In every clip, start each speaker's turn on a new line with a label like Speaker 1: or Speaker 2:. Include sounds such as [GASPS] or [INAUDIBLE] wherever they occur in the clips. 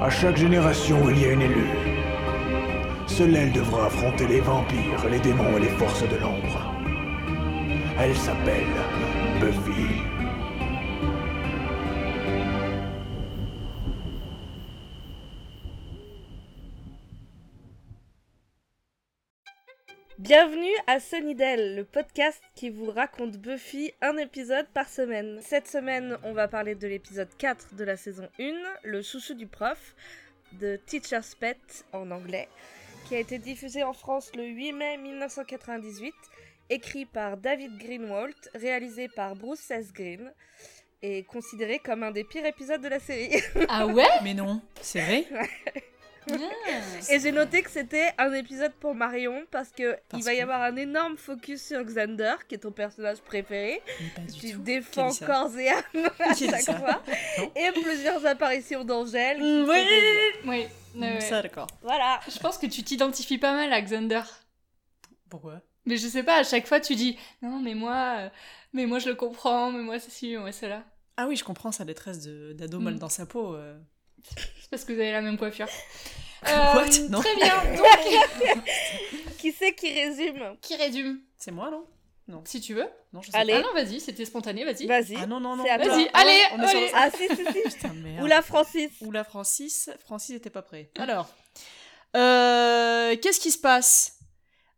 Speaker 1: À chaque génération, il y a une élue. Seule elle devra affronter les vampires, les démons et les forces de l'ombre. Elle s'appelle Buffy.
Speaker 2: Bienvenue à Sunnydale, le podcast qui vous raconte Buffy un épisode par semaine. Cette semaine, on va parler de l'épisode 4 de la saison 1, le chouchou du prof, de Teacher's Pet en anglais, qui a été diffusé en France le 8 mai 1998, écrit par David Greenwalt, réalisé par Bruce S. Green, et considéré comme un des pires épisodes de la série.
Speaker 3: Ah ouais
Speaker 4: Mais non, c'est vrai
Speaker 2: Et j'ai noté que c'était un épisode pour Marion parce que
Speaker 4: Parce
Speaker 2: il va y
Speaker 4: que-
Speaker 2: avoir un énorme focus sur Xander, qui est ton personnage préféré.
Speaker 4: Mais pas du
Speaker 2: Tu
Speaker 4: tout.
Speaker 2: défends
Speaker 4: Quel bizarre.
Speaker 2: corps et âme à
Speaker 4: Quel
Speaker 2: chaque
Speaker 4: bizarre.
Speaker 2: fois.
Speaker 4: Non.
Speaker 2: Et plusieurs apparitions d'Angèle. qui
Speaker 4: Mm,
Speaker 2: font
Speaker 4: oui.
Speaker 2: plaisir.
Speaker 3: [LAUGHS] Oui. ouais, ouais.
Speaker 4: Ça, d'accord.
Speaker 2: Voilà.
Speaker 3: Je pense que tu t'identifies pas mal à Xander.
Speaker 4: Pourquoi
Speaker 3: Mais je sais pas, à chaque fois tu dis non mais moi euh, mais moi je le comprends, mais moi ceci, moi cela.
Speaker 4: Ah oui, je comprends sa détresse de-
Speaker 2: Hmm.
Speaker 4: d'ado mal
Speaker 3: Mm.
Speaker 4: dans sa peau. euh.
Speaker 3: C'est parce que vous avez la même coiffure.
Speaker 4: [LAUGHS] What
Speaker 3: Euh,
Speaker 4: Non.
Speaker 3: Très bien.
Speaker 4: [LAUGHS]
Speaker 3: Donc
Speaker 2: Qui c'est qui résume
Speaker 3: qui résume
Speaker 4: C'est moi, non
Speaker 3: si tu veux.
Speaker 4: Non, je sais
Speaker 2: Allez,
Speaker 3: Ah non, vas-y, c'était spontané, vas-y.
Speaker 2: vas-y.
Speaker 4: Ah non, non, non.
Speaker 2: C'est à
Speaker 4: oula.
Speaker 2: toi. Vas-y,
Speaker 4: Ah ouais,
Speaker 3: allez,
Speaker 4: on est sur
Speaker 3: allez.
Speaker 4: le-
Speaker 2: Ah si, si, si.
Speaker 4: Putain, [LAUGHS] merde.
Speaker 2: Oula Francis.
Speaker 4: Oula, Francis. Francis n'était pas prêt.
Speaker 3: Mm.
Speaker 4: Alors, euh, qu'est-ce qui se passe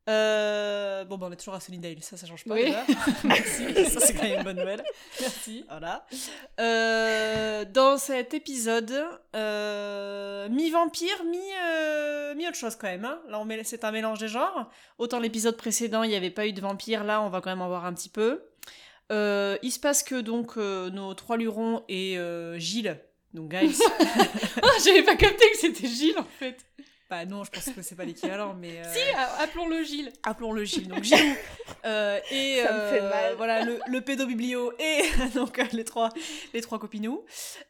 Speaker 4: Euh, Bon, bah, on est toujours à Sunnydale, ça, ça change pas.
Speaker 3: Oui. [LAUGHS]
Speaker 4: déjà. Merci, ça, c'est quand même une bonne nouvelle.
Speaker 3: Merci.
Speaker 4: Voilà. Euh, dans cet épisode, euh, mi-vampire, mi, euh, mi-autre chose quand même. hein. Là, on met- c'est un mélange des genres. Autant l'épisode précédent, il n'y avait pas eu de vampire. Là, on va quand même en voir un petit peu. Euh, il se passe que donc euh, nos trois lurons et euh, Gilles, donc Giles,
Speaker 3: [LAUGHS] Oh, [LAUGHS] j'avais pas capté que c'était Gilles en fait.
Speaker 4: bah non, je pense que c'est pas l'équivalent, mais euh,
Speaker 3: Si, a- appelons-le Gilles.
Speaker 4: appelons-le Gilles, donc Gilou. Euh, et
Speaker 2: Ça me fait
Speaker 4: euh,
Speaker 2: mal.
Speaker 4: voilà le, le pédobiblio et [LAUGHS] donc euh, les trois les trois copinous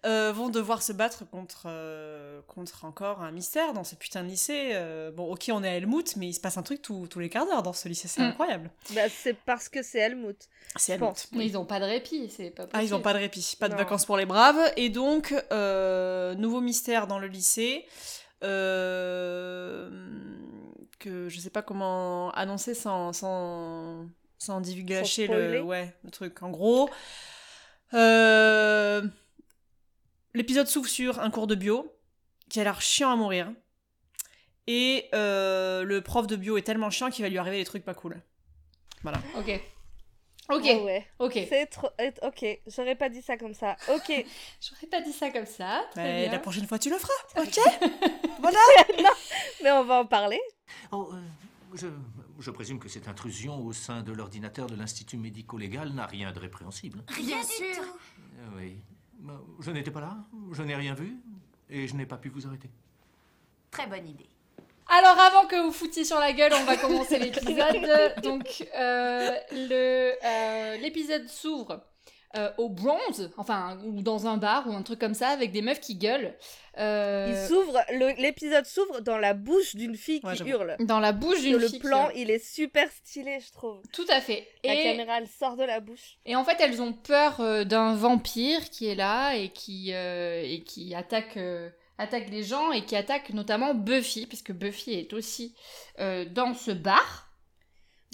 Speaker 4: euh, vont devoir se battre contre euh, contre encore un mystère dans ce putain de lycée. Euh, bon, ok, on est à Helmut, mais il se passe un truc tous tous les quarts d'heure dans ce lycée, c'est
Speaker 3: Mm.
Speaker 4: incroyable.
Speaker 2: Bah, c'est parce que c'est Helmut.
Speaker 4: C'est
Speaker 2: Je
Speaker 4: Helmut.
Speaker 2: pense.
Speaker 3: Mais ils ont pas de répit, c'est pas possible.
Speaker 4: Ah, ils n'ont pas de répit, pas de
Speaker 2: Non.
Speaker 4: vacances pour les braves. Et donc, euh, nouveau mystère dans le lycée. euh, que je sais pas comment annoncer sans, sans, sans divulgacher
Speaker 2: spoiler.
Speaker 4: le, ouais, le truc. En gros, euh, l'épisode s'ouvre sur un cours de bio qui a l'air chiant à mourir. Et euh, le prof de bio est tellement chiant qu'il va lui arriver des trucs pas cool.
Speaker 3: Ok. Ok,
Speaker 2: Ouais,
Speaker 4: Ah
Speaker 2: Ah ouais.
Speaker 3: ok.
Speaker 2: C'est trop. euh, Ok, j'aurais pas dit ça comme ça. Ok.
Speaker 3: J'aurais pas dit ça comme ça. Très
Speaker 4: Ouais,
Speaker 3: bien.
Speaker 4: Bah, la prochaine fois, tu le feras.
Speaker 2: Mais on va en parler.
Speaker 5: Oh, euh, je, je présume que cette intrusion au sein de l'ordinateur de l'Institut médico-légal n'a rien de répréhensible.
Speaker 6: Bien sûr.
Speaker 5: Euh, oui. Ben, Je n'étais pas là, je n'ai rien vu, et je n'ai pas pu vous arrêter.
Speaker 6: Très bonne idée.
Speaker 3: Alors avant que vous foutiez sur la gueule, on
Speaker 2: [LAUGHS]
Speaker 3: va commencer l'épisode. Donc euh, le, euh, l'épisode s'ouvre euh, au bronze, enfin ou dans un bar ou un truc comme ça avec des meufs qui gueulent
Speaker 2: Il
Speaker 3: euh,
Speaker 2: s'ouvre. le- L'épisode s'ouvre dans la bouche d'une fille
Speaker 4: Ouais,
Speaker 2: qui
Speaker 4: j'avoue.
Speaker 2: hurle.
Speaker 3: dans la bouche d'une
Speaker 2: le
Speaker 3: fille qui
Speaker 2: plan,
Speaker 3: gueule.
Speaker 2: il est super stylé, je trouve.
Speaker 3: Tout à fait.
Speaker 2: La
Speaker 3: Et,
Speaker 2: caméra, elle sort de la bouche.
Speaker 3: et en fait, elles ont peur euh, d'un vampire qui est là et qui euh, et qui attaque. euh, attaque les gens et qui attaque notamment Buffy, puisque Buffy est aussi euh, dans ce bar.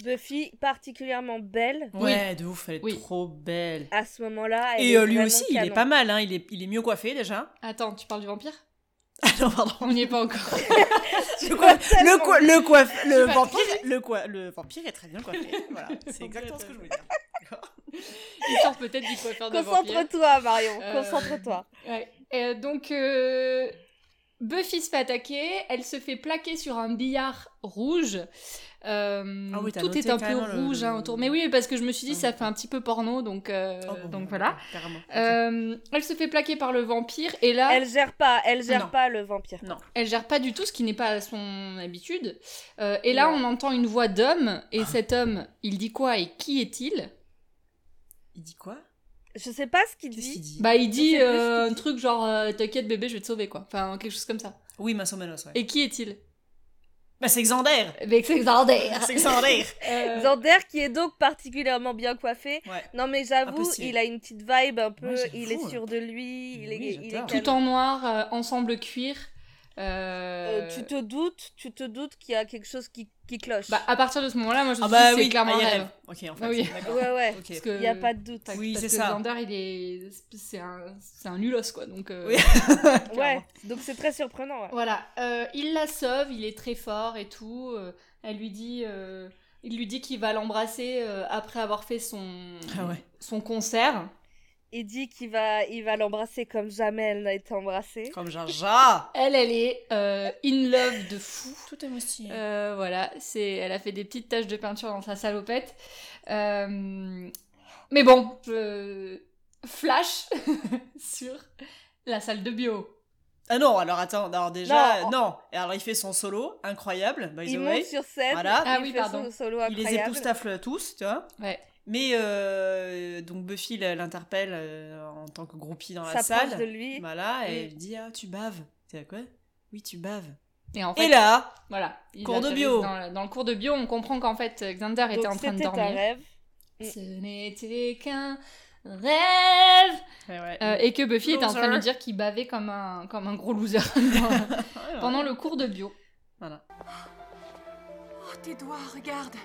Speaker 2: Buffy, particulièrement belle,
Speaker 3: Oui.
Speaker 4: Ouais, de ouf, elle est
Speaker 3: Oui.
Speaker 4: trop belle.
Speaker 2: à ce moment-là. elle
Speaker 4: Et
Speaker 2: est
Speaker 4: euh, lui
Speaker 2: vraiment
Speaker 4: aussi, il
Speaker 2: canon.
Speaker 4: est pas mal, hein. il, est, il est mieux coiffé déjà. [LAUGHS]
Speaker 3: Attends, tu parles du vampire
Speaker 4: Ah non, pardon.
Speaker 3: On n'y est pas encore.
Speaker 2: [LAUGHS]
Speaker 4: Le, coi- le, coi- le, coiffe-
Speaker 3: Je sais
Speaker 4: le,
Speaker 3: pas,
Speaker 4: vampire, le, coi- le vampire est très bien
Speaker 2: [LAUGHS]
Speaker 4: coiffé. Voilà, c'est exactement ce que je voulais dire.
Speaker 3: Il sort peut-être du coiffeur de vampire.
Speaker 2: Concentre-toi, Marion,
Speaker 3: Euh,
Speaker 2: concentre-toi.
Speaker 3: Ouais. Euh, donc, euh, Buffy se fait attaquer, elle se fait plaquer sur un billard rouge. Euh,
Speaker 4: Ah oui, t'as
Speaker 3: tout
Speaker 4: noté
Speaker 3: est un
Speaker 4: quand
Speaker 3: peu
Speaker 4: même le-
Speaker 3: rouge hein,
Speaker 4: le-
Speaker 3: autour. Mais oui, parce que je me suis dit,
Speaker 4: Ah,
Speaker 3: ça
Speaker 4: d'accord.
Speaker 3: fait un petit peu porno, donc, euh,
Speaker 4: Oh, bon,
Speaker 3: donc
Speaker 4: bon,
Speaker 3: voilà.
Speaker 4: Carrément. ok.
Speaker 3: Euh, elle se fait plaquer par le vampire, et là, elle,
Speaker 2: Elle gère pas, elle gère
Speaker 4: Non.
Speaker 2: pas le vampire.
Speaker 4: Non.
Speaker 3: gère pas du tout, ce qui n'est pas à son habitude. Euh, et là,
Speaker 2: Non.
Speaker 3: on entend une voix d'homme, et
Speaker 4: Ah.
Speaker 3: cet homme, il dit quoi et qui est-il
Speaker 4: Il dit quoi
Speaker 2: Je sais pas ce qu'il
Speaker 4: Qu'est-ce qu'il
Speaker 2: dit.
Speaker 4: dit
Speaker 3: Bah, il dit
Speaker 2: sais plus ce
Speaker 3: euh,
Speaker 2: qu'il
Speaker 3: un
Speaker 2: dit.
Speaker 3: truc genre, euh, t'inquiète bébé, je vais te sauver, quoi. Enfin, quelque chose comme ça.
Speaker 4: Oui, Masso Menos, ouais.
Speaker 3: Et qui est-il
Speaker 4: Bah, c'est Xander
Speaker 3: Mais c'est Xander [LAUGHS]
Speaker 4: C'est Xander
Speaker 3: Euh,
Speaker 2: Zander qui est donc particulièrement bien coiffé.
Speaker 4: Ouais.
Speaker 2: Non mais
Speaker 4: Un peu
Speaker 2: j'avoue,
Speaker 4: stylé.
Speaker 2: il a une petite vibe un peu,
Speaker 4: Ouais, j'avoue,
Speaker 2: il est
Speaker 4: ouais.
Speaker 2: sûr de lui, il
Speaker 4: Oui,
Speaker 2: est, il est
Speaker 4: j'adore.
Speaker 2: canon.
Speaker 3: tout en noir, euh, ensemble cuir. Euh,
Speaker 2: Euh, tu te doutes, tu te doutes qu'il y a quelque chose qui, qui cloche.
Speaker 3: bah, à partir de ce moment-là, moi je me
Speaker 4: Ah
Speaker 3: suis
Speaker 4: bah
Speaker 3: dit, c'est
Speaker 4: oui,
Speaker 3: clairement
Speaker 4: ah, il
Speaker 3: un
Speaker 4: y a
Speaker 3: rêve.
Speaker 4: Ok, en fait.
Speaker 3: Oui.
Speaker 4: D'accord.
Speaker 2: ouais, ouais.
Speaker 4: Ok.
Speaker 3: Parce
Speaker 2: Il
Speaker 3: que-
Speaker 2: n'y a pas de doute.
Speaker 4: Oui,
Speaker 3: parce
Speaker 4: c'est
Speaker 3: que
Speaker 4: ça.
Speaker 3: Xander, il est, c'est un, c'est un nulos quoi. Donc euh,
Speaker 4: Oui.
Speaker 2: Ouais,
Speaker 4: clairement.
Speaker 2: donc c'est très surprenant. ouais.
Speaker 3: [LAUGHS] voilà, Euh, il la sauve, il est très fort et tout. Euh, elle lui dit, euh, il lui dit qu'il va l'embrasser euh, après avoir fait son,
Speaker 4: Ah
Speaker 3: [LAUGHS]
Speaker 4: ouais.
Speaker 3: son concert.
Speaker 2: Il dit qu'il va, il va l'embrasser comme jamais elle n'a été embrassée.
Speaker 4: Comme Jar
Speaker 3: Elle, elle est euh, in love de fou.
Speaker 4: Tout est moustillé.
Speaker 3: Euh, voilà, c'est, elle a fait des petites taches de peinture dans sa salopette. Euh, mais bon, je flash [LAUGHS] sur la salle de bio.
Speaker 4: Ah non, alors attends, alors déjà,
Speaker 2: Non,
Speaker 4: euh, non. Et alors il fait son solo, incroyable, by
Speaker 2: Il
Speaker 4: the
Speaker 2: monte
Speaker 4: way.
Speaker 2: sur scène,
Speaker 4: Voilà.
Speaker 2: il
Speaker 3: Ah oui,
Speaker 2: fait
Speaker 3: pardon.
Speaker 2: son solo
Speaker 4: Il les
Speaker 2: incroyable.
Speaker 4: époustaffle tous, tu vois.
Speaker 3: Ouais.
Speaker 4: Mais euh, donc Buffy la- l'interpelle euh, en tant que groupie dans la
Speaker 2: s'approche
Speaker 4: salle.
Speaker 2: de lui.
Speaker 4: Voilà,
Speaker 2: Mm.
Speaker 4: et elle lui dit Ah, tu baves. C'est quoi Oui, tu baves.
Speaker 3: Et en fait,
Speaker 4: et là,
Speaker 3: voilà, il
Speaker 4: cours de
Speaker 3: atterrit
Speaker 4: bio.
Speaker 3: Dans, le- dans le cours de bio, on comprend qu'en fait, Xander était
Speaker 2: Donc
Speaker 3: en train de
Speaker 2: c'était un
Speaker 3: dormir.
Speaker 2: rêve.
Speaker 3: Ce n'était qu'un rêve Euh, et que Buffy était en train de lui
Speaker 4: Loser.
Speaker 3: dire qu'il bavait comme un, comme un gros loser [LAUGHS]
Speaker 2: [LAUGHS]
Speaker 3: pendant le cours de bio.
Speaker 6: Oh, tes doigts, regarde.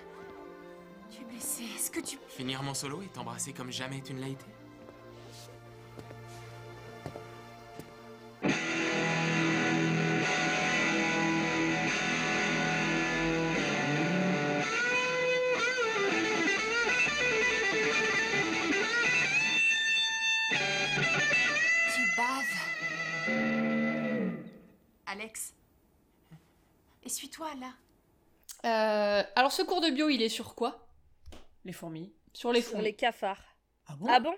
Speaker 6: Tu es blessé. Est-ce que tu.
Speaker 7: Finir mon solo et t'embrasser comme jamais tu ne l'as été.
Speaker 6: Tu baves. Alex. Essuie-toi, là.
Speaker 3: Euh, alors ce cours de bio, il est sur quoi
Speaker 4: les fourmis.
Speaker 3: Sur les
Speaker 2: Sur
Speaker 3: fonds.
Speaker 2: les cafards.
Speaker 4: Ah bon
Speaker 2: Ah bon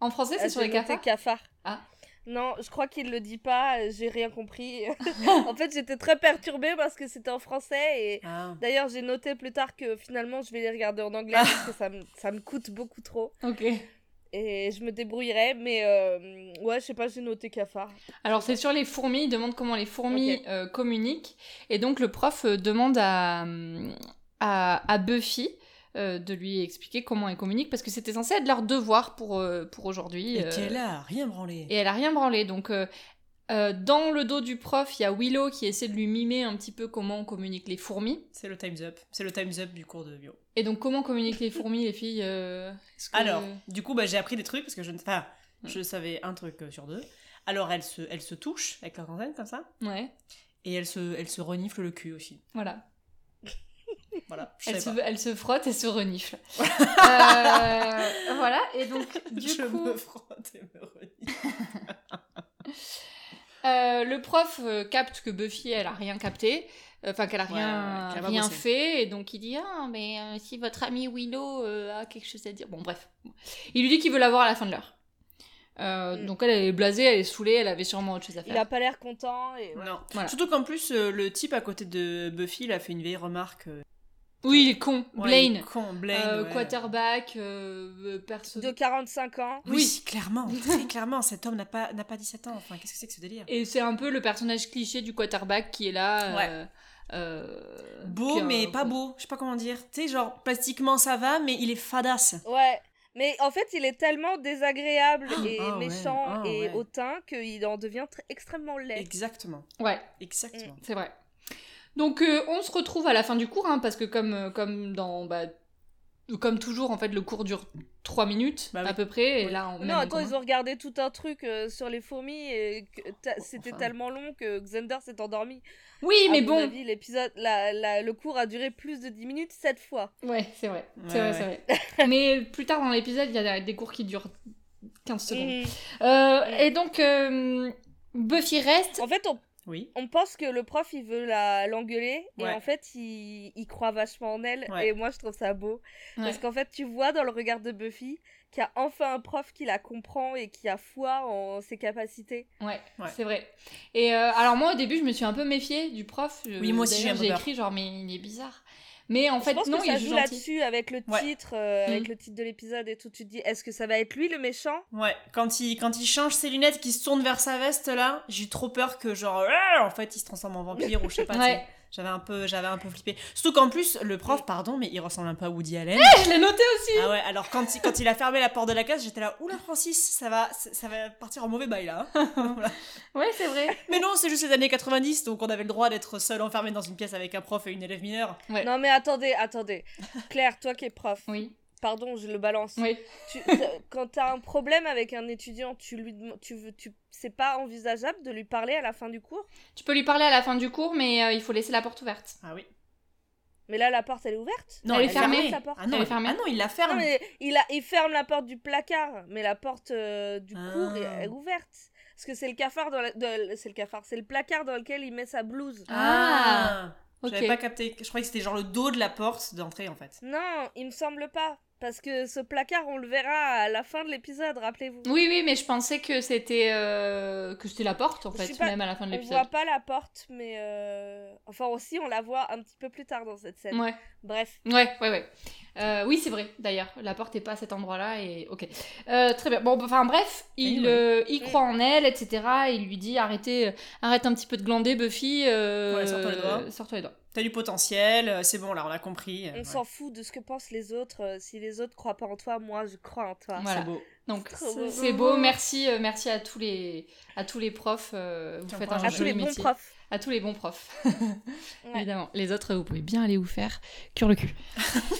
Speaker 3: En français, c'est
Speaker 2: Ah,
Speaker 3: sur
Speaker 2: j'ai
Speaker 3: les
Speaker 2: noté
Speaker 3: cafards
Speaker 2: cafards.
Speaker 3: Ah.
Speaker 2: Non, je crois qu'il le dit pas, euh, j'ai rien
Speaker 3: [LAUGHS]
Speaker 2: compris. en fait, j'étais très perturbée parce que c'était en français et
Speaker 4: Ah.
Speaker 2: d'ailleurs, j'ai noté plus tard que finalement, je vais les regarder en anglais parce que ça me, ça me coûte beaucoup trop
Speaker 3: Ok.
Speaker 2: et je me débrouillerai mais euh, ouais, je sais pas, j'ai noté cafard.
Speaker 3: Alors c'est sur les fourmis, il demande comment les fourmis
Speaker 2: Ok.
Speaker 3: euh, communiquent. Et donc le prof euh, demande à, à, à Buffy euh, de lui expliquer comment elles communiquent, parce que c'était censé être leur devoir pour, euh, pour aujourd'hui.
Speaker 4: Et
Speaker 3: euh,
Speaker 4: qu'elle a rien branlé.
Speaker 3: et elle a rien branlé. Donc euh, euh, dans le dos du prof, il y a Willow qui essaie de lui mimer un petit peu comment on communique les fourmis.
Speaker 4: C'est le time's up. C'est le time's up du cours de bio.
Speaker 3: Et donc comment communiquent les fourmis, les filles euh, Mm. est-ce que-
Speaker 4: Alors, du coup, bah, j'ai appris des trucs parce que je ne. Enfin, je savais un truc euh, sur deux. Alors, elle se, elle se touche avec leur antenne comme ça.
Speaker 3: Ouais,
Speaker 4: Et elle se, elle se renifle le cul aussi.
Speaker 3: voilà.
Speaker 4: Voilà. Je
Speaker 3: Elle se,
Speaker 4: savais
Speaker 3: elle se frotte et se
Speaker 4: [LAUGHS]
Speaker 3: renifle. Euh, voilà, et donc,
Speaker 4: pas.
Speaker 3: du
Speaker 4: [LAUGHS] je
Speaker 3: coup,
Speaker 4: me frotte et me renifle.
Speaker 3: euh, le prof euh, capte que Buffy, elle a rien capté, euh, enfin qu'elle a
Speaker 4: Ouais,
Speaker 3: rien,
Speaker 4: ouais, qu'elle a pas
Speaker 3: rien
Speaker 4: bossé.
Speaker 3: fait, et donc il dit Ah, mais euh, si votre ami Willow euh, a quelque chose à dire. Bon, bref. Il lui dit qu'il veut la voir à la fin de l'heure. Euh,
Speaker 2: Mm.
Speaker 3: Donc elle, elle est blasée, elle est saoulée, elle avait sûrement autre chose à
Speaker 2: Il a
Speaker 3: faire.
Speaker 2: pas l'air content et ouais.
Speaker 4: Non.
Speaker 3: Voilà.
Speaker 4: Surtout qu'en plus, euh, le type à côté de Buffy, il a fait une vieille remarque. euh,
Speaker 3: Oui, il est con,
Speaker 4: ouais, il est
Speaker 3: Blaine,
Speaker 4: Con, Blaine.
Speaker 3: Euh,
Speaker 4: ouais.
Speaker 3: quarterback, euh, perso.
Speaker 2: de 45 ans.
Speaker 4: Oui,
Speaker 3: Oui. [LAUGHS]
Speaker 4: clairement, très clairement, cet homme n'a pas, n'a pas 17 ans. Enfin, qu'est-ce que c'est que ce délire
Speaker 3: Et c'est un peu le personnage cliché du quarterback qui est là. euh, euh, qui
Speaker 4: Beau,
Speaker 3: est un-
Speaker 4: mais pas beau. Je sais pas comment dire. Tu sais, genre, plastiquement, ça va, mais il est fadasse.
Speaker 2: Ouais. Mais en fait, il est tellement
Speaker 4: [GASPS]
Speaker 2: désagréable et
Speaker 4: ah ouais,
Speaker 2: méchant
Speaker 4: ah
Speaker 2: et
Speaker 4: ouais.
Speaker 2: hautain qu'il en devient tr- extrêmement laid.
Speaker 4: Exactement.
Speaker 3: Ouais,
Speaker 4: Exactement.
Speaker 3: c'est vrai. Donc euh, on se retrouve à la fin du cours, hein, parce que comme, euh, comme dans... bah, comme toujours, en fait, le cours dure 3 minutes
Speaker 4: Bah oui.
Speaker 3: à peu près. Et
Speaker 4: Oui.
Speaker 3: là, on
Speaker 2: Non, attends,
Speaker 3: hein.
Speaker 2: ils ont regardé tout un truc euh, sur les fourmis et que ta-
Speaker 3: Oh,
Speaker 2: c'était
Speaker 3: enfin.
Speaker 2: tellement long que Xander s'est endormi.
Speaker 3: Oui,
Speaker 2: À
Speaker 3: mais
Speaker 2: mon
Speaker 3: bon.
Speaker 2: avis, l'épisode, la- la- le cours a duré plus de 10 minutes cette fois.
Speaker 3: Ouais, c'est vrai.
Speaker 4: Ouais,
Speaker 3: C'est vrai, c'est vrai. mais plus tard dans l'épisode, il y a des cours qui durent 15 secondes.
Speaker 2: Mm.
Speaker 3: Euh, et donc, euh, Buffy reste.
Speaker 2: En fait, on,
Speaker 4: Oui.
Speaker 2: on pense que le prof, il veut la- l'engueuler et
Speaker 4: Ouais.
Speaker 2: en fait, il, il croit vachement en elle.
Speaker 4: Ouais.
Speaker 2: Et moi, je trouve ça beau. Parce
Speaker 3: Ouais.
Speaker 2: qu'en fait, tu vois dans le regard de Buffy qu'il y a enfin un prof qui la comprend et qui a foi en ses capacités.
Speaker 3: Ouais,
Speaker 4: Ouais.
Speaker 3: c'est vrai. Et euh, alors moi au début je me suis un peu méfiée du prof. Je-
Speaker 4: Oui, moi aussi,
Speaker 3: d'ailleurs,
Speaker 4: j'ai un peu
Speaker 3: j'ai
Speaker 4: peur.
Speaker 3: écrit genre mais il est bizarre. Mais en fait
Speaker 2: je pense
Speaker 3: non
Speaker 2: que
Speaker 3: il
Speaker 2: ça
Speaker 3: est
Speaker 2: joue
Speaker 3: gentil.
Speaker 2: là-dessus avec le
Speaker 4: Ouais.
Speaker 2: titre, euh, avec
Speaker 3: Mhm.
Speaker 2: le titre de l'épisode et tout. Tu te dis, est-ce que ça va être lui le méchant
Speaker 4: Ouais, quand il, quand il change ses lunettes, qu'il se tourne vers sa veste, là, j'ai eu trop peur que, genre, Ah en fait, il se transforme en vampire ou je sais pas. tu
Speaker 3: Ouais.
Speaker 4: sais. J'avais un peu, j'avais un peu flippé. Surtout qu'en plus, le prof, pardon, mais il ressemble un peu à Woody Allen.
Speaker 3: [LAUGHS] Je l'ai noté aussi
Speaker 4: Ah ouais, alors quand il, quand il a fermé la porte de la classe, j'étais là, oula Francis, ça va, ça ça va partir en mauvais bail là. hein.
Speaker 3: [LAUGHS]
Speaker 4: Voilà.
Speaker 2: Ah.
Speaker 3: Ouais, c'est vrai.
Speaker 4: Mais non, c'est juste les années 90, donc on avait le droit d'être seul enfermé dans une pièce avec un prof et une élève mineure.
Speaker 2: Non mais attendez,
Speaker 3: [LAUGHS]
Speaker 2: attendez. Claire, toi qui es prof,
Speaker 3: Oui.
Speaker 2: pardon, je le balance.
Speaker 3: Oui.
Speaker 2: Tu- t'as- quand t'as un problème avec un étudiant, tu lui, dem- tu veux, tu, c'est pas envisageable de lui parler à la fin du cours.
Speaker 3: Tu peux lui parler à la fin du cours, mais euh, il faut laisser la porte ouverte.
Speaker 4: Ah oui.
Speaker 2: Mais là, la porte, elle est ouverte.
Speaker 4: Non,
Speaker 3: Elle est
Speaker 4: a
Speaker 3: fermée.
Speaker 4: fermé.
Speaker 2: Sa porte.
Speaker 4: Ah non,
Speaker 3: Elle est fermée.
Speaker 4: ah non, il la
Speaker 2: Non,
Speaker 4: ferme.
Speaker 2: mais il, a, il ferme la porte du placard, mais la porte euh, du
Speaker 4: Ah.
Speaker 2: cours est, est ouverte. Parce que c'est le cafard dans la- de- c'est le cafard, c'est le placard dans lequel il met sa blouse.
Speaker 3: Ah.
Speaker 4: J'avais
Speaker 3: Ok.
Speaker 4: pas capté. Je croyais que c'était genre le dos de la porte d'entrée en fait.
Speaker 2: Non, il me semble pas. Parce que ce placard, on le verra à la fin de l'épisode, rappelez-vous.
Speaker 3: Oui, oui, mais je pensais que c'était euh, que c'était la porte en
Speaker 2: Je
Speaker 3: fait,
Speaker 2: sais pas,
Speaker 3: même à la fin de
Speaker 2: On
Speaker 3: l'épisode.
Speaker 2: voit pas la porte, mais euh, enfin aussi on la voit un petit peu plus tard dans cette scène.
Speaker 3: Ouais,
Speaker 2: Bref,
Speaker 3: ouais, ouais, ouais. Euh, oui, c'est vrai. D'ailleurs, la porte est pas à cet endroit-là et ok. Euh, très bien. Bon, bah, enfin bref, il,
Speaker 4: Anyway.
Speaker 3: euh, il croit en elle, etc. Et il lui dit arrêtez, euh, arrête un petit peu de glander, Buffy. euh,
Speaker 4: Ouais, sors-toi les doigts.
Speaker 3: euh, Sors-toi les doigts.
Speaker 4: T'as du potentiel, euh, c'est bon là, on l'a compris. euh,
Speaker 2: on
Speaker 4: ouais.
Speaker 2: s'en fout de ce que pensent les autres. euh, Si les autres croient pas en toi, moi je crois en toi.
Speaker 3: Voilà.
Speaker 4: C'est beau.
Speaker 3: Donc
Speaker 2: C'est trop beau.
Speaker 3: c'est beau. Merci, euh, merci à tous les à tous les profs. euh, vous
Speaker 4: Tiens,
Speaker 3: faites
Speaker 4: prends
Speaker 3: un
Speaker 4: un
Speaker 2: À
Speaker 4: Voilà.
Speaker 3: joli
Speaker 2: tous les bons
Speaker 3: métier.
Speaker 2: profs.
Speaker 3: À tous les bons profs. [LAUGHS]
Speaker 2: Ouais.
Speaker 3: Évidemment. Les autres, vous pouvez bien aller vous faire cure le
Speaker 2: [LAUGHS]
Speaker 3: cul.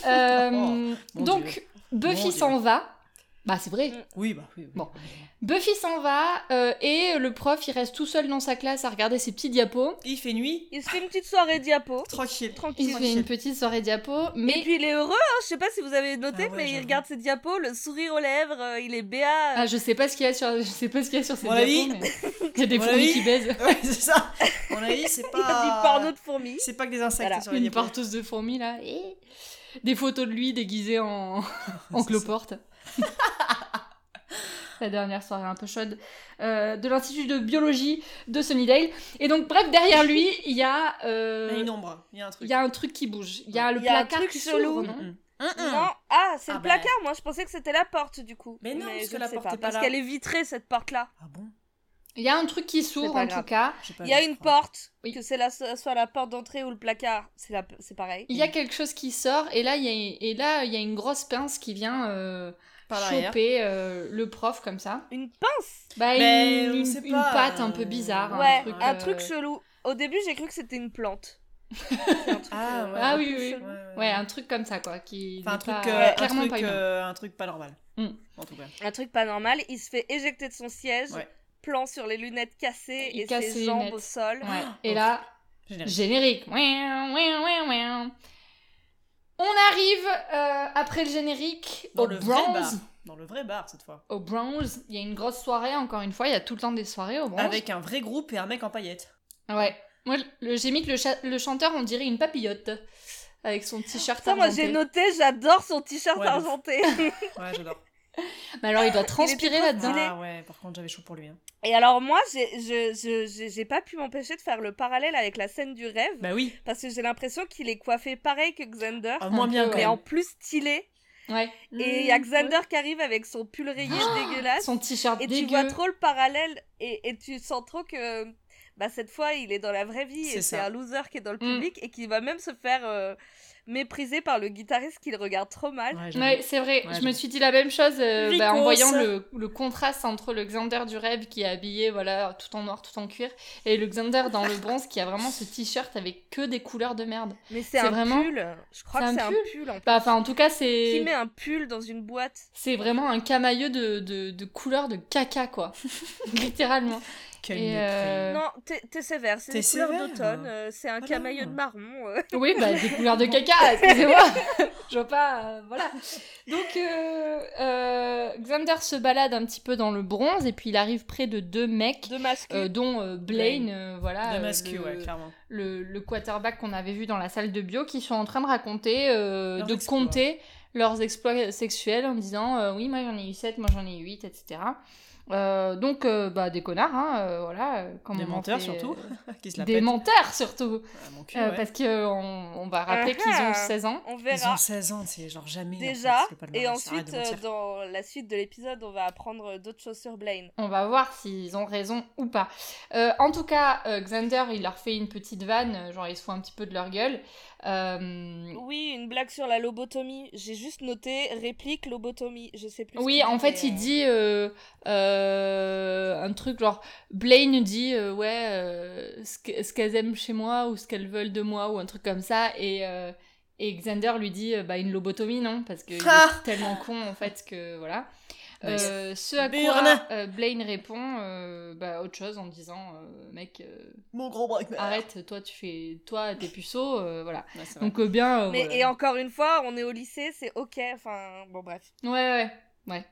Speaker 3: Euh,
Speaker 4: Oh, Mon
Speaker 3: donc,
Speaker 4: Dieu. Mon
Speaker 3: Buffy
Speaker 4: Dieu.
Speaker 3: s'en va. Bah, c'est vrai.
Speaker 2: Mm.
Speaker 4: Oui, bah oui. oui.
Speaker 3: Bon. Buffy s'en va euh, et le prof, il reste tout seul dans sa classe à regarder ses petits diapos.
Speaker 4: Il fait nuit,
Speaker 2: Il se fait une petite soirée diapo,
Speaker 4: tranquille.
Speaker 3: Il
Speaker 2: tranquille.
Speaker 3: se fait une petite soirée diapo, mais
Speaker 2: Et puis il est heureux, hein, je sais pas si vous avez noté,
Speaker 4: Ah ouais,
Speaker 2: mais il
Speaker 4: j'avoue.
Speaker 2: regarde ses diapos, le sourire aux lèvres, euh, il est béat.
Speaker 3: ah, je sais pas ce qu'il y a sur, je sais pas ce qu'il y a sur ces
Speaker 4: Mon
Speaker 3: diapos.
Speaker 4: avis.
Speaker 3: mais Il y a des
Speaker 4: Mon
Speaker 3: fourmis
Speaker 4: avis.
Speaker 3: qui baisent.
Speaker 4: Ouais, c'est ça. On a dit,
Speaker 2: [LAUGHS]
Speaker 4: c'est
Speaker 2: Il y a
Speaker 4: pas.
Speaker 3: Ah.
Speaker 2: du porno de fourmis.
Speaker 4: C'est pas que des insectes
Speaker 2: Voilà.
Speaker 4: sur les
Speaker 3: Une
Speaker 4: diapos.
Speaker 3: partousse de fourmis là. Et Des photos de lui déguisé
Speaker 2: [LAUGHS]
Speaker 3: en, en
Speaker 4: C'est
Speaker 3: cloporte. [LAUGHS] La dernière soirée un peu chaude euh, de l'Institut de biologie de Sunnydale. Et donc, bref, derrière lui, il y a, euh,
Speaker 4: Il y a une ombre, il y a un truc.
Speaker 3: il y a un truc qui bouge. Il y a le
Speaker 2: Il y a un
Speaker 3: placard
Speaker 2: truc
Speaker 3: qui
Speaker 2: chelou.
Speaker 3: s'ouvre, non
Speaker 4: Mm, mm. Mm, mm.
Speaker 2: Non, ah, c'est
Speaker 4: Ah
Speaker 2: le
Speaker 4: bah.
Speaker 2: placard, moi je pensais que c'était la porte du coup.
Speaker 4: Mais non, parce
Speaker 2: je
Speaker 4: que
Speaker 2: ne
Speaker 4: la
Speaker 2: sais
Speaker 4: porte est pas
Speaker 2: Parce
Speaker 4: là.
Speaker 2: qu'elle est vitrée cette porte-là.
Speaker 4: Ah bon
Speaker 3: Il y a un truc qui s'ouvre
Speaker 2: pas
Speaker 3: en
Speaker 2: grave.
Speaker 3: tout cas.
Speaker 4: J'ai pas
Speaker 2: Il y a
Speaker 4: vu, je
Speaker 2: une
Speaker 4: crois.
Speaker 2: porte,
Speaker 3: Oui.
Speaker 2: que c'est la, soit la porte d'entrée ou le placard, c'est la- c'est pareil.
Speaker 3: Il y a quelque chose qui sort et là, il y a, et là, il y a une grosse pince qui vient euh,
Speaker 4: Par l'arrière.
Speaker 3: choper euh, le prof comme ça.
Speaker 2: Une pince
Speaker 3: Bah,
Speaker 4: Mais
Speaker 3: une,
Speaker 4: on
Speaker 3: une-
Speaker 4: sait
Speaker 3: une
Speaker 4: pas,
Speaker 3: patte un
Speaker 4: euh,
Speaker 3: peu bizarre.
Speaker 4: Ah,
Speaker 2: Ouais,
Speaker 3: un truc,
Speaker 2: un
Speaker 3: euh,
Speaker 2: truc chelou. Au début, j'ai cru que c'était une
Speaker 3: [LAUGHS]
Speaker 2: plante. C'est un truc,
Speaker 4: Ah,
Speaker 2: euh,
Speaker 4: ouais.
Speaker 3: Ah
Speaker 2: un
Speaker 3: oui,
Speaker 2: peu
Speaker 3: oui.
Speaker 2: chelou.
Speaker 3: Ouais, un truc comme ça, quoi. Qui
Speaker 4: Euh, Enfin,
Speaker 3: n'est
Speaker 4: un truc,
Speaker 3: pas-
Speaker 4: euh, un,
Speaker 3: clairement
Speaker 4: truc
Speaker 3: pas humain.
Speaker 4: euh, un truc pas normal.
Speaker 3: Mm.
Speaker 4: En tout cas.
Speaker 2: Un truc pas normal, il se fait éjecter de son siège,
Speaker 4: Ouais.
Speaker 2: plan sur les lunettes cassées
Speaker 3: Il
Speaker 2: et
Speaker 3: casse
Speaker 2: ses
Speaker 3: les
Speaker 2: jambes
Speaker 3: lunettes.
Speaker 2: au sol.
Speaker 3: Ouais.
Speaker 4: Ah, oh,
Speaker 3: Et là,
Speaker 4: Générique.
Speaker 3: générique. Ouin, ouin, ouin, ouin. On arrive euh, après le générique
Speaker 4: Dans
Speaker 3: au
Speaker 4: le vrai bar.
Speaker 3: bronze.
Speaker 4: Dans le vrai bar cette fois.
Speaker 3: Au bronze, il y a une grosse soirée, encore une fois. Il y a tout le temps des soirées au bronze.
Speaker 4: Avec un vrai groupe et un mec en paillettes.
Speaker 3: Ouais. Moi, le- j'ai mis que le, cha- le chanteur, on dirait une papillote. Avec son t-shirt
Speaker 2: Ça, moi
Speaker 3: argenté.
Speaker 2: j'ai noté, j'adore son t-shirt
Speaker 4: Ouais, de ouf.
Speaker 2: argenté. [LAUGHS]
Speaker 4: Ouais, j'adore.
Speaker 3: [LAUGHS] Mais alors, il doit transpirer
Speaker 2: trop
Speaker 3: là-dedans.
Speaker 2: stylé.
Speaker 4: ah ouais, par contre, j'avais chaud pour lui. hein.
Speaker 2: Et alors moi, j'ai je- je- j'ai- j'ai pas pu m'empêcher de faire le parallèle avec la scène du
Speaker 3: Mm.
Speaker 2: rêve,
Speaker 4: Bah oui.
Speaker 2: parce que j'ai l'impression qu'il est coiffé pareil que Xander,
Speaker 4: Ah, moins
Speaker 3: Un
Speaker 4: bien
Speaker 3: peu,
Speaker 4: quand
Speaker 2: mais
Speaker 4: même.
Speaker 2: en plus stylé.
Speaker 3: Ouais.
Speaker 2: Et il y a Xander qui arrive avec son pull rayé dégueulasse,
Speaker 3: Mmh, Oh, Son t-shirt
Speaker 2: et
Speaker 3: dégueu.
Speaker 2: tu vois trop le parallèle, et, et tu sens trop que bah, cette fois, il est dans la vraie vie,
Speaker 4: C'est
Speaker 2: et c'est
Speaker 4: ça.
Speaker 2: un loser qui est dans le
Speaker 3: Mm.
Speaker 2: public, et qui va même se faire euh, mépriser par le guitariste qu'il regarde trop mal.
Speaker 4: Ouais, j'avoue.
Speaker 3: Ouais, c'est vrai.
Speaker 4: Ouais,
Speaker 3: je
Speaker 4: j'avoue.
Speaker 3: me suis dit la même chose euh, bah, en
Speaker 4: Vicos.
Speaker 3: voyant le, le contraste entre le Xander du rêve qui est habillé voilà tout en noir, tout en cuir, et le Xander dans le bronze qui a vraiment ce t-shirt avec que des couleurs de merde.
Speaker 2: Mais c'est
Speaker 3: C'est
Speaker 2: un
Speaker 3: vraiment-
Speaker 2: pull, je crois
Speaker 3: c'est
Speaker 2: que
Speaker 3: un
Speaker 2: c'est un
Speaker 3: pull.
Speaker 2: pull. en-
Speaker 3: Bah, enfin, en tout cas,
Speaker 2: Qui
Speaker 3: c'est
Speaker 2: met un pull dans une boîte
Speaker 3: c'est vraiment un camailleux de, de, de couleurs de caca quoi,
Speaker 2: [LAUGHS]
Speaker 3: littéralement.
Speaker 4: Quel
Speaker 3: Et,
Speaker 4: mépris.
Speaker 3: euh,
Speaker 2: Non, t'es t'es sévère, c'est
Speaker 4: T'es
Speaker 2: des couleurs
Speaker 4: sévère,
Speaker 2: d'automne,
Speaker 4: hein.
Speaker 2: euh, c'est un
Speaker 4: Voilà.
Speaker 2: camailleux de marron. euh. [LAUGHS]
Speaker 3: Oui, bah des couleurs de caca, excusez-moi. je vois pas, euh, voilà. Donc euh, euh, Xander se balade un petit peu dans le bronze et puis il arrive près de deux mecs.
Speaker 2: De masque.
Speaker 3: euh, dont euh, Blaine,
Speaker 4: Blaine.
Speaker 3: euh, voilà,
Speaker 4: De
Speaker 3: euh,
Speaker 4: masque,
Speaker 3: le-
Speaker 4: ouais, clairement. [LAUGHS]
Speaker 3: le, le quarterback qu'on avait vu dans la salle de bio qui sont en train de raconter, euh,
Speaker 4: Leurs
Speaker 3: de
Speaker 4: exploits.
Speaker 3: compter leurs exploits sexuels en disant euh, oui moi j'en ai eu 7, moi j'en ai eu 8, etc. Euh, donc, euh, bah, des connards, hein, euh, voilà. euh, comme
Speaker 4: Des
Speaker 3: on en
Speaker 4: menteurs,
Speaker 3: fait,
Speaker 4: surtout.
Speaker 3: euh,
Speaker 4: Qui se la
Speaker 3: des
Speaker 4: pète.
Speaker 3: menteurs, surtout.
Speaker 4: Ah, mon cul,
Speaker 3: Euh,
Speaker 4: ouais.
Speaker 3: Parce qu'on on va rappeler
Speaker 2: Ah
Speaker 3: qu'ils
Speaker 2: ah.
Speaker 3: ont 16 ans.
Speaker 2: On
Speaker 4: Ils ont
Speaker 2: verra
Speaker 4: 16 ans, c'est genre jamais. en fait,
Speaker 2: déjà.
Speaker 4: le palmarès,
Speaker 2: Et
Speaker 4: arrête
Speaker 2: ensuite,
Speaker 4: de mentir.
Speaker 2: euh, dans la suite de l'épisode, on va apprendre euh, d'autres choses sur Blaine.
Speaker 3: On va voir s'ils ont raison ou pas. Euh, en tout cas, euh, Xander, il leur fait une petite vanne, euh, genre ils se font un petit peu de leur gueule. Euh,
Speaker 2: Oui, une blague sur la lobotomie. J'ai juste noté réplique lobotomie. Je sais plus. ce
Speaker 3: Oui,
Speaker 2: qu'il
Speaker 3: en fait,
Speaker 2: mais,
Speaker 3: il
Speaker 2: euh,
Speaker 3: dit euh, euh, un truc genre Blaine dit euh, ouais euh, ce que- ce qu'elles aiment chez moi ou ce qu'elles veulent de moi ou un truc comme ça et euh, et Xander lui dit euh, bah une lobotomie non parce qu'il
Speaker 4: Ah
Speaker 3: est tellement con en fait que voilà.
Speaker 2: Bah,
Speaker 4: Nice.
Speaker 3: Euh, ce à
Speaker 4: Burn.
Speaker 3: quoi euh, Blaine répond euh, bah autre chose en disant euh, mec euh,
Speaker 4: Mon gros braqueur.
Speaker 3: arrête toi tu fais toi t'es puceau euh, voilà
Speaker 4: Ouais, c'est vrai.
Speaker 3: donc euh, bien euh,
Speaker 2: Mais
Speaker 3: voilà.
Speaker 2: et encore une fois, on est au lycée, c'est ok. Enfin, bon bref.
Speaker 3: ouais ouais ouais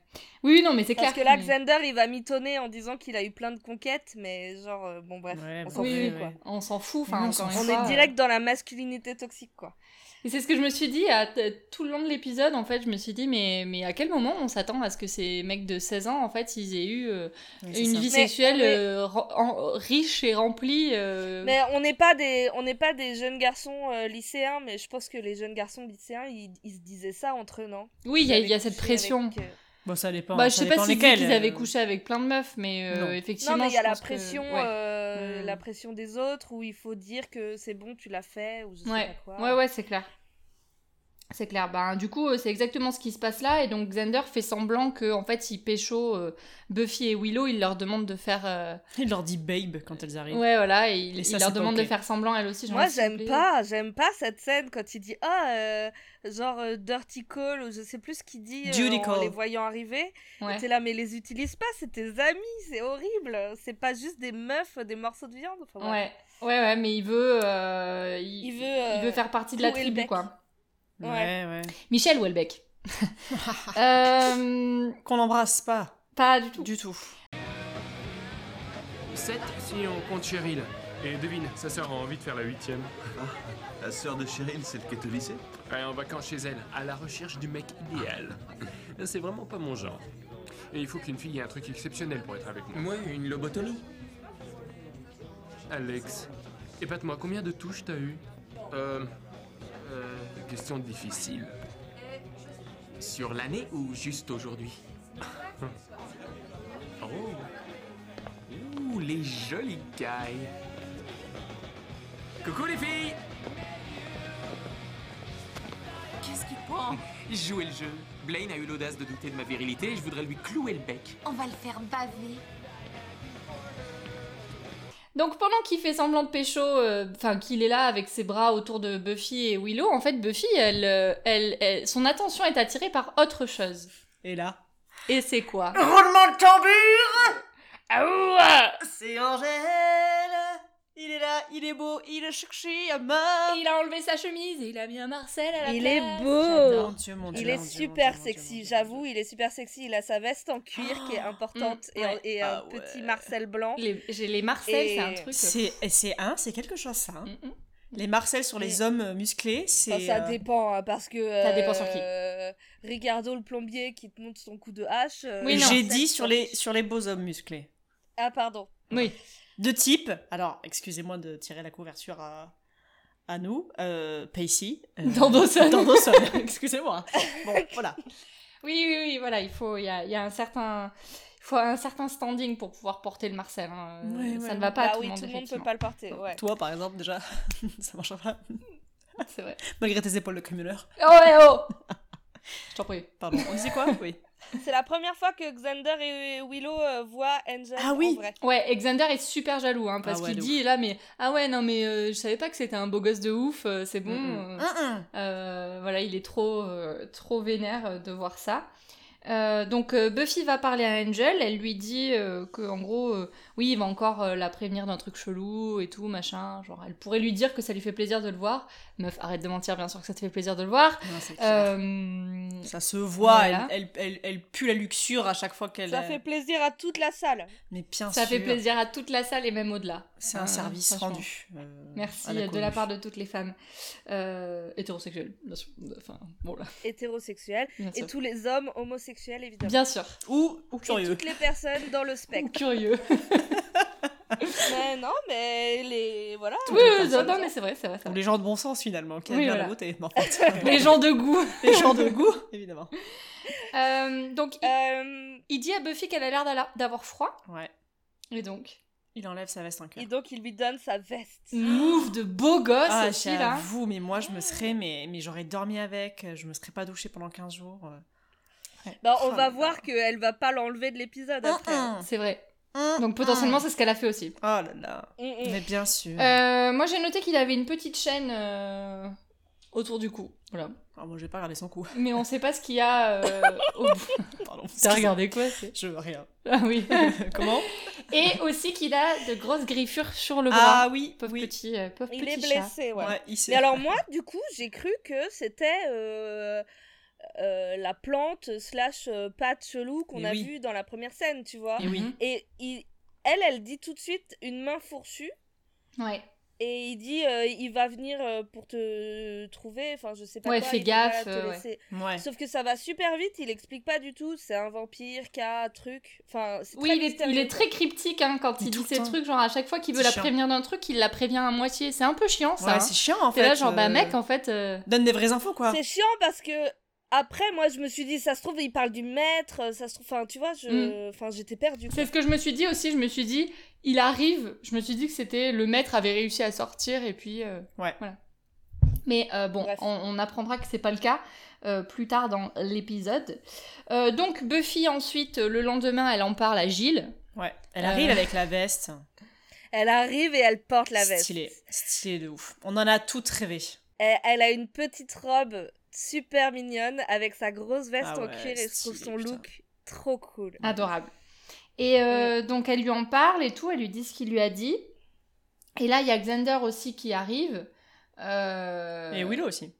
Speaker 3: oui non mais c'est clair
Speaker 2: Parce que là,
Speaker 3: mais-
Speaker 2: Xander, il va mitonner en disant qu'il a eu plein de conquêtes, mais genre, euh, bon bref,
Speaker 4: Ouais,
Speaker 2: on
Speaker 4: bah
Speaker 2: s'en
Speaker 3: oui,
Speaker 2: fout,
Speaker 3: oui,
Speaker 2: quoi.
Speaker 4: ouais.
Speaker 3: on s'en fout enfin
Speaker 4: Non, on
Speaker 3: encore
Speaker 4: s'en
Speaker 3: une
Speaker 2: On
Speaker 3: fois,
Speaker 2: est
Speaker 3: euh,
Speaker 2: direct dans la masculinité toxique, quoi.
Speaker 3: Et c'est ce que je me suis dit à t- tout le long de l'épisode, en fait, je me suis dit, mais, mais à quel moment on s'attend à ce que ces mecs de 16 ans, en fait, ils aient eu euh,
Speaker 4: Ouais, c'est
Speaker 3: une
Speaker 4: ça.
Speaker 3: vie
Speaker 2: Mais-
Speaker 3: sexuelle
Speaker 2: mais-
Speaker 3: euh, ren- en- riche et remplie euh,
Speaker 2: Mais on n'est pas des, on n'est pas des jeunes garçons euh, lycéens, mais je pense que les jeunes garçons lycéens, ils, ils se disaient ça entre eux, non
Speaker 3: Oui, il y a,
Speaker 2: Ils
Speaker 3: il y a
Speaker 2: avaient
Speaker 3: cette
Speaker 2: couché
Speaker 3: pression.
Speaker 2: avec, euh,
Speaker 4: Bon, ça dépend.
Speaker 3: Bah, je
Speaker 4: ça
Speaker 3: sais pas
Speaker 4: dépend
Speaker 3: si
Speaker 4: lesquels,
Speaker 3: ils avaient
Speaker 4: euh,
Speaker 3: couché avec plein de meufs, mais euh,
Speaker 4: Non.
Speaker 3: effectivement.
Speaker 2: Non, mais il y a
Speaker 3: je
Speaker 2: la
Speaker 3: pense que-
Speaker 2: pression,
Speaker 3: ouais.
Speaker 2: euh,
Speaker 4: Hmm.
Speaker 2: la pression des autres où il faut dire que c'est bon, tu l'as fait ou je sais
Speaker 3: Ouais,
Speaker 2: pas quoi.
Speaker 3: ouais, ouais, c'est clair. C'est clair. Ben, du coup, euh, c'est exactement ce qui se passe là. Et donc, Xander fait semblant que, en fait, il pécho euh, Buffy et Willow. Il leur demande de faire. euh,
Speaker 4: Il leur dit babe quand elles arrivent.
Speaker 3: Ouais, voilà. Et il,
Speaker 4: Et ça,
Speaker 3: il
Speaker 4: c'est
Speaker 3: leur
Speaker 4: pas
Speaker 3: demande de
Speaker 4: ok.
Speaker 3: faire semblant, elle aussi. genre,
Speaker 2: Moi,
Speaker 3: s'il vous
Speaker 2: j'aime
Speaker 3: plaît.
Speaker 2: pas, j'aime pas cette scène quand il dit ah euh, genre euh, dirty call ou je sais plus ce qu'il dit euh,
Speaker 4: Duty
Speaker 2: en
Speaker 4: call.
Speaker 2: les voyant arriver.
Speaker 3: Ouais.
Speaker 2: Et T'es là, mais les utilise pas, c'est tes amis, c'est horrible. C'est pas juste des meufs, des morceaux de viande. Enfin, voilà.
Speaker 3: ouais. Ouais, ouais, mais il veut, euh, il,
Speaker 2: Il veut,
Speaker 3: il
Speaker 2: euh,
Speaker 3: veut faire partie de la
Speaker 2: clouer le
Speaker 3: tribu,
Speaker 2: bec.
Speaker 3: quoi.
Speaker 4: Ouais,
Speaker 2: Ouais.
Speaker 4: ouais.
Speaker 3: Michel
Speaker 4: [LAUGHS]
Speaker 3: Houellebecq. Euh,
Speaker 4: Qu'on l'embrasse pas
Speaker 3: pas du tout.
Speaker 4: du tout.
Speaker 8: 7 si on compte Cheryl. Et devine, sa sœur a envie de faire la huitième.
Speaker 9: La sœur de Cheryl, celle qui est au lycée
Speaker 8: Ouais, en vacances chez elle, à la recherche du mec idéal. [LAUGHS] C'est vraiment pas mon genre. Et il faut qu'une fille ait un truc exceptionnel pour être avec moi.
Speaker 7: Moi, une lobotomie.
Speaker 8: Alex, épate-moi, combien de touches t'as eu
Speaker 7: Euh,
Speaker 8: Euh, Question difficile.
Speaker 7: sur l'année ou juste aujourd'hui
Speaker 8: [LAUGHS] Oh Ouh, les jolies cailles
Speaker 7: Coucou les filles
Speaker 6: Qu'est-ce qu'il prend
Speaker 7: Jouez le jeu. Blaine a eu l'audace de douter de ma virilité et je voudrais lui clouer le bec.
Speaker 6: On va le faire baver.
Speaker 3: Donc pendant qu'il fait semblant de pécho, euh, enfin qu'il est là avec ses bras autour de Buffy et Willow, en fait Buffy, elle, euh, elle, elle- son attention est attirée par autre chose.
Speaker 4: Et là
Speaker 3: Et c'est quoi
Speaker 4: Roulement de tambour
Speaker 3: Ah ouah
Speaker 4: C'est Angèle Il est là, il est beau, il est cherché à mort
Speaker 3: Il a enlevé sa chemise et il a mis un Marcel à la
Speaker 2: Ah. Il est
Speaker 3: place.
Speaker 2: beau.
Speaker 3: J'adore.
Speaker 4: Oh, Mon Dieu, mon Dieu,
Speaker 2: Il est
Speaker 4: mon Dieu, mon
Speaker 2: super
Speaker 4: Dieu, mon Dieu, mon
Speaker 2: sexy,
Speaker 4: Dieu.
Speaker 2: j'avoue, il est super sexy. Il a sa veste en cuir qui est importante
Speaker 3: mm,
Speaker 2: et, un-
Speaker 3: ouais.
Speaker 2: et un
Speaker 4: Ah
Speaker 2: petit
Speaker 4: ouais.
Speaker 2: Marcel blanc.
Speaker 3: Les, j'ai les Marcel,
Speaker 2: Et-
Speaker 3: c'est un truc.
Speaker 4: C'est et c'est un, c'est quelque chose ça. hein.
Speaker 3: Mm, mm.
Speaker 4: Les Marcel sur les
Speaker 2: Mais-
Speaker 4: hommes euh, musclés, c'est.
Speaker 2: Enfin, ça
Speaker 4: euh,
Speaker 2: dépend, hein, parce que.
Speaker 3: Ça dépend sur qui.
Speaker 2: euh, Ricardo le plombier qui te montre son coup de hache. euh,
Speaker 3: Oui, non.
Speaker 4: J'ai
Speaker 2: ça, tu
Speaker 4: dit sur
Speaker 2: t'en
Speaker 4: les
Speaker 2: fiches.
Speaker 4: sur les beaux hommes musclés.
Speaker 2: Ah, pardon.
Speaker 3: Oui.
Speaker 4: De type, alors excusez-moi de tirer la couverture à, à nous, euh, Pacey. euh,
Speaker 3: Dans Dawson.
Speaker 4: [LAUGHS] dans Dawson, excusez-moi.
Speaker 2: [LAUGHS]
Speaker 4: Bon, voilà.
Speaker 3: Oui, oui, oui, voilà, il faut, il y a, il y a un certain, il faut un certain standing pour pouvoir porter le Marcel. hein.
Speaker 4: Ouais,
Speaker 3: ça
Speaker 4: ouais,
Speaker 3: ne va pas à
Speaker 2: bah
Speaker 3: tout,
Speaker 2: oui,
Speaker 3: le monde,
Speaker 2: tout le monde peut
Speaker 3: effectivement.
Speaker 2: pas le porter. Ouais.
Speaker 4: Toi, par exemple, déjà, [LAUGHS] ça marchera pas,
Speaker 3: [LAUGHS] C'est vrai.
Speaker 4: malgré tes épaules de crimineur.
Speaker 3: Oh, eh oh Je t'en prie.
Speaker 4: Pardon, on disait quoi Oui.
Speaker 2: C'est la première fois que Xander et Willow euh, voient Angel
Speaker 4: Ah oui.
Speaker 2: en vrai.
Speaker 3: Ouais, et Xander est super jaloux, hein, parce
Speaker 4: Ah ouais,
Speaker 3: qu'il
Speaker 4: de
Speaker 3: dit là, mais ah ouais, non, mais euh, je savais pas que c'était un beau gosse de ouf, euh, c'est bon.
Speaker 4: [LAUGHS] Mm, mm.
Speaker 3: euh,
Speaker 4: Un, un.
Speaker 3: euh, voilà, il est trop, euh, trop vénère euh, de voir ça. Euh, donc euh, Buffy va parler à Angel, elle lui dit euh, que en gros, euh, oui, il va encore euh, la prévenir d'un truc chelou et tout, machin. Genre, elle pourrait lui dire que ça lui fait plaisir de le voir. Meuf, arrête de mentir, bien sûr que ça te fait plaisir de le voir.
Speaker 4: Non, c'est clair.
Speaker 3: Euh,
Speaker 4: Ça se voit,
Speaker 3: voilà.
Speaker 4: elle, elle, elle, elle pue la luxure à chaque fois qu'elle.
Speaker 2: Ça fait plaisir à toute la salle.
Speaker 4: Mais bien
Speaker 3: ça fait
Speaker 4: sûr,
Speaker 3: plaisir à toute la salle et même au-delà.
Speaker 4: C'est un
Speaker 3: Euh,
Speaker 4: service
Speaker 3: franchement.
Speaker 4: rendu. euh,
Speaker 3: Merci
Speaker 4: à
Speaker 3: euh, de la
Speaker 4: commune.
Speaker 3: part de toutes les femmes euh, hétérosexuelles, bien sûr. Enfin, bon là,
Speaker 2: Hétérosexuelle.
Speaker 3: bien
Speaker 2: Et
Speaker 3: sûr.
Speaker 2: tous les hommes sexuelle, évidemment.
Speaker 3: Bien sûr.
Speaker 4: Ou, ou
Speaker 2: Et
Speaker 4: curieux.
Speaker 2: toutes les personnes dans le
Speaker 4: [LAUGHS]
Speaker 2: spectre.
Speaker 3: Curieux.
Speaker 2: mais non, mais les. Voilà.
Speaker 3: [LAUGHS] Oui, oui, non, non, mais c'est vrai, c'est vrai. c'est
Speaker 4: Ou
Speaker 3: vrai.
Speaker 4: les gens de bon sens finalement, qui
Speaker 3: Oui,
Speaker 4: aiment bien
Speaker 3: voilà.
Speaker 4: la beauté.
Speaker 3: [LAUGHS]
Speaker 4: Non, enfin,
Speaker 3: Les gens de goût.
Speaker 4: euh, les gens de goût, évidemment.
Speaker 3: [LAUGHS] Euh, donc, il-
Speaker 2: Euh,
Speaker 3: il dit à Buffy qu'elle a l'air d'ala- d'avoir froid.
Speaker 4: Ouais.
Speaker 3: Et donc,
Speaker 4: Il enlève sa veste en cœur.
Speaker 2: et donc, il lui donne sa veste.
Speaker 3: move de beau gosse
Speaker 4: Ah,
Speaker 3: aussi, là. Ah.
Speaker 4: j'avoue, mais moi je me serais, mais, mais j'aurais dormi avec, euh, je me serais pas douchée pendant 15 jours. euh.
Speaker 2: Bah,
Speaker 4: Oh
Speaker 2: on
Speaker 4: là
Speaker 2: va
Speaker 4: là.
Speaker 2: voir qu'elle va pas l'enlever de l'épisode
Speaker 3: Oh,
Speaker 2: après.
Speaker 3: C'est vrai.
Speaker 4: Hum,
Speaker 3: Donc, potentiellement,
Speaker 4: hum.
Speaker 3: c'est ce qu'elle a fait aussi.
Speaker 4: Oh là là.
Speaker 2: Mm, mm.
Speaker 4: Mais bien sûr.
Speaker 3: Euh, moi, j'ai noté qu'il avait une petite chaîne euh, autour du cou. Voilà.
Speaker 4: Ah, moi j'ai pas regardé son cou. [LAUGHS]
Speaker 3: Mais on sait pas ce qu'il y a euh, au bout.
Speaker 4: Pardon.
Speaker 3: T'as regardé quoi c'est-
Speaker 4: Je
Speaker 3: [LAUGHS]
Speaker 4: veux rien. Ah
Speaker 3: Ah oui.
Speaker 4: Comment
Speaker 3: Et aussi qu'il a de grosses griffures sur le bras.
Speaker 4: Ah oui,
Speaker 3: pauvre
Speaker 4: oui.
Speaker 3: petit, euh, pauvre
Speaker 2: Il
Speaker 3: petit
Speaker 2: est
Speaker 3: chat.
Speaker 2: blessé, ouais.
Speaker 4: Ouais, il s'est-
Speaker 2: Mais alors moi, du coup, j'ai cru que c'était euh, euh, la plante slash euh, patte chelou qu'on
Speaker 4: Mais
Speaker 2: a
Speaker 4: oui.
Speaker 2: vue dans la première scène, tu
Speaker 3: Mm.
Speaker 2: vois.
Speaker 4: Et oui.
Speaker 2: Et il- elle, elle dit tout de suite une main fourchue.
Speaker 3: Ouais.
Speaker 2: Et il dit, euh, il va venir euh, pour te trouver. Enfin, je sais pas.
Speaker 3: Ouais,
Speaker 2: quoi,
Speaker 3: fais
Speaker 2: il peut pas
Speaker 3: gaffe,
Speaker 2: te
Speaker 3: euh, ouais.
Speaker 2: laisser.
Speaker 4: Ouais.
Speaker 2: Sauf que ça va super vite. Il explique pas du tout. C'est un vampire qui a un truc. Enfin, c'est
Speaker 3: Oui,
Speaker 2: très
Speaker 3: il est, il
Speaker 2: mystérieux.
Speaker 3: est très cryptique hein, quand
Speaker 4: Mais
Speaker 3: il
Speaker 4: tout
Speaker 3: dit
Speaker 4: le
Speaker 3: ces
Speaker 4: temps.
Speaker 3: trucs. Genre, à chaque fois qu'il veut
Speaker 4: C'est
Speaker 3: la
Speaker 4: chiant.
Speaker 3: prévenir d'un truc, il la prévient à moitié. C'est un peu chiant, ça.
Speaker 4: Ouais,
Speaker 3: hein.
Speaker 4: c'est chiant en
Speaker 3: T'es
Speaker 4: fait.
Speaker 3: là, genre, bah
Speaker 4: euh,
Speaker 3: mec, en fait. euh,
Speaker 4: Donne des vraies infos quoi.
Speaker 2: C'est chiant parce que après, moi, je me suis dit, ça se trouve, il parle du maître, euh, ça se trouve, enfin, tu vois, je, enfin, j'étais perdue. quoi.
Speaker 3: Mm. C'est ce que je me suis dit aussi. Je me suis dit, il arrive. Je me suis dit que c'était le maître avait réussi à sortir et puis. euh,
Speaker 4: Ouais.
Speaker 3: Voilà. Mais euh, bon,
Speaker 2: Bref.
Speaker 3: on, on apprendra que c'est pas le cas euh, plus tard dans l'épisode. Euh, donc Buffy ensuite, euh, le lendemain, elle en parle à Gilles.
Speaker 4: Ouais. Elle
Speaker 3: Euh.
Speaker 4: arrive avec la veste.
Speaker 2: Elle arrive et elle porte la veste.
Speaker 4: Stylé. Stylé de ouf. On en a toutes rêvé.
Speaker 2: Elle, elle a une petite robe super mignonne avec sa grosse veste
Speaker 4: Ah
Speaker 2: en
Speaker 4: ouais,
Speaker 2: cuir et je trouve
Speaker 4: stylé,
Speaker 2: son
Speaker 4: putain.
Speaker 2: look trop cool.
Speaker 3: Adorable. Et euh, donc elle lui en parle et tout, elle lui dit ce qu'il lui a dit. Et là, il y a Xander aussi qui arrive. euh,
Speaker 4: Et Willow aussi.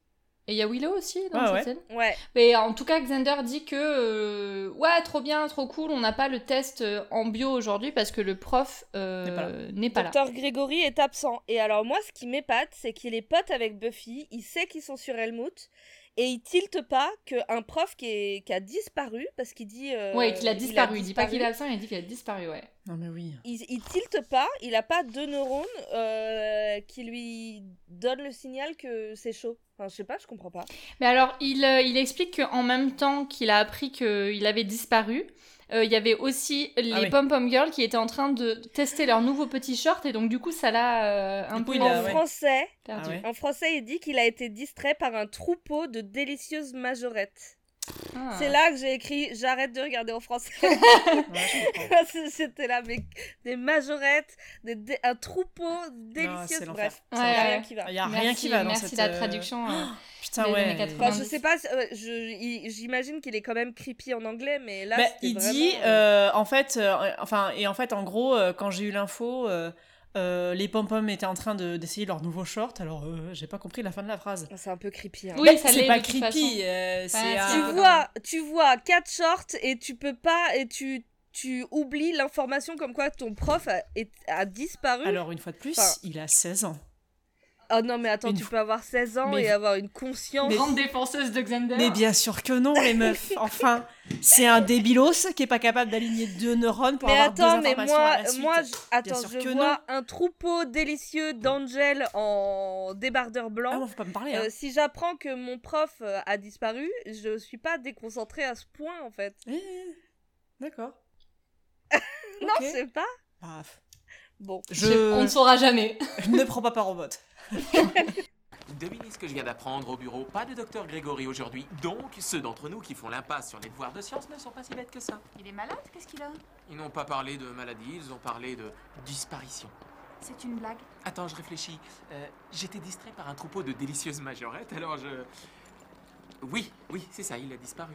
Speaker 3: Et il y a Willow aussi dans
Speaker 4: Ouais,
Speaker 3: cette
Speaker 4: ouais.
Speaker 3: scène.
Speaker 2: Ouais,
Speaker 3: Mais en tout cas, Xander dit que euh, ouais, trop bien, trop cool. On n'a pas le test euh, en bio aujourd'hui parce que le prof euh,
Speaker 4: N'est pas
Speaker 3: n'est pas là.
Speaker 2: Dr. Grégory est absent. Et alors, moi, ce qui m'épate, c'est qu'il est pote avec Buffy, il sait qu'ils sont sur Helmut. Et il tilte pas qu'un prof qui, est- qui a disparu, parce qu'il dit. euh,
Speaker 3: ouais, qu'il a disparu. Il, dit pas
Speaker 2: disparu.
Speaker 3: qu'il est absent, il dit qu'il a disparu. Ouais.
Speaker 4: Non mais oui.
Speaker 2: il, il tilte pas, il a pas deux neurones euh, qui lui donnent le signal que c'est chaud. Enfin, je sais pas, je comprends pas.
Speaker 3: Mais alors, il, euh, il explique qu'en même temps qu'il a appris qu'il avait disparu, euh, il y avait aussi les
Speaker 4: Ah oui.
Speaker 3: Pom Pom Girls qui étaient en train de tester leur nouveau petit short et donc du coup, ça l'a euh, un
Speaker 4: Du coup,
Speaker 3: peu
Speaker 4: il a-
Speaker 2: en
Speaker 4: ouais.
Speaker 2: français,
Speaker 3: perdu.
Speaker 4: Ah ouais.
Speaker 2: en français, il dit qu'il a été distrait par un troupeau de délicieuses majorettes.
Speaker 3: Ah.
Speaker 2: C'est là que j'ai écrit j'arrête de regarder en
Speaker 4: [LAUGHS]
Speaker 2: français. [LAUGHS]
Speaker 4: Ouais, je comprends.
Speaker 2: Parce que C'était là mais des majorettes, des dé- un troupeau
Speaker 4: c'est
Speaker 2: délicieux.
Speaker 4: l'enfer.
Speaker 2: Bref,
Speaker 3: Ouais,
Speaker 2: il y a
Speaker 3: ouais.
Speaker 2: rien qui va.
Speaker 4: Il y a
Speaker 3: Merci,
Speaker 4: rien qui va dans
Speaker 3: merci
Speaker 4: cette
Speaker 3: de la
Speaker 4: euh, [GASPS]
Speaker 3: traduction. euh.
Speaker 4: Putain
Speaker 3: des
Speaker 4: ouais.
Speaker 3: années 80.
Speaker 2: Enfin, je sais pas, euh, je- il- j'imagine qu'il est quand même creepy en anglais, mais là,
Speaker 4: Bah,
Speaker 2: c'était
Speaker 4: il
Speaker 2: vraiment,
Speaker 4: dit,
Speaker 2: euh,
Speaker 4: euh, en fait, euh, enfin, et en fait, en gros, euh, quand j'ai eu l'info, euh, euh, les pom-pom étaient en train de- d'essayer leur nouveau short, alors euh, j'ai pas compris la fin de la phrase.
Speaker 2: c'est un peu creepy. hein.
Speaker 3: Oui,
Speaker 4: Bah,
Speaker 3: ça l'est,
Speaker 4: c'est pas
Speaker 3: de toute façon.
Speaker 4: creepy, euh, c'est
Speaker 3: Ah,
Speaker 4: un-
Speaker 3: si.
Speaker 2: tu
Speaker 3: peu quand
Speaker 2: vois, tu vois quatre shorts et tu peux pas et tu tu oublies l'information comme quoi ton prof a, est- a disparu.
Speaker 4: Alors, une fois de plus,
Speaker 2: Enfin.
Speaker 4: il a 16 ans.
Speaker 2: oh non mais attends,
Speaker 4: Une
Speaker 2: tu
Speaker 4: fois-
Speaker 2: peux avoir 16 ans
Speaker 4: Mais-
Speaker 2: et avoir une conscience.
Speaker 3: Grande défenseuse de Xander.
Speaker 4: Mais bien sûr que non, les meufs. Enfin, c'est un débilos qui est pas capable d'aligner deux neurones pour
Speaker 2: Mais
Speaker 4: avoir
Speaker 2: attends,
Speaker 4: deux
Speaker 2: mais
Speaker 4: informations à
Speaker 2: moi,
Speaker 4: la suite.
Speaker 2: moi, je- attends,
Speaker 4: sûr
Speaker 2: je
Speaker 4: que
Speaker 2: vois un troupeau délicieux d'angels en débardeur
Speaker 4: Ah,
Speaker 2: blanc.
Speaker 4: bon, faut pas me parler.
Speaker 2: Euh,
Speaker 4: hein.
Speaker 2: si j'apprends que mon prof euh, a disparu, je suis pas déconcentrée à ce point en fait.
Speaker 4: Eh, D'accord.
Speaker 2: Non,
Speaker 4: Ok.
Speaker 2: c'est pas.
Speaker 4: Bah, f-
Speaker 2: Bon.
Speaker 4: je
Speaker 3: On ne saura jamais. [LAUGHS]
Speaker 4: ne prends pas part au vote.
Speaker 7: Devinez ce que je viens d'apprendre au bureau. Pas de docteur Grégory aujourd'hui. Donc, ceux d'entre nous qui font l'impasse sur les devoirs de science ne sont pas si bêtes que ça.
Speaker 6: Il est malade Qu'est-ce qu'il a
Speaker 7: Ils n'ont pas parlé de maladie, ils ont parlé de disparition.
Speaker 6: C'est une blague.
Speaker 7: Attends, je réfléchis. Euh, J'étais distrait par un troupeau de délicieuses majorettes, alors je... Oui, oui, c'est ça, il a disparu.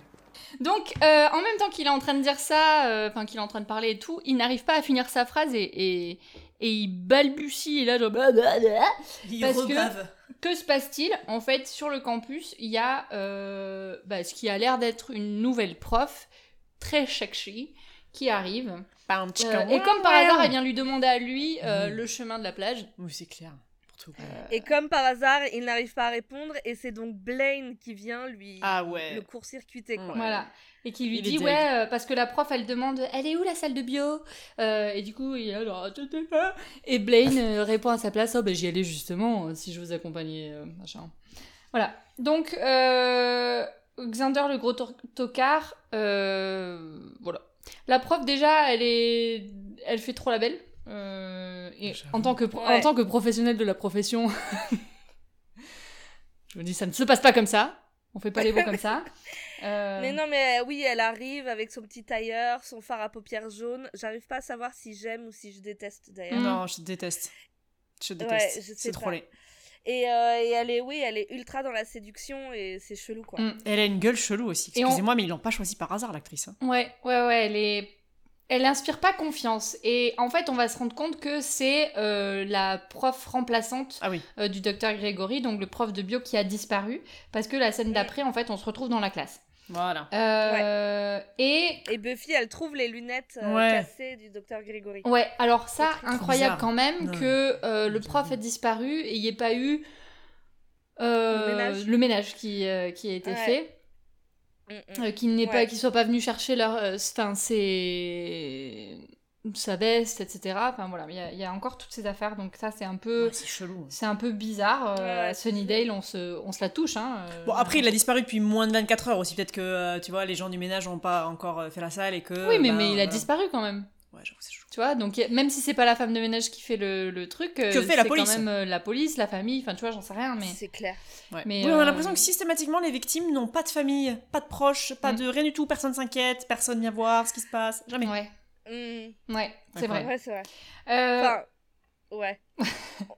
Speaker 3: Donc, euh, en même temps qu'il est en train de dire ça, euh, enfin qu'il est en train de parler et tout, il n'arrive pas à finir sa phrase et, et, et il balbutie. Et là, genre, bah, bah, bah.
Speaker 4: Il
Speaker 3: Parce que-
Speaker 4: rebave.
Speaker 3: Que se passe-t-il En fait, sur le campus, il y a euh, bah, ce qui a l'air d'être une nouvelle prof, très sexy, qui arrive.
Speaker 4: Pas un petit
Speaker 3: Euh,
Speaker 4: comme-
Speaker 3: et comme par hasard, elle vient lui demander à lui euh, le chemin de la plage.
Speaker 4: Oui, c'est clair.
Speaker 10: surtout.
Speaker 4: Euh,
Speaker 2: Et comme par hasard, il n'arrive pas à répondre et c'est donc Blaine qui vient lui
Speaker 10: Ah ouais.
Speaker 2: le court-circuiter. quoi.
Speaker 10: Ouais.
Speaker 3: Mmh, Voilà. Et qui lui
Speaker 10: Il est
Speaker 3: dit,
Speaker 10: dead.
Speaker 3: ouais, euh, parce que la prof, elle demande, elle est où la salle de bio Euh, Et du coup, il est là, genre, je sais pas. Et Blaine euh, répond à sa place, oh, ben j'y allais justement, euh, si je vous accompagnais, euh, machin. Voilà. Donc, euh, Xander, le gros tor- tocard, euh, voilà. La prof, déjà, elle est. Elle fait trop la belle. Euh, et
Speaker 10: J'avoue.
Speaker 3: en tant, que pro-
Speaker 2: Ouais.
Speaker 3: en tant que professionnelle de la profession, [LAUGHS] je me dis, ça ne se passe pas comme ça. On fait
Speaker 2: [LAUGHS]
Speaker 3: pas les bons comme ça. Euh,
Speaker 2: Mais non, mais euh, oui, elle arrive avec son petit tailleur, son fard à paupières jaunes. J'arrive pas à savoir si j'aime ou si je déteste d'ailleurs.
Speaker 3: Mm.
Speaker 4: Non, je déteste. Je
Speaker 2: Ouais, je
Speaker 4: déteste.
Speaker 2: sais
Speaker 4: c'est trop
Speaker 2: pas.
Speaker 4: laid.
Speaker 2: Et, euh, et elle est, oui, elle est ultra dans la séduction et c'est chelou quoi.
Speaker 3: Mm.
Speaker 4: Elle a une gueule chelou aussi.
Speaker 3: Et on-
Speaker 4: Excusez-moi, mais ils l'ont pas choisi par hasard, l'actrice. hein.
Speaker 3: Ouais, ouais, ouais, elle est... Elle inspire pas confiance. Et en fait, on va se rendre compte que c'est euh, la prof remplaçante
Speaker 4: Ah oui.
Speaker 3: euh, du docteur Grégory, donc le prof de bio qui a disparu, parce que la
Speaker 2: Mm.
Speaker 3: scène d'après, en fait, on se retrouve dans la classe.
Speaker 4: Voilà.
Speaker 3: Euh, Et
Speaker 2: Et Buffy, elle trouve les lunettes euh,
Speaker 4: Ouais.
Speaker 2: cassées du docteur Grégory.
Speaker 3: Ouais, alors ça,
Speaker 2: C'est trop
Speaker 3: incroyable
Speaker 4: bizarre.
Speaker 3: quand même
Speaker 4: Ouais.
Speaker 3: que euh, le prof ait disparu et il n'y ait pas eu euh,
Speaker 2: Le ménage.
Speaker 3: ménage qui, euh, qui a été
Speaker 2: Ouais.
Speaker 3: fait,
Speaker 2: Mm, mm.
Speaker 3: euh, qu'il n'est
Speaker 2: Ouais.
Speaker 3: pas, qu'ils soient pas venus chercher leur, euh, enfin, ses- sa veste, etc. Enfin voilà, il y, a- il y a encore toutes ces affaires, donc ça c'est un peu,
Speaker 4: Ouais, Euh, c'est chelou. hein.
Speaker 3: c'est un peu bizarre.
Speaker 2: Ouais,
Speaker 3: euh,
Speaker 2: ouais,
Speaker 3: à
Speaker 2: c'est
Speaker 3: Sunnydale, on se, on se la touche. Hein, euh,
Speaker 4: Bon, après, il a disparu depuis moins de 24 heures aussi. Peut-être que, euh, tu vois, les gens du ménage ont pas encore euh, fait la salle et que.
Speaker 3: Oui, mais,
Speaker 4: ben,
Speaker 3: mais il a
Speaker 4: voilà.
Speaker 3: disparu quand même.
Speaker 4: Ouais, j'avoue, c'est chelou.
Speaker 3: Tu vois, donc y a- même si c'est pas la femme de ménage qui fait le, le truc, que
Speaker 4: fait la police
Speaker 3: quand même euh, la police, la famille, enfin tu vois, j'en sais rien, mais.
Speaker 2: C'est clair.
Speaker 4: Ouais.
Speaker 3: Mais,
Speaker 4: Oui, on
Speaker 3: euh,
Speaker 4: a l'impression que systématiquement, les victimes n'ont pas de famille, pas de proches, pas de rien du tout. Personne s'inquiète, personne vient voir ce qui se passe. Jamais.
Speaker 3: Ouais,
Speaker 2: Mm.
Speaker 3: ouais, c'est
Speaker 4: D'accord.
Speaker 3: vrai.
Speaker 2: Ouais, c'est vrai.
Speaker 3: Euh,
Speaker 2: Enfin, ouais. [LAUGHS]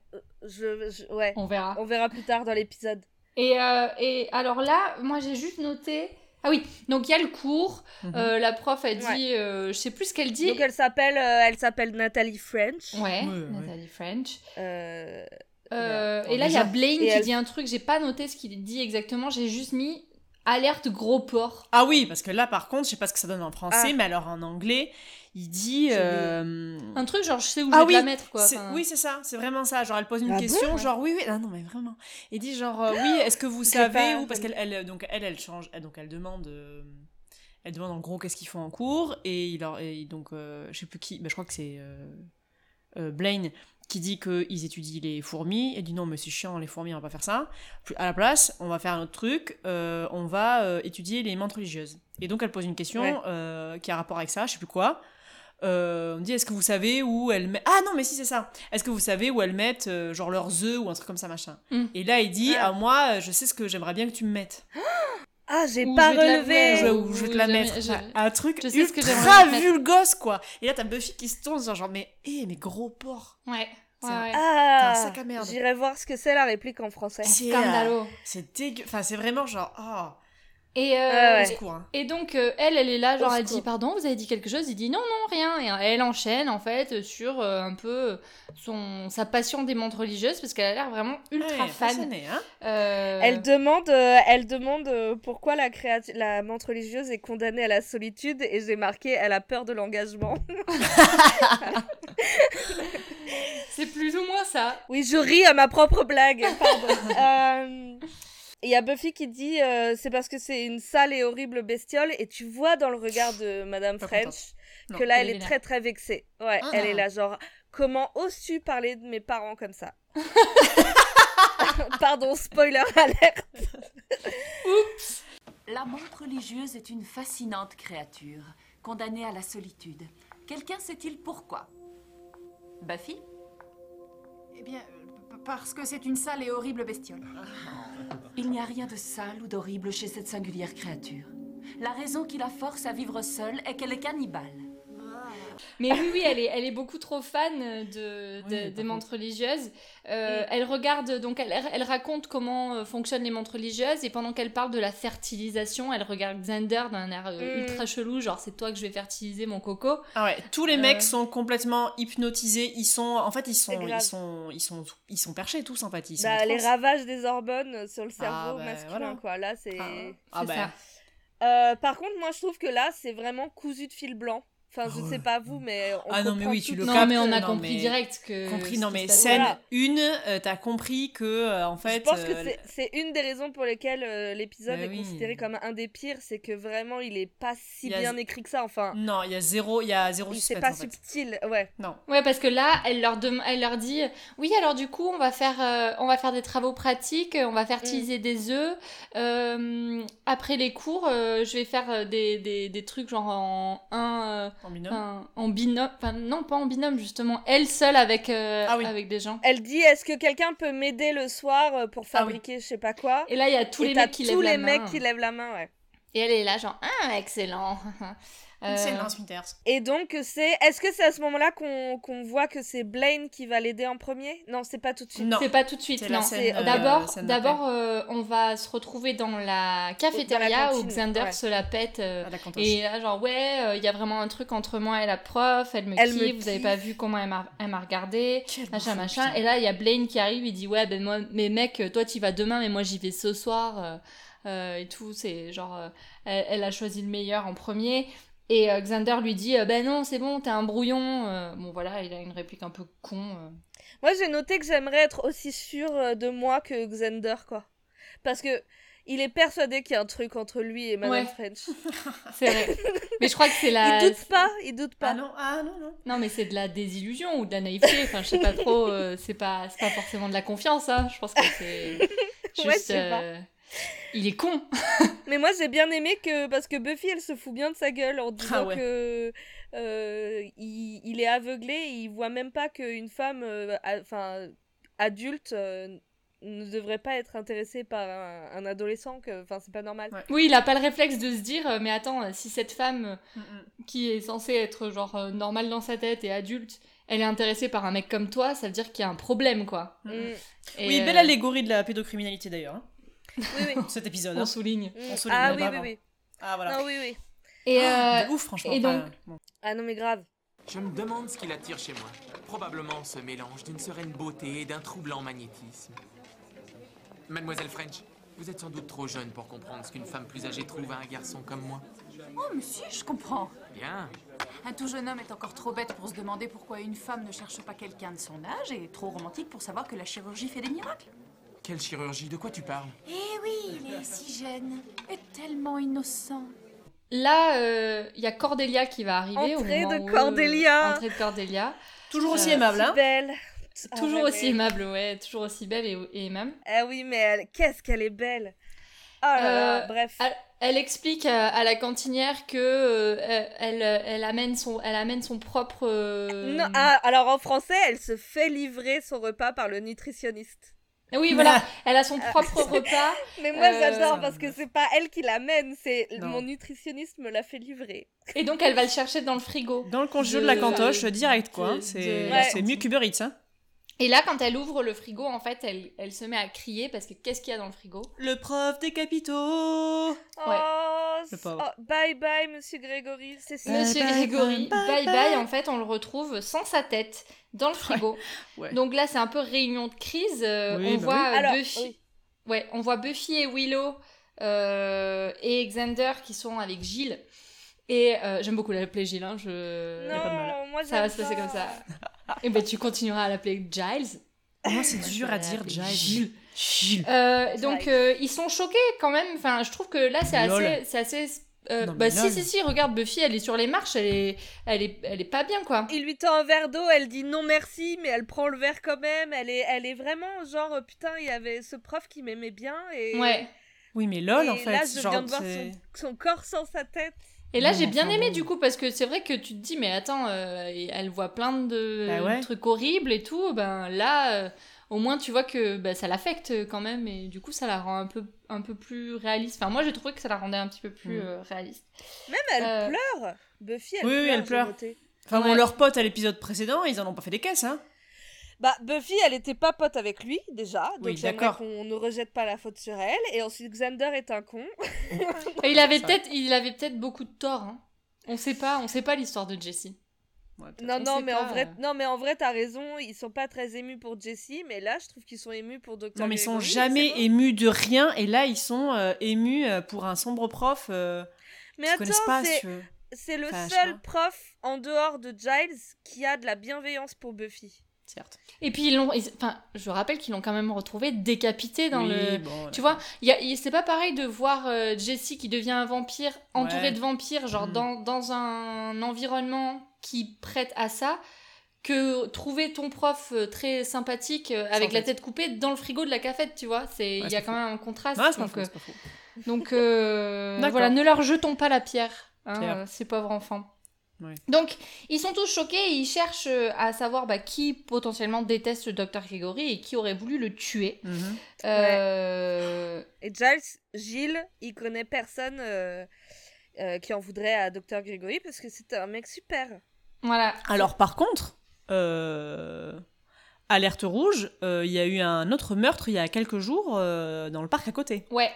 Speaker 2: je, je- ouais.
Speaker 3: on verra.
Speaker 2: On verra plus tard dans l'épisode.
Speaker 3: Et, euh, et alors là, moi j'ai juste noté. Ah oui, donc il y a le cours.
Speaker 4: Mhm.
Speaker 3: euh, la prof a dit,
Speaker 2: Ouais.
Speaker 3: euh, je sais plus ce qu'elle dit.
Speaker 2: Donc elle s'appelle, euh, elle s'appelle Nathalie French.
Speaker 3: Ouais,
Speaker 4: Ouais, ouais.
Speaker 3: Nathalie French.
Speaker 2: Euh,
Speaker 3: Euh,
Speaker 4: Voilà.
Speaker 3: et là, il y a Blaine
Speaker 2: Et
Speaker 3: qui
Speaker 2: elle-
Speaker 3: dit un truc, j'ai pas noté ce qu'il dit exactement, j'ai juste mis alerte gros porc.
Speaker 4: Ah oui, parce que là, par contre, je sais pas ce que ça donne en français,
Speaker 2: Ah.
Speaker 4: mais alors en anglais, il dit. euh,
Speaker 3: Un truc genre, je sais où je vais
Speaker 4: Ah
Speaker 3: te
Speaker 4: oui,
Speaker 3: la mettre quoi.
Speaker 4: c'est-
Speaker 3: enfin.
Speaker 4: Oui, c'est ça, c'est vraiment ça. Genre, elle pose une
Speaker 2: Ah bon
Speaker 4: question,
Speaker 3: Ouais.
Speaker 4: genre, oui, oui, ah non, mais vraiment. Et dit, genre, euh, oui, est-ce que vous
Speaker 2: J'ai
Speaker 4: savez
Speaker 2: pas-
Speaker 4: où Parce qu'elle, elle, donc, elle, elle change, elle- donc, elle demande. euh, Elle demande en gros qu'est-ce qu'ils font en cours, et, il leur, et donc, euh, je sais plus qui, bah, je crois que c'est euh, euh, Blaine qui dit qu'ils étudient les fourmis, et dit non, mais c'est chiant, les fourmis, on va pas faire ça. Puis, à la place, on va faire un autre truc, euh, on va euh, étudier les mentes religieuses. Et donc, elle pose une question
Speaker 2: Ouais.
Speaker 4: euh, qui a rapport avec ça, je sais plus quoi. Euh, on dit est-ce que vous savez où elles mettent ah non mais si c'est ça est-ce que vous savez où elles mettent euh, genre leurs œufs ou un truc comme ça machin
Speaker 3: Mm.
Speaker 4: et là il dit
Speaker 2: Ah.
Speaker 4: ah moi euh, je sais ce que j'aimerais bien que tu me mettes
Speaker 2: Ah, j'ai
Speaker 3: Ou
Speaker 2: pas
Speaker 3: je vais te la
Speaker 2: relevé.
Speaker 3: faire.
Speaker 4: je,
Speaker 3: Euh,
Speaker 4: ou je vais te la
Speaker 3: je-
Speaker 4: mettre
Speaker 3: je-
Speaker 4: Ouais, un truc
Speaker 3: je sais ce que
Speaker 4: ultra
Speaker 3: j'aimerais bien te
Speaker 4: vulgos quoi et là t'as Buffy qui se tourne genre, genre mais eh mais gros porc
Speaker 3: Ouais,
Speaker 4: C'est
Speaker 3: ouais,
Speaker 4: un-
Speaker 3: ouais.
Speaker 2: Ah,
Speaker 4: T'es un sac à merde.
Speaker 2: j'irai voir ce que c'est la réplique en français.
Speaker 4: c'est euh,
Speaker 3: Scandalo.
Speaker 4: c'est dégueu enfin c'est vraiment genre ah
Speaker 3: Et, euh,
Speaker 2: Ouais,
Speaker 4: au
Speaker 2: ouais.
Speaker 4: secours, hein.
Speaker 3: Et donc, euh, elle, elle est là, genre,
Speaker 2: Au
Speaker 3: elle dit
Speaker 2: secours.
Speaker 3: Pardon, vous avez dit quelque chose Il dit Non, non, rien. Et euh, elle enchaîne, en fait, sur euh, un peu son, sa passion des montres religieuses, parce qu'elle a l'air vraiment ultra
Speaker 4: Ouais,
Speaker 3: fan.
Speaker 4: passionnée, hein.
Speaker 3: Euh,
Speaker 2: Elle demande, euh, elle demande euh, pourquoi la, créatu- la menthe religieuse est condamnée à la solitude et j'ai marqué elle a peur de l'engagement. [LAUGHS]
Speaker 3: C'est plus ou moins ça.
Speaker 2: oui, je ris à ma propre
Speaker 3: [LAUGHS]
Speaker 2: blague, pardon. Euh, Il y a Buffy qui dit euh, c'est parce que c'est une sale et horrible bestiole et tu vois dans le regard de Madame
Speaker 4: Pas
Speaker 2: French
Speaker 4: Non,
Speaker 2: que là elle
Speaker 3: elle est
Speaker 2: est
Speaker 3: vénère.
Speaker 2: très très vexée. Ouais,
Speaker 4: Ah.
Speaker 2: elle est là genre comment oses-tu parler de mes parents comme
Speaker 3: [LAUGHS]
Speaker 2: ça Pardon, spoiler alerte.
Speaker 6: La montre religieuse est une fascinante créature, condamnée à la solitude. Quelqu'un sait-il pourquoi Buffy
Speaker 11: Eh bien, euh, p- parce que c'est une sale et horrible bestiole.
Speaker 6: [LAUGHS] Il n'y a rien de sale ou d'horrible chez cette singulière créature. La raison qui la force à vivre seule est qu'elle est cannibale.
Speaker 3: Mais oui, oui, elle est, elle est beaucoup trop fan de, de-
Speaker 4: Oui, par
Speaker 3: des montres religieuses. Euh, Elle regarde, donc, elle, elle raconte comment euh, fonctionnent les montres religieuses, et pendant qu'elle parle de la fertilisation, elle regarde Xander d'un air euh,
Speaker 2: Mm.
Speaker 3: ultra chelou, genre, c'est toi que je vais fertiliser mon coco.
Speaker 4: Ah ouais, tous les
Speaker 3: Euh.
Speaker 4: mecs sont complètement hypnotisés, ils sont en fait ils sont
Speaker 2: C'est grave.
Speaker 4: ils sont ils sont ils sont perchés tous Ah, en fait, ils sont
Speaker 2: Bah,
Speaker 4: en
Speaker 2: les
Speaker 4: transe.
Speaker 2: ravages des hormones euh, sur le cerveau
Speaker 4: bah,
Speaker 2: masculin,
Speaker 4: voilà.
Speaker 2: quoi. Là, c'est.
Speaker 4: Ah,
Speaker 3: C'est
Speaker 4: bah,
Speaker 3: ça.
Speaker 2: Euh, par contre, moi, je trouve que là, c'est vraiment cousu de fil blanc. Enfin, je sais pas vous, mais on
Speaker 4: Ah non, mais
Speaker 2: comprend
Speaker 4: oui, tu
Speaker 2: tout
Speaker 4: le
Speaker 2: de
Speaker 3: Non,
Speaker 4: captes,
Speaker 2: suite.
Speaker 3: mais on a
Speaker 4: non,
Speaker 3: compris
Speaker 4: mais-
Speaker 3: direct que.
Speaker 4: compris.
Speaker 3: ce
Speaker 4: Non
Speaker 3: qui
Speaker 4: mais
Speaker 3: se passe-
Speaker 4: scène
Speaker 2: Voilà.
Speaker 4: une, euh, t'as compris que euh, en fait.
Speaker 2: Je pense que
Speaker 4: euh,
Speaker 2: c'est- c'est une des raisons pour lesquelles euh, l'épisode
Speaker 4: Bah
Speaker 2: est
Speaker 4: oui.
Speaker 2: considéré comme un des pires, c'est que vraiment il est pas si
Speaker 4: Il y a-
Speaker 2: bien écrit que ça. Enfin,
Speaker 4: Non, il y a zéro, il y a zéro
Speaker 2: c'est
Speaker 4: suspense.
Speaker 2: pas
Speaker 4: en fait.
Speaker 2: subtil, ouais.
Speaker 4: Non.
Speaker 3: Ouais, parce que là, elle leur, dem- elle leur dit euh, Oui, alors du coup, on va faire, euh, on va faire des travaux pratiques, euh, on va
Speaker 4: Mm.
Speaker 3: fertiliser des œufs. Euh, après les cours, euh, je vais faire euh, des, des, des trucs genre en un. euh,
Speaker 4: En binôme.
Speaker 3: enfin, en binôme. Enfin, non, pas en binôme, justement. Elle seule avec, euh,
Speaker 4: Ah oui.
Speaker 3: avec des gens.
Speaker 2: Elle dit est-ce que quelqu'un peut m'aider le soir euh, pour
Speaker 4: Ah oui.
Speaker 2: fabriquer je sais pas quoi
Speaker 3: Et là, il y a tous
Speaker 2: Et
Speaker 3: les
Speaker 2: t'as
Speaker 3: mecs qui lèvent
Speaker 2: tous
Speaker 3: la
Speaker 2: les
Speaker 3: main.
Speaker 2: mecs qui lèvent la main, ouais.
Speaker 3: Et elle est là, genre Ah, excellent [LAUGHS] Euh,
Speaker 4: C'est Lance Winters.
Speaker 2: Et donc c'est est-ce que c'est à ce moment-là qu'on qu'on voit que c'est Blaine qui va l'aider en premier Non, c'est pas tout de suite.
Speaker 4: Non.
Speaker 3: C'est pas tout de suite,
Speaker 4: C'est
Speaker 3: non.
Speaker 4: la scène. euh,
Speaker 3: D'abord,
Speaker 4: scène d'après.
Speaker 3: d'abord euh, on va se retrouver dans
Speaker 2: Dans
Speaker 3: la
Speaker 2: la
Speaker 3: cafétéria où
Speaker 2: cantine,
Speaker 3: Xander
Speaker 2: ouais.
Speaker 3: se la pète. euh,
Speaker 4: Ah, la cantoche.
Speaker 3: et là, genre, ouais, euh, il y a vraiment un truc entre moi et la prof, elle me
Speaker 2: Elle
Speaker 3: kiffe,
Speaker 2: me
Speaker 3: vous avez
Speaker 2: kiffe. Oh,
Speaker 3: pas vu comment elle m'a elle m'a regardé,
Speaker 4: Quel
Speaker 3: machin,
Speaker 4: morceau,
Speaker 3: machin.
Speaker 4: putain.
Speaker 3: Et là, il y a Blaine qui arrive, il dit, ouais, ben moi, mais mec, toi tu y vas demain, mais moi j'y vais ce soir, euh, euh, et tout, c'est genre, euh, elle, elle a choisi le meilleur en premier. Et euh, Xander lui dit, euh, ben non, c'est bon, t'es un brouillon. euh, bon, voilà, il a une réplique un peu con. euh.
Speaker 2: Moi, j'ai noté que j'aimerais être aussi sûre euh, de moi que Xander, quoi. Parce que il est persuadé qu'il y a un truc entre lui et Madame
Speaker 3: Ouais.
Speaker 2: French.
Speaker 3: C'est
Speaker 2: [LAUGHS]
Speaker 3: vrai. mais je crois que c'est la.
Speaker 2: Il doute pas, il doute pas.
Speaker 4: Ah non, ah non, non.
Speaker 3: Non, mais c'est de la désillusion ou de la naïveté. Enfin, je sais pas trop. euh, c'est pas, c'est pas forcément de la confiance. Hein. Je pense que c'est juste.
Speaker 2: [LAUGHS] Ouais, je sais pas.
Speaker 3: euh, Il est con.
Speaker 2: Mais moi, j'ai bien aimé que parce que Buffy, elle se fout bien de sa gueule en disant
Speaker 4: Ah ouais.
Speaker 2: que euh, il, il est aveuglé, et il voit même pas qu'une femme, euh, a- enfin adulte, euh, ne devrait pas être intéressée par un, un adolescent. Que, enfin, c'est pas normal.
Speaker 4: Ouais.
Speaker 3: Oui, il a pas le réflexe de se dire. euh, Mais attends, euh, si cette femme
Speaker 4: Mm, mm.
Speaker 3: euh, qui est censée être genre euh, normale dans sa tête et adulte, elle est intéressée par un mec comme toi, ça veut dire qu'il y a un problème, quoi.
Speaker 4: Mm.
Speaker 2: Mm.
Speaker 3: Et,
Speaker 4: Oui,
Speaker 3: euh,
Speaker 4: belle allégorie de la pédocriminalité d'ailleurs, hein,
Speaker 2: Oui, oui.
Speaker 4: cet
Speaker 3: [LAUGHS]
Speaker 4: épisode.
Speaker 3: On
Speaker 4: hein.
Speaker 3: souligne.
Speaker 2: Mm.
Speaker 4: souligne
Speaker 2: Ah
Speaker 4: même
Speaker 2: oui,
Speaker 4: pas
Speaker 2: oui,
Speaker 4: avant.
Speaker 2: oui.
Speaker 4: Ah voilà.
Speaker 2: Non, oui, oui.
Speaker 3: Et
Speaker 4: Ah,
Speaker 3: euh,
Speaker 4: de ouf, franchement.
Speaker 3: et
Speaker 4: pas-
Speaker 3: donc-
Speaker 4: bon.
Speaker 2: Ah non, mais grave.
Speaker 7: Je me demande ce qui l'attire chez moi. Probablement ce mélange d'une sereine beauté et d'un troublant magnétisme. Mademoiselle French, vous êtes sans doute trop jeune pour comprendre ce qu'une femme plus âgée trouve à un garçon comme moi.
Speaker 11: Oh, monsieur, je comprends.
Speaker 7: Bien.
Speaker 11: Un tout jeune homme est encore trop bête pour se demander pourquoi une femme ne cherche pas quelqu'un de son âge et trop romantique pour savoir que la chirurgie fait des miracles.
Speaker 7: Quelle chirurgie De quoi tu parles
Speaker 11: Eh oui, il est si jeune et tellement innocent.
Speaker 3: là, euh, il y a Cordelia qui va arriver. au
Speaker 2: Entrée
Speaker 3: moment
Speaker 2: de
Speaker 3: où, euh,
Speaker 2: Cordelia.
Speaker 3: entrée de Cordelia.
Speaker 4: Toujours aussi
Speaker 3: Euh,
Speaker 4: aimable, hein.
Speaker 2: Si belle. Ah,
Speaker 3: Toujours
Speaker 2: ouais,
Speaker 3: aussi
Speaker 2: mais-
Speaker 3: aimable, ouais, toujours aussi belle et, et aimable.
Speaker 2: Ah oui, mais elle- qu'est-ce qu'elle est belle. Oh là là,
Speaker 3: Euh,
Speaker 2: bref.
Speaker 3: Elle, elle explique à, à la cantinière que euh, elle, elle amène son, elle amène son propre. euh,
Speaker 2: Non, ah, alors en français, elle se fait livrer son repas par le nutritionniste.
Speaker 3: Ah Oui, voilà,
Speaker 2: Ah.
Speaker 3: elle a son propre repas.
Speaker 2: Mais moi,
Speaker 3: Euh,
Speaker 2: j'adore parce que c'est pas elle qui l'amène, c'est
Speaker 4: Non.
Speaker 2: mon nutritionniste me l'a fait livrer.
Speaker 3: Et donc, elle va le chercher dans le frigo.
Speaker 4: Dans le congé
Speaker 3: de-
Speaker 4: de la cantoche, direct quoi.
Speaker 3: de-
Speaker 4: hein. C'est
Speaker 3: de-
Speaker 2: Ouais.
Speaker 4: c'est mieux qu'Uber Eats. Hein.
Speaker 3: Et là, quand elle ouvre le frigo, en fait, elle, elle se met à crier parce que qu'est-ce qu'il y a dans le frigo
Speaker 4: Le prof des capitaux.
Speaker 2: Oh,
Speaker 4: Le
Speaker 2: c-
Speaker 4: pauvre. Euh,
Speaker 2: oh, bye bye, monsieur Grégory, c'est sûr.
Speaker 4: Bye
Speaker 3: Monsieur
Speaker 4: bye,
Speaker 3: Grégory,
Speaker 4: bye,
Speaker 3: bye
Speaker 4: bye.
Speaker 3: bye, en fait, on le retrouve sans sa tête dans le frigo.
Speaker 4: Ouais.
Speaker 3: Donc là, c'est un peu réunion de crise. euh,
Speaker 4: Oui,
Speaker 3: on
Speaker 4: bah
Speaker 3: voit euh,
Speaker 2: Alors,
Speaker 3: Buffy.
Speaker 2: oui.
Speaker 3: Ouais, on voit Buffy et Willow euh, et Xander qui sont avec Gilles. Et euh, j'aime beaucoup l'appeler Gilles, hein, je...
Speaker 4: a pas de
Speaker 2: non, moi
Speaker 3: ça va
Speaker 2: j'aime
Speaker 3: se passer
Speaker 2: pas.
Speaker 3: comme ça. [LAUGHS] et ben tu continueras à l'appeler Giles.
Speaker 4: Moi, c'est
Speaker 3: Moi,
Speaker 4: dur
Speaker 3: je
Speaker 4: à
Speaker 3: vais
Speaker 4: dire,
Speaker 3: l'appeler
Speaker 4: Giles. Giles.
Speaker 3: Euh, donc
Speaker 2: Giles.
Speaker 3: euh, ils sont choqués quand même. Enfin, je trouve que là c'est
Speaker 4: Lol.
Speaker 3: assez, c'est assez. euh,
Speaker 4: Non, mais
Speaker 3: bah si
Speaker 4: lol.
Speaker 3: si si, regarde Buffy, elle est sur les marches, elle est, elle est, elle est pas bien quoi.
Speaker 2: Il lui tend un verre d'eau, elle dit non merci, mais elle prend le verre quand même. Elle est, elle est vraiment genre euh, putain, il y avait ce prof qui m'aimait bien et.
Speaker 3: Ouais.
Speaker 4: Oui, mais lol,
Speaker 2: et
Speaker 4: en fait.
Speaker 2: là, je
Speaker 4: genre,
Speaker 2: viens de voir
Speaker 4: c'est-
Speaker 2: son, son corps sans sa tête.
Speaker 3: Et là
Speaker 4: Non,
Speaker 3: j'ai
Speaker 4: mais
Speaker 3: bien
Speaker 4: enfin,
Speaker 3: aimé
Speaker 4: bon.
Speaker 3: du coup parce que c'est vrai que tu te dis mais attends, euh, et elle voit plein de
Speaker 4: Bah ouais.
Speaker 3: trucs horribles et tout. Ben là, euh, au moins tu vois que bah, ça l'affecte quand même et du coup ça la rend un peu, un peu plus réaliste. Enfin moi j'ai trouvé que ça la rendait un petit peu plus
Speaker 4: Mm.
Speaker 3: euh, réaliste.
Speaker 2: Même elle
Speaker 3: Euh.
Speaker 2: pleure. Buffy, elle
Speaker 4: Oui,
Speaker 2: pleure.
Speaker 4: oui, elle
Speaker 2: j'ai
Speaker 4: pleure.
Speaker 2: noté.
Speaker 4: Enfin, bon,
Speaker 3: Ouais.
Speaker 4: leur pote à l'épisode précédent, ils en ont pas fait des caisses, hein.
Speaker 2: Bah, Buffy, elle était pas pote avec lui, déjà. Donc,
Speaker 4: Oui,
Speaker 2: j'aimerais
Speaker 4: d'accord.
Speaker 2: qu'on ne rejette pas la faute sur elle. Et ensuite, Xander est un con.
Speaker 3: Et
Speaker 4: [LAUGHS]
Speaker 3: il avait
Speaker 4: Ça.
Speaker 3: peut-être, il avait peut-être beaucoup de tort. hein. On sait pas, on sait pas l'histoire de Jessie.
Speaker 4: Ouais, peut-être.
Speaker 2: Non,
Speaker 3: On
Speaker 2: non,
Speaker 3: sait
Speaker 2: mais
Speaker 3: pas,
Speaker 2: en vrai,
Speaker 3: euh.
Speaker 2: non, mais en vrai, t'as raison. Ils sont pas très émus pour Jessie. Mais là, je trouve qu'ils sont émus pour Dr.
Speaker 4: Non, mais ils sont
Speaker 2: Gregory,
Speaker 4: jamais
Speaker 2: c'est bon.
Speaker 4: émus de rien, et là, ils sont euh, émus euh, pour un sombre prof. Euh,
Speaker 2: Mais
Speaker 4: qu'ils connaissent
Speaker 2: attends,
Speaker 4: pas,
Speaker 2: c'est-
Speaker 4: si tu veux.
Speaker 2: c'est le
Speaker 4: Vachement.
Speaker 2: seul prof en dehors de Giles qui a de la bienveillance pour Buffy.
Speaker 4: Certes.
Speaker 3: Et puis ils l'ont, ils- enfin, je rappelle qu'ils l'ont quand même retrouvé décapité dans
Speaker 4: Oui,
Speaker 3: le.
Speaker 4: bon,
Speaker 3: Tu vois, il y a- il- c'est pas pareil de voir euh, Jessie qui devient un vampire, entouré
Speaker 4: Ouais.
Speaker 3: de vampires, genre
Speaker 4: Mm.
Speaker 3: dans, dans un environnement qui prête à ça, que trouver ton prof euh, très sympathique euh, avec la
Speaker 4: Sympathique.
Speaker 3: tête coupée dans le frigo de la cafette, tu vois. C'est, il
Speaker 4: Ouais,
Speaker 3: y a
Speaker 4: c'est
Speaker 3: quand
Speaker 4: fou.
Speaker 3: même un contraste.
Speaker 4: Ah, c'est pas
Speaker 3: donc,
Speaker 4: faux,
Speaker 3: euh,
Speaker 4: c'est pas faux.
Speaker 3: donc
Speaker 4: [LAUGHS]
Speaker 3: euh,
Speaker 4: D'accord.
Speaker 3: voilà, ne leur jetons pas la pierre, hein,
Speaker 4: Pierre.
Speaker 3: euh, ces pauvres enfants.
Speaker 4: Ouais.
Speaker 3: Donc, ils sont tous choqués et ils cherchent euh, à savoir bah, qui potentiellement déteste le docteur Gregory et qui aurait voulu le tuer.
Speaker 4: Mhm.
Speaker 3: Euh,
Speaker 2: Et Giles, Gilles, il connaît personne euh, euh, qui en voudrait à Dr Gregory parce que c'est un mec super.
Speaker 3: Voilà.
Speaker 4: Alors par contre, euh, alerte rouge, euh, il y a eu un autre meurtre il y a quelques jours euh, dans le parc à côté.
Speaker 3: Ouais.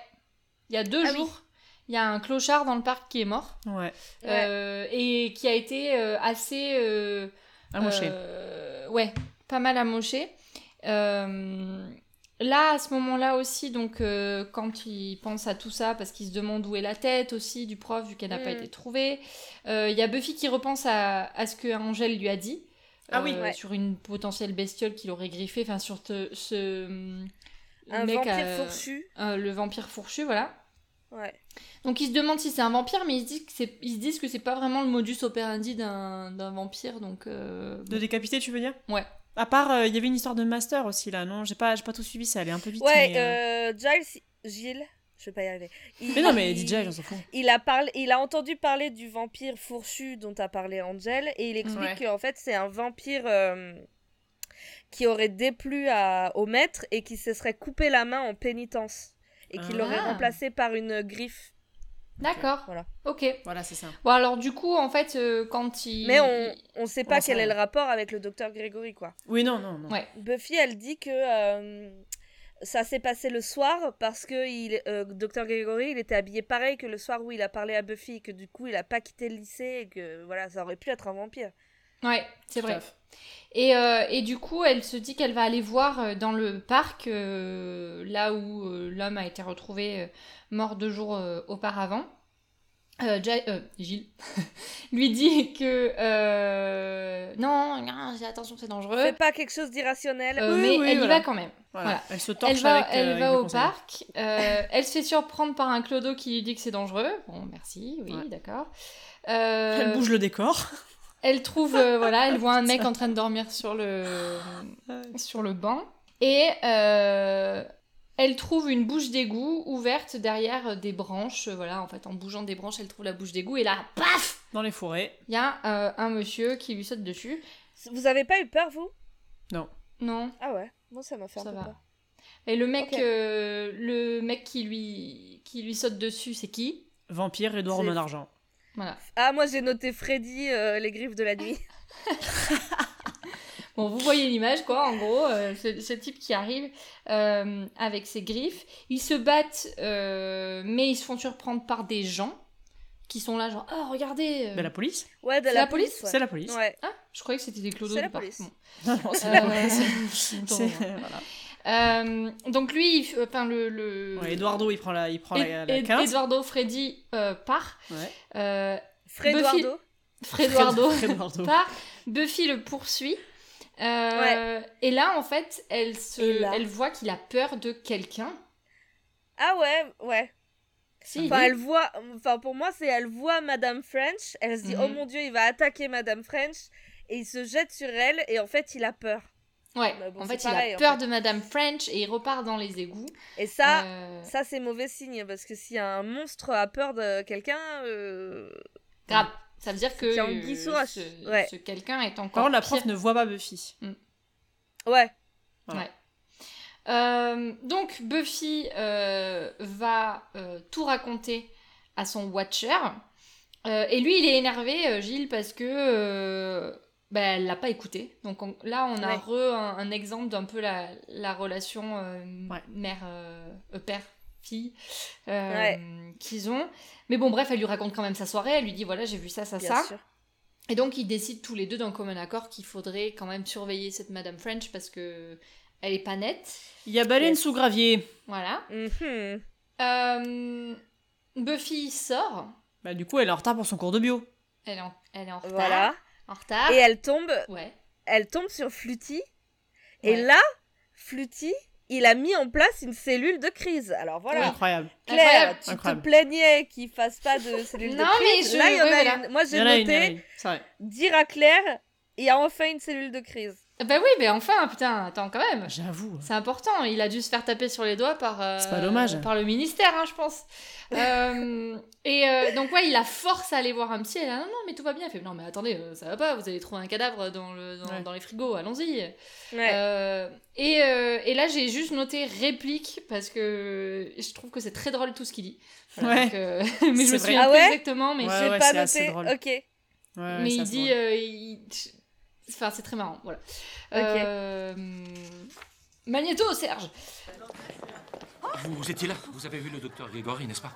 Speaker 3: Il y a deux
Speaker 2: Ah oui.
Speaker 3: jours, il y a un clochard dans le parc qui est mort
Speaker 4: Ouais.
Speaker 3: euh, et qui a été euh, assez. euh,
Speaker 4: Amoché.
Speaker 3: Euh, ouais, pas mal amoché. Euh, là, à ce moment-là aussi, donc euh, quand il pense à tout ça, parce qu'il se demande où est la tête aussi du prof, vu qu'elle n'a pas
Speaker 2: Mm.
Speaker 3: été trouvée, euh, il y a Buffy qui repense à, à ce que Angèle lui a dit. euh,
Speaker 4: Ah oui.
Speaker 2: Ouais.
Speaker 3: Sur une potentielle bestiole qu'il aurait griffée, enfin sur te- ce. hum,
Speaker 2: Un
Speaker 3: mec,
Speaker 2: vampire
Speaker 3: euh,
Speaker 2: fourchu.
Speaker 3: euh, le vampire fourchu, voilà.
Speaker 2: Ouais.
Speaker 3: Donc ils se demandent si c'est un vampire, mais ils se disent que c'est, ils se disent que c'est pas vraiment le modus operandi d'un, d'un vampire, donc. euh,
Speaker 4: De décapiter, tu veux dire
Speaker 3: Ouais.
Speaker 4: À part, euh, il y avait une histoire de master aussi là, non J'ai pas, j'ai pas tout suivi, ça allait un peu vite.
Speaker 2: Ouais,
Speaker 4: mais,
Speaker 2: euh,
Speaker 4: euh,
Speaker 2: Giles, Gilles, je vais pas y arriver. Il-
Speaker 3: euh, [LAUGHS]
Speaker 4: mais non, mais
Speaker 2: il-
Speaker 4: DJ, j'en s'en fout.
Speaker 2: il a, parlé, il a entendu parler du vampire fourchu dont a parlé Angel et il explique
Speaker 3: Ouais.
Speaker 2: qu'en fait c'est un vampire euh, qui aurait déplu à, au maître et qui se serait coupé la main en pénitence et qui
Speaker 4: Ah.
Speaker 2: l'aurait remplacé par une griffe.
Speaker 3: D'accord.
Speaker 2: Voilà.
Speaker 3: Ok.
Speaker 4: Voilà, c'est ça.
Speaker 3: Bon alors du coup en fait euh, quand il
Speaker 2: Mais on on sait pas
Speaker 4: On sait
Speaker 2: quel est
Speaker 4: rien.
Speaker 2: le rapport avec le docteur Grégory quoi.
Speaker 4: Oui, non, non, non.
Speaker 3: Ouais.
Speaker 2: Buffy elle dit que euh, ça s'est passé le soir parce que il, euh, docteur Grégory il était habillé pareil que le soir où il a parlé à Buffy et que du coup il a pas quitté le lycée et que voilà ça aurait pu être un vampire.
Speaker 3: ouais c'est
Speaker 4: Tout
Speaker 3: vrai
Speaker 4: à fait.
Speaker 3: et, euh, et du coup elle se dit qu'elle va aller voir euh, dans le parc euh, là où euh, l'homme a été retrouvé euh, mort deux jours euh, auparavant Euh, Ja- euh, Gilles [LAUGHS] lui dit que euh, non, non attention c'est dangereux
Speaker 2: C'est pas quelque chose d'irrationnel.
Speaker 3: Euh, mais
Speaker 4: Oui, oui,
Speaker 3: elle
Speaker 4: voilà.
Speaker 3: y va quand même
Speaker 4: Voilà.
Speaker 3: Voilà.
Speaker 4: Elle se torche
Speaker 3: Elle va,
Speaker 4: avec, euh,
Speaker 3: elle
Speaker 4: avec
Speaker 3: va
Speaker 4: le
Speaker 3: au
Speaker 4: conseil.
Speaker 3: parc, euh, elle se fait surprendre par un clodo qui lui dit que c'est dangereux. Bon, merci, oui,
Speaker 4: Ouais.
Speaker 3: d'accord. Euh,
Speaker 4: Elle bouge le décor.
Speaker 3: elle trouve, euh, voilà, elle voit un mec en train de dormir sur le,
Speaker 4: Ah.
Speaker 3: sur le banc. Et euh, elle trouve une bouche d'égout ouverte derrière des branches. Voilà, en fait, en bougeant des branches, elle trouve la bouche d'égout. Et là, paf
Speaker 4: [LAUGHS] Dans les forêts.
Speaker 3: Il y a euh, un monsieur qui lui saute dessus.
Speaker 2: Vous avez pas eu peur, vous
Speaker 3: Non,
Speaker 2: Ah ouais, moi ça m'a fait un
Speaker 3: Ça
Speaker 2: peu
Speaker 3: va.
Speaker 2: peur.
Speaker 3: Et le mec,
Speaker 2: Ok.
Speaker 3: euh, le mec qui lui, qui lui saute dessus, c'est qui
Speaker 4: Vampire, Edouard
Speaker 2: C'est-
Speaker 4: Romain d'Argent.
Speaker 3: Voilà.
Speaker 2: Ah, moi j'ai noté Freddy, euh, les griffes de la nuit.
Speaker 3: Bon, vous voyez l'image, quoi, en gros, euh, ce, ce type qui arrive euh, avec ses griffes. Ils se battent, euh, mais ils se font surprendre par des gens qui sont là, genre, oh, regardez euh,
Speaker 4: De Bah, la police
Speaker 2: Ouais, de
Speaker 3: C'est
Speaker 2: la,
Speaker 3: la
Speaker 2: police.
Speaker 4: C'est la police.
Speaker 2: ouais. Ouais.
Speaker 3: Ah, je croyais que c'était des clodos
Speaker 2: C'est
Speaker 3: du
Speaker 2: la
Speaker 3: parc.
Speaker 2: police.
Speaker 3: Bon.
Speaker 4: [LAUGHS] Non, non,
Speaker 3: [LAUGHS]
Speaker 4: c'est la
Speaker 3: Euh,
Speaker 4: police. [LAUGHS]
Speaker 3: Pardon,
Speaker 4: C'est-
Speaker 3: hein.
Speaker 4: voilà.
Speaker 3: Euh, donc lui, il f- enfin le, le...
Speaker 4: Ouais, Eduardo, il prend la, il prend la,
Speaker 3: Ed-
Speaker 4: la
Speaker 3: Ed-
Speaker 4: 15.
Speaker 3: Eduardo Freddy euh, part.
Speaker 4: Ouais. [LAUGHS]
Speaker 3: Euh,
Speaker 2: Freduardo.
Speaker 3: Freduardo
Speaker 4: Eduardo.
Speaker 3: part. Buffy le poursuit. Euh, Et là, en fait, elle, se...
Speaker 2: Et là.
Speaker 3: elle voit qu'il a peur de quelqu'un.
Speaker 2: Ah ouais, ouais.
Speaker 3: Si,
Speaker 2: Enfin,
Speaker 3: oui.
Speaker 2: elle voit. Enfin, pour moi, c'est elle voit Madame French, elle se dit
Speaker 3: Mhm.
Speaker 2: Oh mon dieu, il va attaquer Madame French, et il se jette sur elle, et en fait, il a peur.
Speaker 3: Ouais,
Speaker 2: Bah bon,
Speaker 3: en
Speaker 2: c'est
Speaker 3: fait,
Speaker 2: pareil,
Speaker 3: il a
Speaker 2: en
Speaker 3: peur de Madame French et il repart dans les égouts.
Speaker 2: Et ça,
Speaker 3: Euh,
Speaker 2: ça c'est mauvais signe, parce que si un monstre a peur de quelqu'un, euh,
Speaker 3: grave. Ça veut dire que
Speaker 2: C'est un
Speaker 3: euh,
Speaker 2: guissoche,
Speaker 3: ce,
Speaker 2: ouais.
Speaker 3: ce quelqu'un est
Speaker 4: Par
Speaker 3: encore
Speaker 4: contre, la
Speaker 3: pire.
Speaker 4: prof ne voit pas Buffy.
Speaker 2: ouais.
Speaker 3: Euh, donc, Buffy euh, va euh, tout raconter à son Watcher. Euh, et lui, il est énervé, euh, Gilles, parce que euh, bah, elle l'a pas écouté. Donc on- là, on a
Speaker 2: Ouais.
Speaker 3: re un, un exemple d'un peu la, la relation euh,
Speaker 4: Ouais.
Speaker 3: mère euh, euh, père-fille euh,
Speaker 2: Ouais.
Speaker 3: qu'ils ont. Mais bon, bref, elle lui raconte quand même sa soirée. Elle lui dit voilà, j'ai vu ça, ça,
Speaker 2: Bien
Speaker 3: ça.
Speaker 2: sûr.
Speaker 3: Et donc ils décident tous les deux d'un commun accord qu'il faudrait quand même surveiller cette Madame French parce que elle est pas nette.
Speaker 4: Il y a baleine
Speaker 2: Yes.
Speaker 4: sous gravier.
Speaker 3: Voilà.
Speaker 2: Mhm.
Speaker 3: Euh, Buffy sort.
Speaker 4: Bah, du coup, elle est en retard pour son cours de bio.
Speaker 3: Elle est en, elle est en retard.
Speaker 2: Voilà.
Speaker 3: En retard.
Speaker 2: Et euh, elle tombe.
Speaker 3: Ouais.
Speaker 2: Elle tombe sur Fluty. Et là, Fluty, il a mis en place une cellule de crise. Alors voilà.
Speaker 4: Incroyable.
Speaker 2: Claire,
Speaker 3: Incroyable.
Speaker 2: tu
Speaker 4: Incroyable.
Speaker 2: te plaignais qu'il fasse pas de cellule
Speaker 3: Non,
Speaker 2: de crise.
Speaker 3: mais je-
Speaker 2: Là, il y en
Speaker 3: oui,
Speaker 2: a
Speaker 3: voilà.
Speaker 2: une. Moi,
Speaker 4: Il
Speaker 2: j'ai
Speaker 4: y en a une, il y en a
Speaker 2: noté
Speaker 4: une. C'est vrai.
Speaker 2: dire à Claire, il y a enfin une cellule de crise.
Speaker 3: Bah oui, mais enfin, putain, attends quand même.
Speaker 4: J'avoue.
Speaker 3: C'est important, il a dû se faire taper sur les doigts par, euh,
Speaker 4: C'est pas dommage.
Speaker 3: par le ministère, hein,
Speaker 2: [LAUGHS]
Speaker 3: je pense. Euh, et euh, donc, ouais, il la force à aller voir un psy. Elle a non, non, mais tout va bien. Elle fait non, mais attendez, euh, ça va pas, vous avez trouvé un cadavre dans, le, dans,
Speaker 4: Ouais.
Speaker 3: dans les frigos, allons-y.
Speaker 2: Ouais.
Speaker 3: Euh, et, euh, et là, j'ai juste noté réplique parce que je trouve que c'est très drôle tout ce qu'il dit.
Speaker 4: Ouais.
Speaker 3: donc, euh, [LAUGHS] mais je me
Speaker 4: vrai.
Speaker 3: souviens
Speaker 2: Ah
Speaker 3: plus
Speaker 2: ouais
Speaker 3: exactement, mais
Speaker 4: Ouais,
Speaker 2: j'ai
Speaker 4: ouais,
Speaker 2: pas
Speaker 4: c'est assez
Speaker 2: noté.
Speaker 4: drôle.
Speaker 2: Ok.
Speaker 4: Ouais, ouais,
Speaker 3: mais
Speaker 4: ça
Speaker 3: il
Speaker 4: se
Speaker 3: dit.
Speaker 4: voit.
Speaker 3: euh, il- Enfin, c'est très marrant, voilà. Euh, Magneto, Serge
Speaker 5: Vous étiez là, vous avez vu le docteur Grégory, n'est-ce pas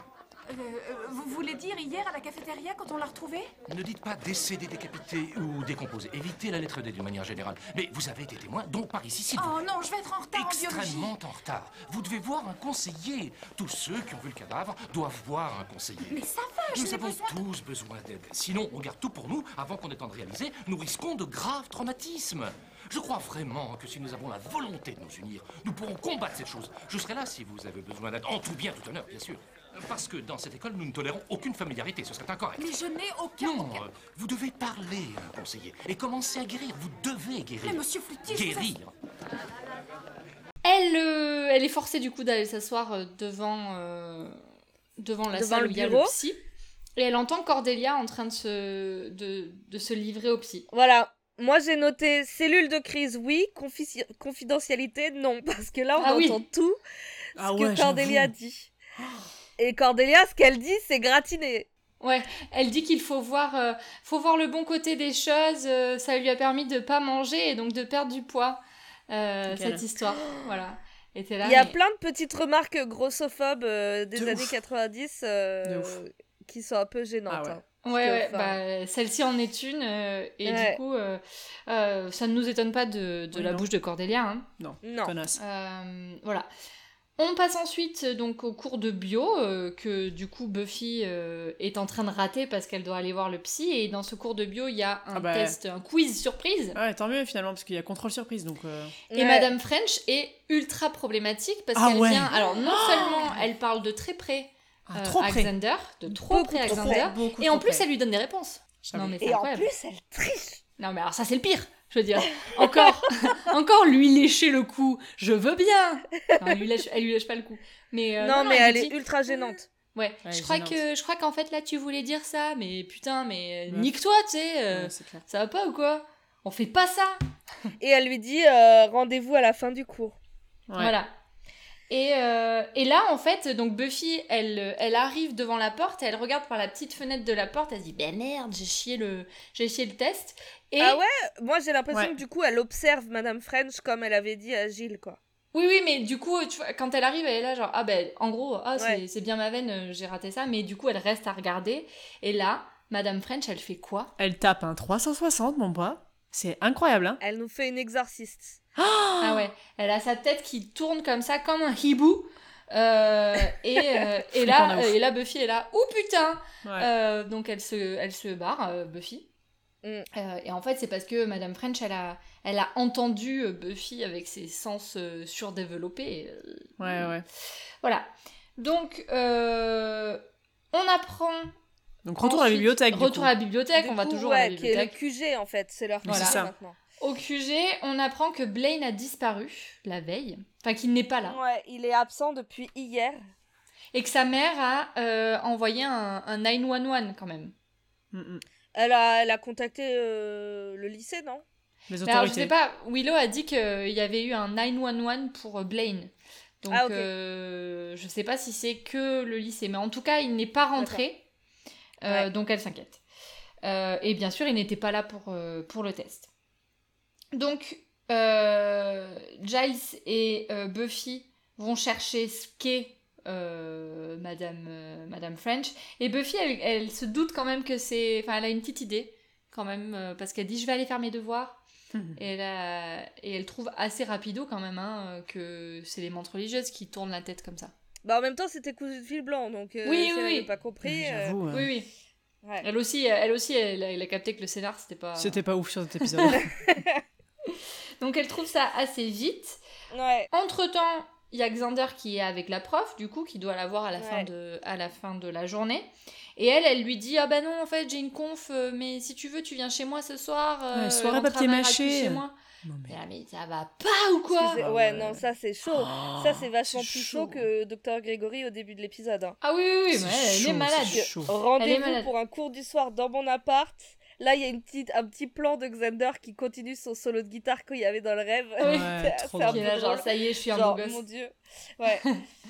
Speaker 11: Euh, euh, vous voulez dire hier à la cafétéria quand on l'a retrouvée
Speaker 5: Ne dites pas décédé, décapité ou décomposé. Évitez la lettre D d'une manière générale. Mais vous avez été témoin, donc par ici, s'il vous
Speaker 11: Oh
Speaker 5: plaît.
Speaker 11: non, je vais être en retard en biologie.
Speaker 5: Extrêmement en retard. Vous devez voir un conseiller. Tous ceux qui ont vu le cadavre doivent voir un conseiller.
Speaker 11: Mais ça va, je
Speaker 5: Nous
Speaker 11: n'ai
Speaker 5: avons
Speaker 11: besoin.
Speaker 5: tous besoin d'aide. Sinon, on garde tout pour nous avant qu'on ait le temps de réaliser. Nous risquons de graves traumatismes. Je crois vraiment que si nous avons la volonté de nous unir, nous pourrons combattre cette chose. Je serai là si vous avez besoin d'aide. En tout bien, tout honneur, bien sûr. Parce que dans cette école, nous ne tolérons aucune familiarité. Ce serait incorrect.
Speaker 11: Mais je n'ai aucun.
Speaker 5: Non,
Speaker 11: aucun-
Speaker 5: euh, vous devez parler à un conseiller et commencer à guérir. Vous devez guérir.
Speaker 11: Mais monsieur Flutti, je vous
Speaker 5: guérir.
Speaker 3: Elle, euh, elle est forcée du coup d'aller s'asseoir euh, devant, euh, devant la
Speaker 2: Devant
Speaker 3: salle
Speaker 2: le
Speaker 3: où il y a le
Speaker 2: bureau.
Speaker 3: psy. Et elle entend Cordelia en train de se, de, de se livrer au psy.
Speaker 2: Voilà. Moi, j'ai noté cellule de crise, oui. Confici- confidentialité, non. [LAUGHS] Parce que là, on
Speaker 3: Ah oui.
Speaker 2: entend tout ce
Speaker 4: Ah
Speaker 2: que
Speaker 4: ouais,
Speaker 2: Cordelia
Speaker 4: j'avoue.
Speaker 2: dit. Et Cordelia, ce qu'elle dit, c'est gratiné.
Speaker 3: Ouais, elle dit qu'il faut voir, euh, faut voir le bon côté des choses. euh, ça lui a permis de pas manger et donc de perdre du poids, euh,
Speaker 4: Nickel.
Speaker 3: cette histoire. voilà. Et t'es là,
Speaker 2: Il y a
Speaker 3: mais-
Speaker 2: plein de petites remarques grossophobes euh, des
Speaker 4: De
Speaker 2: années
Speaker 4: ouf.
Speaker 2: 90 euh,
Speaker 4: De ouf.
Speaker 2: qui sont un peu gênantes.
Speaker 4: Ah ouais.
Speaker 2: hein.
Speaker 3: Ouais, ouais,
Speaker 2: Enfin.
Speaker 3: bah, celle-ci en est une, euh, et
Speaker 2: hein. Ouais.
Speaker 3: du coup, euh, euh, ça ne nous étonne pas de, de
Speaker 4: Oui,
Speaker 3: la
Speaker 4: non.
Speaker 3: bouche de Cordelia. Hein.
Speaker 2: Non.
Speaker 4: Connasse.
Speaker 3: Euh, voilà. On passe ensuite euh, donc au cours de bio euh, que du coup Buffy euh, est en train de rater parce qu'elle doit aller voir le psy et dans ce cours de bio il y a un
Speaker 4: Ah bah.
Speaker 3: test, un quiz surprise
Speaker 4: Ouais, tant mieux finalement, parce qu'il y a contrôle surprise donc. euh,
Speaker 3: et
Speaker 2: Ouais.
Speaker 3: Madame French est ultra problématique parce
Speaker 4: Ah
Speaker 3: qu'elle
Speaker 4: ouais.
Speaker 3: vient alors non seulement elle parle de très près
Speaker 4: ah,
Speaker 3: euh,
Speaker 4: trop près.
Speaker 3: Alexander, de trop
Speaker 2: Beaucoup
Speaker 3: près
Speaker 2: trop
Speaker 3: Alexander
Speaker 4: Beaucoup
Speaker 3: et en
Speaker 4: trop
Speaker 3: plus
Speaker 4: près.
Speaker 3: elle lui donne des réponses.
Speaker 4: J'avoue.
Speaker 3: Non mais c'est
Speaker 2: Et en
Speaker 3: incroyable.
Speaker 2: plus, elle triche.
Speaker 3: Non mais alors ça c'est le pire, je veux dire.
Speaker 2: [LAUGHS]
Speaker 3: Encore, encore lui lécher le cou, je veux bien. Non, elle lui lèche, elle lui lèche pas le cou. Mais euh,
Speaker 2: non, mais elle
Speaker 3: lui
Speaker 2: est
Speaker 3: dit-
Speaker 2: ultra gênante.
Speaker 3: Ouais,
Speaker 4: Ouais,
Speaker 3: je crois
Speaker 4: gênante.
Speaker 3: que je crois qu'en fait là tu voulais dire ça, mais putain, mais euh,
Speaker 4: Ouais.
Speaker 3: nique-toi, tu sais, euh,
Speaker 4: Ouais, c'est clair.
Speaker 3: ça va pas ou quoi On fait pas ça.
Speaker 2: Et elle lui dit euh, rendez-vous à la fin du cours.
Speaker 4: Ouais.
Speaker 3: Voilà. Et, euh, et là, en fait, donc Buffy, elle, euh, elle arrive devant la porte, elle regarde par la petite fenêtre de la porte, elle se dit, ben merde, j'ai chié le, j'ai chié le test. Et
Speaker 2: Ah ouais Moi, j'ai l'impression
Speaker 4: Ouais.
Speaker 2: que du coup, elle observe Madame French comme elle avait dit à Gilles, quoi.
Speaker 3: Oui, oui, mais du coup, tu vois, quand elle arrive, elle est là, genre, ah ben, en gros, ah, c'est-
Speaker 2: Ouais.
Speaker 3: c'est bien ma veine, euh, j'ai raté ça, mais du coup, elle reste à regarder. Et là, Madame French, elle fait quoi
Speaker 4: Elle tape un 360, mon bras. C'est incroyable, hein.
Speaker 2: Elle nous fait une exorciste.
Speaker 4: Oh
Speaker 3: Ah ouais, elle a sa tête qui tourne comme ça, comme un hibou. Euh, et,
Speaker 4: [LAUGHS]
Speaker 3: euh, et,
Speaker 4: Flippant
Speaker 3: là,
Speaker 4: de ouf.
Speaker 3: euh, et là, Buffy est là, ou putain
Speaker 4: Ouais.
Speaker 3: Euh, Donc elle se, elle se barre, euh, Buffy.
Speaker 2: Mm.
Speaker 3: Euh, et en fait, c'est parce que Madame French, elle a, elle a entendu euh, Buffy avec ses sens euh, surdéveloppés. Euh,
Speaker 4: ouais, ouais.
Speaker 3: Voilà. Donc, euh, on apprend.
Speaker 4: Donc retour à la
Speaker 3: ensuite-
Speaker 4: bibliothèque. du
Speaker 3: Retour
Speaker 4: coup.
Speaker 3: à la bibliothèque,
Speaker 2: Du
Speaker 3: on va
Speaker 2: coup,
Speaker 3: toujours
Speaker 2: ouais,
Speaker 3: à la
Speaker 2: qui est
Speaker 3: bibliothèque.
Speaker 2: le QG en fait, c'est leur
Speaker 3: Mais c'est
Speaker 2: QG
Speaker 4: ça.
Speaker 2: maintenant.
Speaker 3: Au QG, on apprend que Blaine a disparu la veille. Enfin, qu'il n'est pas là.
Speaker 2: Ouais, il est absent depuis hier.
Speaker 3: Et que sa mère a euh, envoyé un, un 911 quand même.
Speaker 4: Mm, mm.
Speaker 2: Elle a, elle a contacté euh, le lycée, non
Speaker 4: Les
Speaker 3: Mais alors, je
Speaker 4: autorités.
Speaker 3: sais pas, Willow a dit qu'il y avait eu un 911 pour euh, Blaine. Donc,
Speaker 2: Ah, ok.
Speaker 3: euh, je sais pas si c'est que le lycée. Mais en tout cas, il n'est pas rentré. Euh,
Speaker 2: Ouais.
Speaker 3: Donc, elle s'inquiète. Euh, et bien sûr, il n'était pas là pour, euh, pour le test. Donc, euh, Giles et euh, Buffy vont chercher ce qu'est euh, Madame, euh, Madame French. Et Buffy, elle, elle se doute quand même que c'est. Enfin, elle a une petite idée, quand même, euh, parce qu'elle dit Je vais aller faire mes devoirs. et, elle a- et elle trouve assez rapido, quand même, hein, euh, que c'est les mentes religieuses qui tournent la tête comme ça.
Speaker 2: Bah en même temps, c'était cousu de fil blanc, donc euh,
Speaker 3: Oui,
Speaker 2: si
Speaker 3: oui,
Speaker 2: elle
Speaker 3: oui.
Speaker 2: avait pas compris.
Speaker 4: Ouais,
Speaker 2: euh,
Speaker 4: J'avoue. euh,
Speaker 3: Oui, oui.
Speaker 2: Ouais.
Speaker 3: Elle aussi, elle aussi, elle, a- elle a capté que le scénar c'était pas.
Speaker 4: C'était pas ouf sur cet épisode.
Speaker 3: [LAUGHS] Donc elle trouve ça assez vite.
Speaker 2: Ouais.
Speaker 3: Entre temps, il y a Xander qui est avec la prof, du coup, qui doit la voir à la, fin,
Speaker 2: Ouais.
Speaker 3: de, à la fin de la journée. Et elle, elle lui dit Ah bah non, en fait, j'ai une conf, euh, mais si tu veux, tu viens chez moi ce soir. euh,
Speaker 4: Ouais, soirée
Speaker 3: on
Speaker 4: papier
Speaker 3: travaillera
Speaker 4: mâché.
Speaker 3: plus Chez moi.
Speaker 4: Non,
Speaker 3: Mais,
Speaker 4: mais-
Speaker 3: ah, mais ça va pas ou quoi
Speaker 2: Excusez-
Speaker 4: Ah
Speaker 2: ouais,
Speaker 4: ouais.
Speaker 2: non, ça c'est chaud.
Speaker 4: Oh,
Speaker 2: ça c'est vachement
Speaker 4: c'est
Speaker 2: plus
Speaker 4: chaud.
Speaker 2: chaud que Dr Gregory au début de l'épisode. hein.
Speaker 3: Ah oui, oui, oui,
Speaker 4: C'est
Speaker 3: mais elle, elle
Speaker 4: chaud,
Speaker 3: est malade.
Speaker 4: c'est chaud.
Speaker 3: Elle est
Speaker 2: Rendez-vous
Speaker 3: malade.
Speaker 2: pour un cours du soir dans mon appart. Là, il y a une petite, un petit plan de Xander qui continue son solo de guitare qu'il y avait dans le rêve.
Speaker 4: Ouais,
Speaker 2: [LAUGHS] C'est
Speaker 4: trop
Speaker 2: un
Speaker 3: Qui est
Speaker 2: peu
Speaker 4: drôle.
Speaker 3: là, genre,
Speaker 2: drôle.
Speaker 3: ça y est, je suis un
Speaker 2: Genre,
Speaker 3: beau gosse.
Speaker 2: mon dieu. Ouais,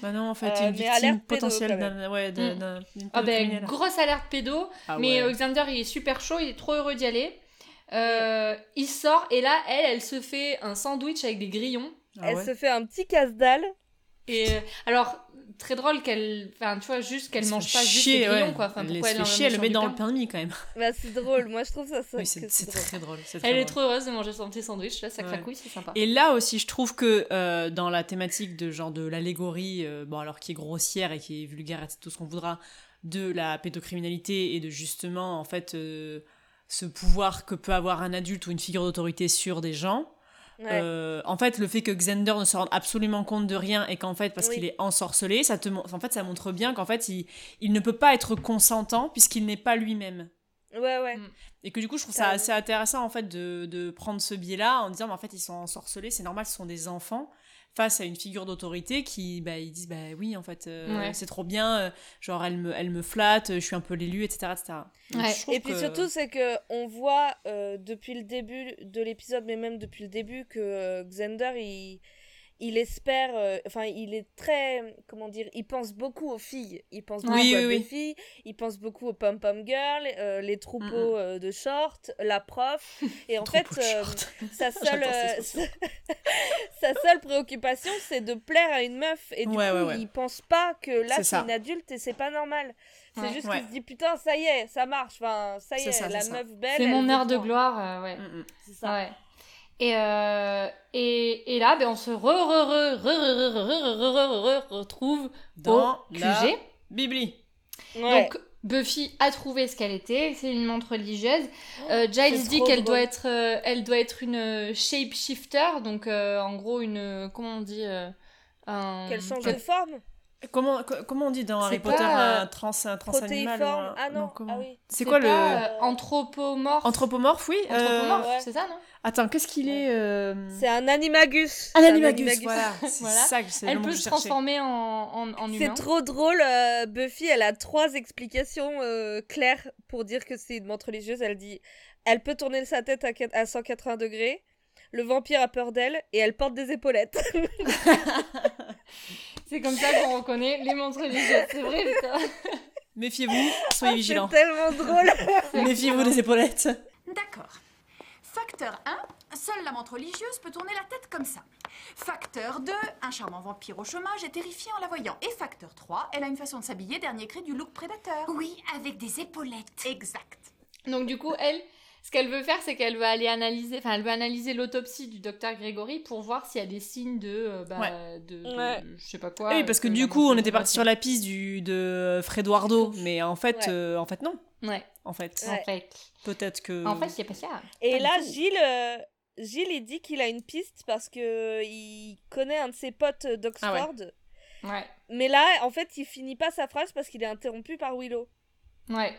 Speaker 4: Bah non, en fait,
Speaker 2: Euh,
Speaker 4: une
Speaker 2: mais alerte
Speaker 4: victime
Speaker 2: pédo, quand
Speaker 4: potentielle
Speaker 2: même.
Speaker 4: d'un. Ouais, d'un.
Speaker 3: Mm.
Speaker 4: d'un- d'une
Speaker 3: Ah ben,
Speaker 4: pédocriminelle.
Speaker 3: grosse alerte pédo.
Speaker 4: Ah
Speaker 3: Mais
Speaker 4: ouais.
Speaker 3: euh, Xander, il est super chaud, il est trop heureux d'y aller. Euh, Il sort et là, elle, elle se fait un sandwich avec des grillons.
Speaker 4: Ah
Speaker 2: elle
Speaker 4: ouais.
Speaker 2: se fait un petit casse-dalle.
Speaker 3: Et euh, alors, très drôle qu'elle. Enfin, tu vois, juste qu'elle
Speaker 4: Elle se
Speaker 3: mange
Speaker 4: fait
Speaker 3: pas juste
Speaker 4: chier,
Speaker 3: des grillons,
Speaker 4: ouais.
Speaker 3: quoi. Enfin,
Speaker 4: elle
Speaker 3: pourquoi
Speaker 4: se
Speaker 3: elle
Speaker 4: fait
Speaker 3: en
Speaker 4: chier, elle le
Speaker 3: mange
Speaker 4: met
Speaker 3: sur du
Speaker 4: dans le
Speaker 3: pain
Speaker 4: permis quand même.
Speaker 2: Bah, c'est drôle. Moi, je trouve ça. ça
Speaker 4: Oui,
Speaker 2: que
Speaker 4: c'est
Speaker 2: c'est
Speaker 4: c'est
Speaker 2: drôle.
Speaker 4: très drôle. c'est très
Speaker 3: Elle est
Speaker 4: drôle.
Speaker 3: trop heureuse de manger son petit sandwich, là, ça
Speaker 4: Ouais.
Speaker 3: cracouille, c'est sympa.
Speaker 4: Et là aussi, je trouve que euh, dans la thématique de genre de l'allégorie, euh, bon alors qui est grossière et qui est vulgaire, et tout ce qu'on voudra, de la pédocriminalité et de justement en fait euh, ce pouvoir que peut avoir un adulte ou une figure d'autorité sur des gens.
Speaker 2: Ouais.
Speaker 4: Euh, en fait, le fait que Xander ne se rende absolument compte de rien et qu'en fait, parce
Speaker 2: Oui.
Speaker 4: qu'il est ensorcelé, ça te, mon- en fait, ça montre bien qu'en fait, il, il ne peut pas être consentant puisqu'il n'est pas lui-même. Euh.
Speaker 2: ouais, ouais.
Speaker 4: Et que du coup, je trouve ça
Speaker 2: Carrément.
Speaker 4: assez intéressant en fait de, de prendre ce biais-là en disant, mais en fait, ils sont ensorcelés, c'est normal, ce sont des enfants face à une figure d'autorité qui, bah, ils disent, bah oui, en fait, euh,
Speaker 3: Ouais.
Speaker 4: c'est trop bien, euh, genre elle me, elle me flatte, je suis un peu l'élu, etc., etc. Donc,
Speaker 3: Ouais.
Speaker 4: je trouve
Speaker 2: Et puis
Speaker 4: que-
Speaker 2: surtout, c'est que on voit euh, depuis le début de l'épisode, mais même depuis le début, que euh, Xander, il, il espère, euh, enfin, il est très, comment dire, il pense beaucoup aux filles. Il pense
Speaker 4: Oui,
Speaker 2: beaucoup
Speaker 4: oui,
Speaker 2: à
Speaker 4: oui.
Speaker 2: Buffy, il pense beaucoup aux Pom Pom Girls, euh, les
Speaker 4: Mm,
Speaker 2: troupeaux euh, de shorts, la
Speaker 4: [LAUGHS]
Speaker 2: prof. Et en
Speaker 4: Trop
Speaker 2: fait,
Speaker 4: beau de
Speaker 2: euh,
Speaker 4: [LAUGHS] short.
Speaker 2: sa seule,
Speaker 4: J'adore ces
Speaker 2: euh, sa sa seule préoccupation, c'est de plaire à une meuf. Et du
Speaker 4: Ouais,
Speaker 2: coup,
Speaker 4: ouais, ouais.
Speaker 2: il pense pas que là, c'est
Speaker 4: C'est ça.
Speaker 2: une adulte et c'est pas normal. C'est
Speaker 3: Ouais.
Speaker 2: juste
Speaker 4: Ouais.
Speaker 2: qu'il se dit, putain, ça y est, ça marche. Enfin, ça y est,
Speaker 4: C'est ça,
Speaker 2: la
Speaker 4: c'est ça.
Speaker 2: meuf belle.
Speaker 3: C'est
Speaker 2: elle
Speaker 3: mon
Speaker 2: veut
Speaker 3: heure de
Speaker 2: moi.
Speaker 3: gloire, euh, ouais.
Speaker 4: Mm, mm.
Speaker 2: C'est ça.
Speaker 3: Ouais. Et, euh, et, et là, ben, on se re, re, re, re, re, re, re, re, re, re, re, retrouve
Speaker 4: Dans
Speaker 3: au QG.
Speaker 4: la Bibli.
Speaker 2: Ouais.
Speaker 3: Donc Buffy a trouvé ce qu'elle était, c'est une montre religieuse. Euh, Giles
Speaker 2: Oh, c'est
Speaker 3: dit
Speaker 2: trop
Speaker 3: qu'elle
Speaker 2: drôle.
Speaker 3: doit être, euh, elle doit être une euh, shapeshifter, donc euh, en gros une, euh, comment on dit, euh, un-
Speaker 2: Qu'elle change
Speaker 3: euh, quel-
Speaker 2: de forme
Speaker 4: Comment, co- comment on dit dans
Speaker 3: C'est
Speaker 4: Harry Potter
Speaker 3: pas, euh,
Speaker 4: un trans, un transanimal ou
Speaker 2: Protéiforme
Speaker 4: un-
Speaker 2: Ah non,
Speaker 4: hein. comment-
Speaker 2: ah oui.
Speaker 4: C'est quoi le
Speaker 3: pas, euh, anthropomorphe
Speaker 4: anthropomorphe Oui. euh,
Speaker 3: Anthropomorphe,
Speaker 2: ouais.
Speaker 3: c'est ça non
Speaker 4: Attends, qu'est-ce qu'il est euh,
Speaker 2: C'est un animagus.
Speaker 4: Un
Speaker 2: C'est
Speaker 4: animagus. Voilà. C'est
Speaker 3: Voilà.
Speaker 4: ça que c'est le
Speaker 3: Elle
Speaker 4: mot
Speaker 3: peut
Speaker 4: que je
Speaker 3: se
Speaker 4: cherchais.
Speaker 3: transformer en, en, en
Speaker 2: C'est
Speaker 3: humain.
Speaker 2: trop drôle. euh, Buffy, elle a trois explications euh, claires pour dire que c'est une montre religieuse. Elle dit elle peut tourner sa tête à, quat- à 180 degrés. Le vampire a peur d'elle et elle porte des épaulettes.
Speaker 3: C'est comme ça qu'on reconnaît les montres religieuses. C'est vrai, putain.
Speaker 4: Méfiez-vous,
Speaker 2: [LAUGHS]
Speaker 4: soyez
Speaker 2: c'est
Speaker 4: vigilants.
Speaker 2: tellement drôle.
Speaker 4: Méfiez-vous des épaulettes.
Speaker 11: D'accord. Facteur 1, seule la montre religieuse peut tourner la tête comme ça. Facteur 2, un charmant vampire au chômage est terrifié en la voyant. Et facteur 3, elle a une façon de s'habiller dernier cri du look prédateur.
Speaker 6: Oui, avec des épaulettes.
Speaker 11: Exact.
Speaker 3: Donc du coup, elle, ce qu'elle veut faire, c'est qu'elle veut aller analyser, enfin, elle veut analyser l'autopsie du docteur Grégory pour voir s'il y a des signes de, euh, bah, de, de-
Speaker 2: Ouais.
Speaker 3: je sais pas quoi. euh,
Speaker 4: oui, parce que du coup, on était parti sur la piste du, de Fredoardo, mais en fait,
Speaker 2: Ouais.
Speaker 4: euh, en fait non.
Speaker 3: Ouais.
Speaker 4: En fait,
Speaker 2: Ouais.
Speaker 3: En fait,
Speaker 4: peut-être que.
Speaker 3: en fait, c'est pas Ah, ça.
Speaker 2: Et
Speaker 3: Pas
Speaker 2: là,
Speaker 3: du tout.
Speaker 2: Gilles, euh, Gilles, il dit qu'il a une piste parce que euh, il connaît un de ses potes euh,
Speaker 3: Ah
Speaker 2: d'Oxford.
Speaker 3: Ouais.
Speaker 2: Mais là, en fait, il finit pas sa phrase parce qu'il est interrompu par Willow,
Speaker 3: Ouais.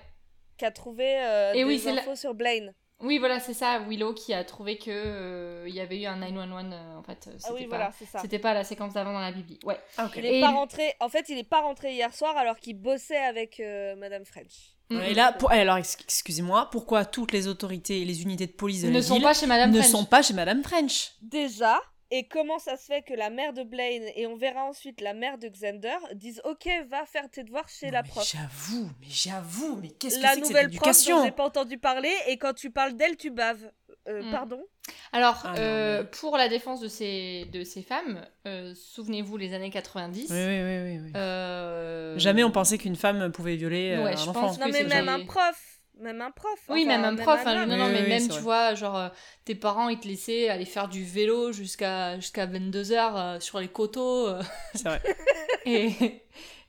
Speaker 2: qui a trouvé euh,
Speaker 3: Et
Speaker 2: des
Speaker 3: oui, c'est la-
Speaker 2: infos sur Blaine.
Speaker 3: Oui, voilà, c'est ça, Willow qui a trouvé que euh, il y avait eu un 911 euh, en fait, euh, c'était
Speaker 2: Ah oui,
Speaker 3: pas
Speaker 2: voilà, c'est ça.
Speaker 3: c'était pas la séquence d'avant dans la Bible. Ouais.
Speaker 4: Ah, ok.
Speaker 2: Il
Speaker 3: Et
Speaker 2: est pas
Speaker 3: il-
Speaker 2: rentré. En fait, il est pas rentré hier soir alors qu'il bossait avec euh, Madame French.
Speaker 3: Mm,
Speaker 4: Et là, pour... eh, alors ex- excusez-moi, pourquoi toutes les autorités et les unités de police de
Speaker 3: ne
Speaker 4: la
Speaker 3: sont
Speaker 4: ville
Speaker 3: pas chez madame
Speaker 4: ne
Speaker 3: French.
Speaker 4: sont pas chez Madame French
Speaker 2: Déjà. Et comment ça se fait que la mère de Blaine et on verra ensuite la mère de Xander disent OK, va faire tes devoirs chez
Speaker 4: Non,
Speaker 2: la
Speaker 4: mais
Speaker 2: prof.
Speaker 4: J'avoue, mais j'avoue, mais qu'est-ce que
Speaker 2: La
Speaker 4: c'est que cette
Speaker 2: nouvelle prof dont j'ai
Speaker 4: éducation
Speaker 2: pas entendu parler et quand tu parles d'elle, tu baves. Euh,
Speaker 3: Mm.
Speaker 2: Pardon.
Speaker 3: Alors,
Speaker 4: Ah non,
Speaker 3: euh,
Speaker 4: mais-
Speaker 3: pour la défense de ces de ces femmes, euh, souvenez-vous les années 90.
Speaker 4: Oui, oui, oui, oui, oui.
Speaker 3: euh,
Speaker 4: Jamais on pensait qu'une femme pouvait violer euh,
Speaker 3: Ouais,
Speaker 4: un
Speaker 3: je
Speaker 4: enfant.
Speaker 3: pense que
Speaker 2: Non mais
Speaker 3: c'est
Speaker 2: même
Speaker 3: genre-
Speaker 2: un prof, même un prof.
Speaker 3: Oui,
Speaker 2: enfin,
Speaker 3: même un prof. hein,
Speaker 2: homme.
Speaker 3: non, non,
Speaker 4: Oui,
Speaker 3: mais
Speaker 4: oui,
Speaker 3: même,
Speaker 4: c'est
Speaker 3: tu
Speaker 4: vrai.
Speaker 3: vois, genre, euh, tes parents, ils te laissaient aller faire du vélo jusqu'à jusqu'à 22h sur les coteaux. euh, [LAUGHS]
Speaker 4: C'est vrai.
Speaker 3: et,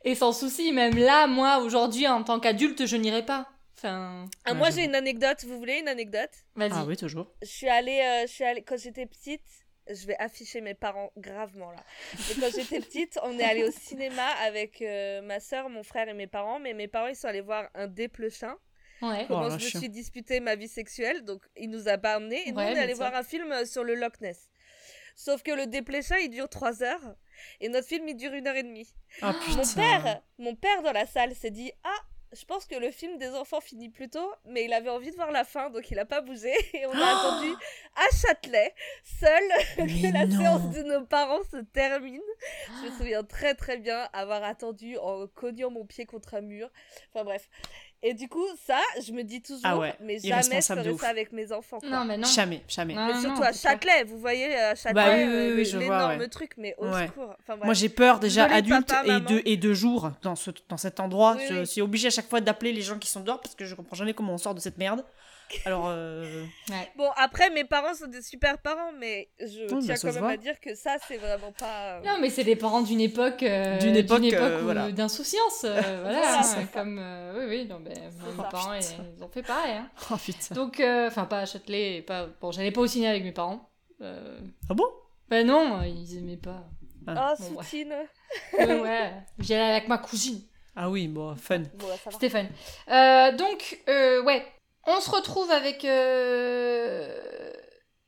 Speaker 3: et sans souci, même là, moi, aujourd'hui, en tant qu'adulte, je n'irai pas. Enfin,
Speaker 2: Ah,
Speaker 4: Ouais,
Speaker 2: moi,
Speaker 4: je-
Speaker 2: j'ai une anecdote. Vous voulez une anecdote
Speaker 3: vas-y.
Speaker 4: Ah oui, toujours.
Speaker 2: Je suis allée, euh, je suis allée quand j'étais petite. Je vais afficher mes parents gravement là. Mais quand j'étais petite, on est allé au cinéma avec euh, ma soeur, mon frère et mes parents. Mais mes parents, ils sont allés voir un déplechin.
Speaker 3: Ouais.
Speaker 4: Oh,
Speaker 2: Comment
Speaker 4: la
Speaker 2: je me
Speaker 4: chien.
Speaker 2: suis disputée ma vie sexuelle. Donc, il nous a pas amenés. Et nous,
Speaker 3: Ouais,
Speaker 2: on est
Speaker 3: mais
Speaker 2: allé
Speaker 3: ça.
Speaker 2: voir un film euh, sur le Loch Ness. Sauf que le dépléchin, il dure 3 heures. Et notre film, il dure une heure et demie.
Speaker 4: Ah
Speaker 2: Mon
Speaker 4: putain.
Speaker 2: père, mon père dans la salle s'est dit Ah, je pense que le film des enfants finit plus tôt, mais il avait envie de voir la fin, donc il a pas bougé. [LAUGHS] Et
Speaker 4: Oh
Speaker 2: on a attendu à Châtelet, seul, [LAUGHS] que la séance de nos parents se termine. Je me
Speaker 4: Ah.
Speaker 2: souviens très très bien avoir attendu en cognant mon pied contre un mur. Enfin bref. Et du coup, ça, je me dis toujours,
Speaker 4: Ah ouais,
Speaker 2: mais jamais je
Speaker 4: irresponsable de
Speaker 2: ferais
Speaker 4: ouf.
Speaker 2: ça avec mes enfants. quoi.
Speaker 3: Non, mais non.
Speaker 4: Jamais, jamais.
Speaker 3: Non,
Speaker 2: Mais
Speaker 3: non,
Speaker 2: surtout
Speaker 3: non,
Speaker 2: à
Speaker 3: c'est clair.
Speaker 2: Châtelet, vous voyez, à Châtelet,
Speaker 4: Bah oui, oui,
Speaker 2: euh,
Speaker 4: oui, je vois,
Speaker 2: l'énorme
Speaker 4: ouais.
Speaker 2: truc, mais au
Speaker 4: Ouais.
Speaker 2: secours. Enfin,
Speaker 4: Moi,
Speaker 2: bref.
Speaker 4: j'ai peur déjà
Speaker 2: Désolée,
Speaker 4: adulte
Speaker 2: papa,
Speaker 4: et,
Speaker 2: maman.
Speaker 4: de, et de jour dans, ce, dans cet endroit.
Speaker 2: Oui,
Speaker 4: je
Speaker 2: oui.
Speaker 4: suis obligée à chaque fois d'appeler les gens qui sont dehors parce que je comprends jamais comment on sort de cette merde. Alors, euh,
Speaker 3: Ouais.
Speaker 2: Bon, après, mes parents sont des super parents, mais je
Speaker 4: Oui,
Speaker 2: tiens
Speaker 4: bah, ça
Speaker 2: quand
Speaker 4: se
Speaker 2: même
Speaker 4: voit.
Speaker 2: à dire que ça, c'est vraiment pas. euh,
Speaker 3: Non, mais c'est des parents d'une époque, euh,
Speaker 4: D'une époque, euh,
Speaker 3: où-
Speaker 4: voilà.
Speaker 3: d'insouciance, euh,
Speaker 4: [LAUGHS]
Speaker 3: voilà,
Speaker 2: Voilà,
Speaker 3: hein,
Speaker 2: c'est
Speaker 3: comme euh, oui, oui, non, ben, moi,
Speaker 4: Oh,
Speaker 3: mes parents,
Speaker 4: putain.
Speaker 3: ils, ils ont fait pareil. hein.
Speaker 4: oh putain.
Speaker 3: Donc, euh, enfin, pas à Châtelet, et pas bon, j'allais pas au ciné avec mes parents. Euh,
Speaker 4: Ah bon
Speaker 3: ben non, ils aimaient pas.
Speaker 2: Oh,
Speaker 3: Ah, Bon, ouais.
Speaker 2: soutine
Speaker 3: Ouais, ouais, j'y allais avec ma cousine.
Speaker 4: Ah oui, bon, fun.
Speaker 2: Bon, bah, ça va.
Speaker 3: Stéphane. Euh, donc, euh, ouais, on se retrouve avec. euh,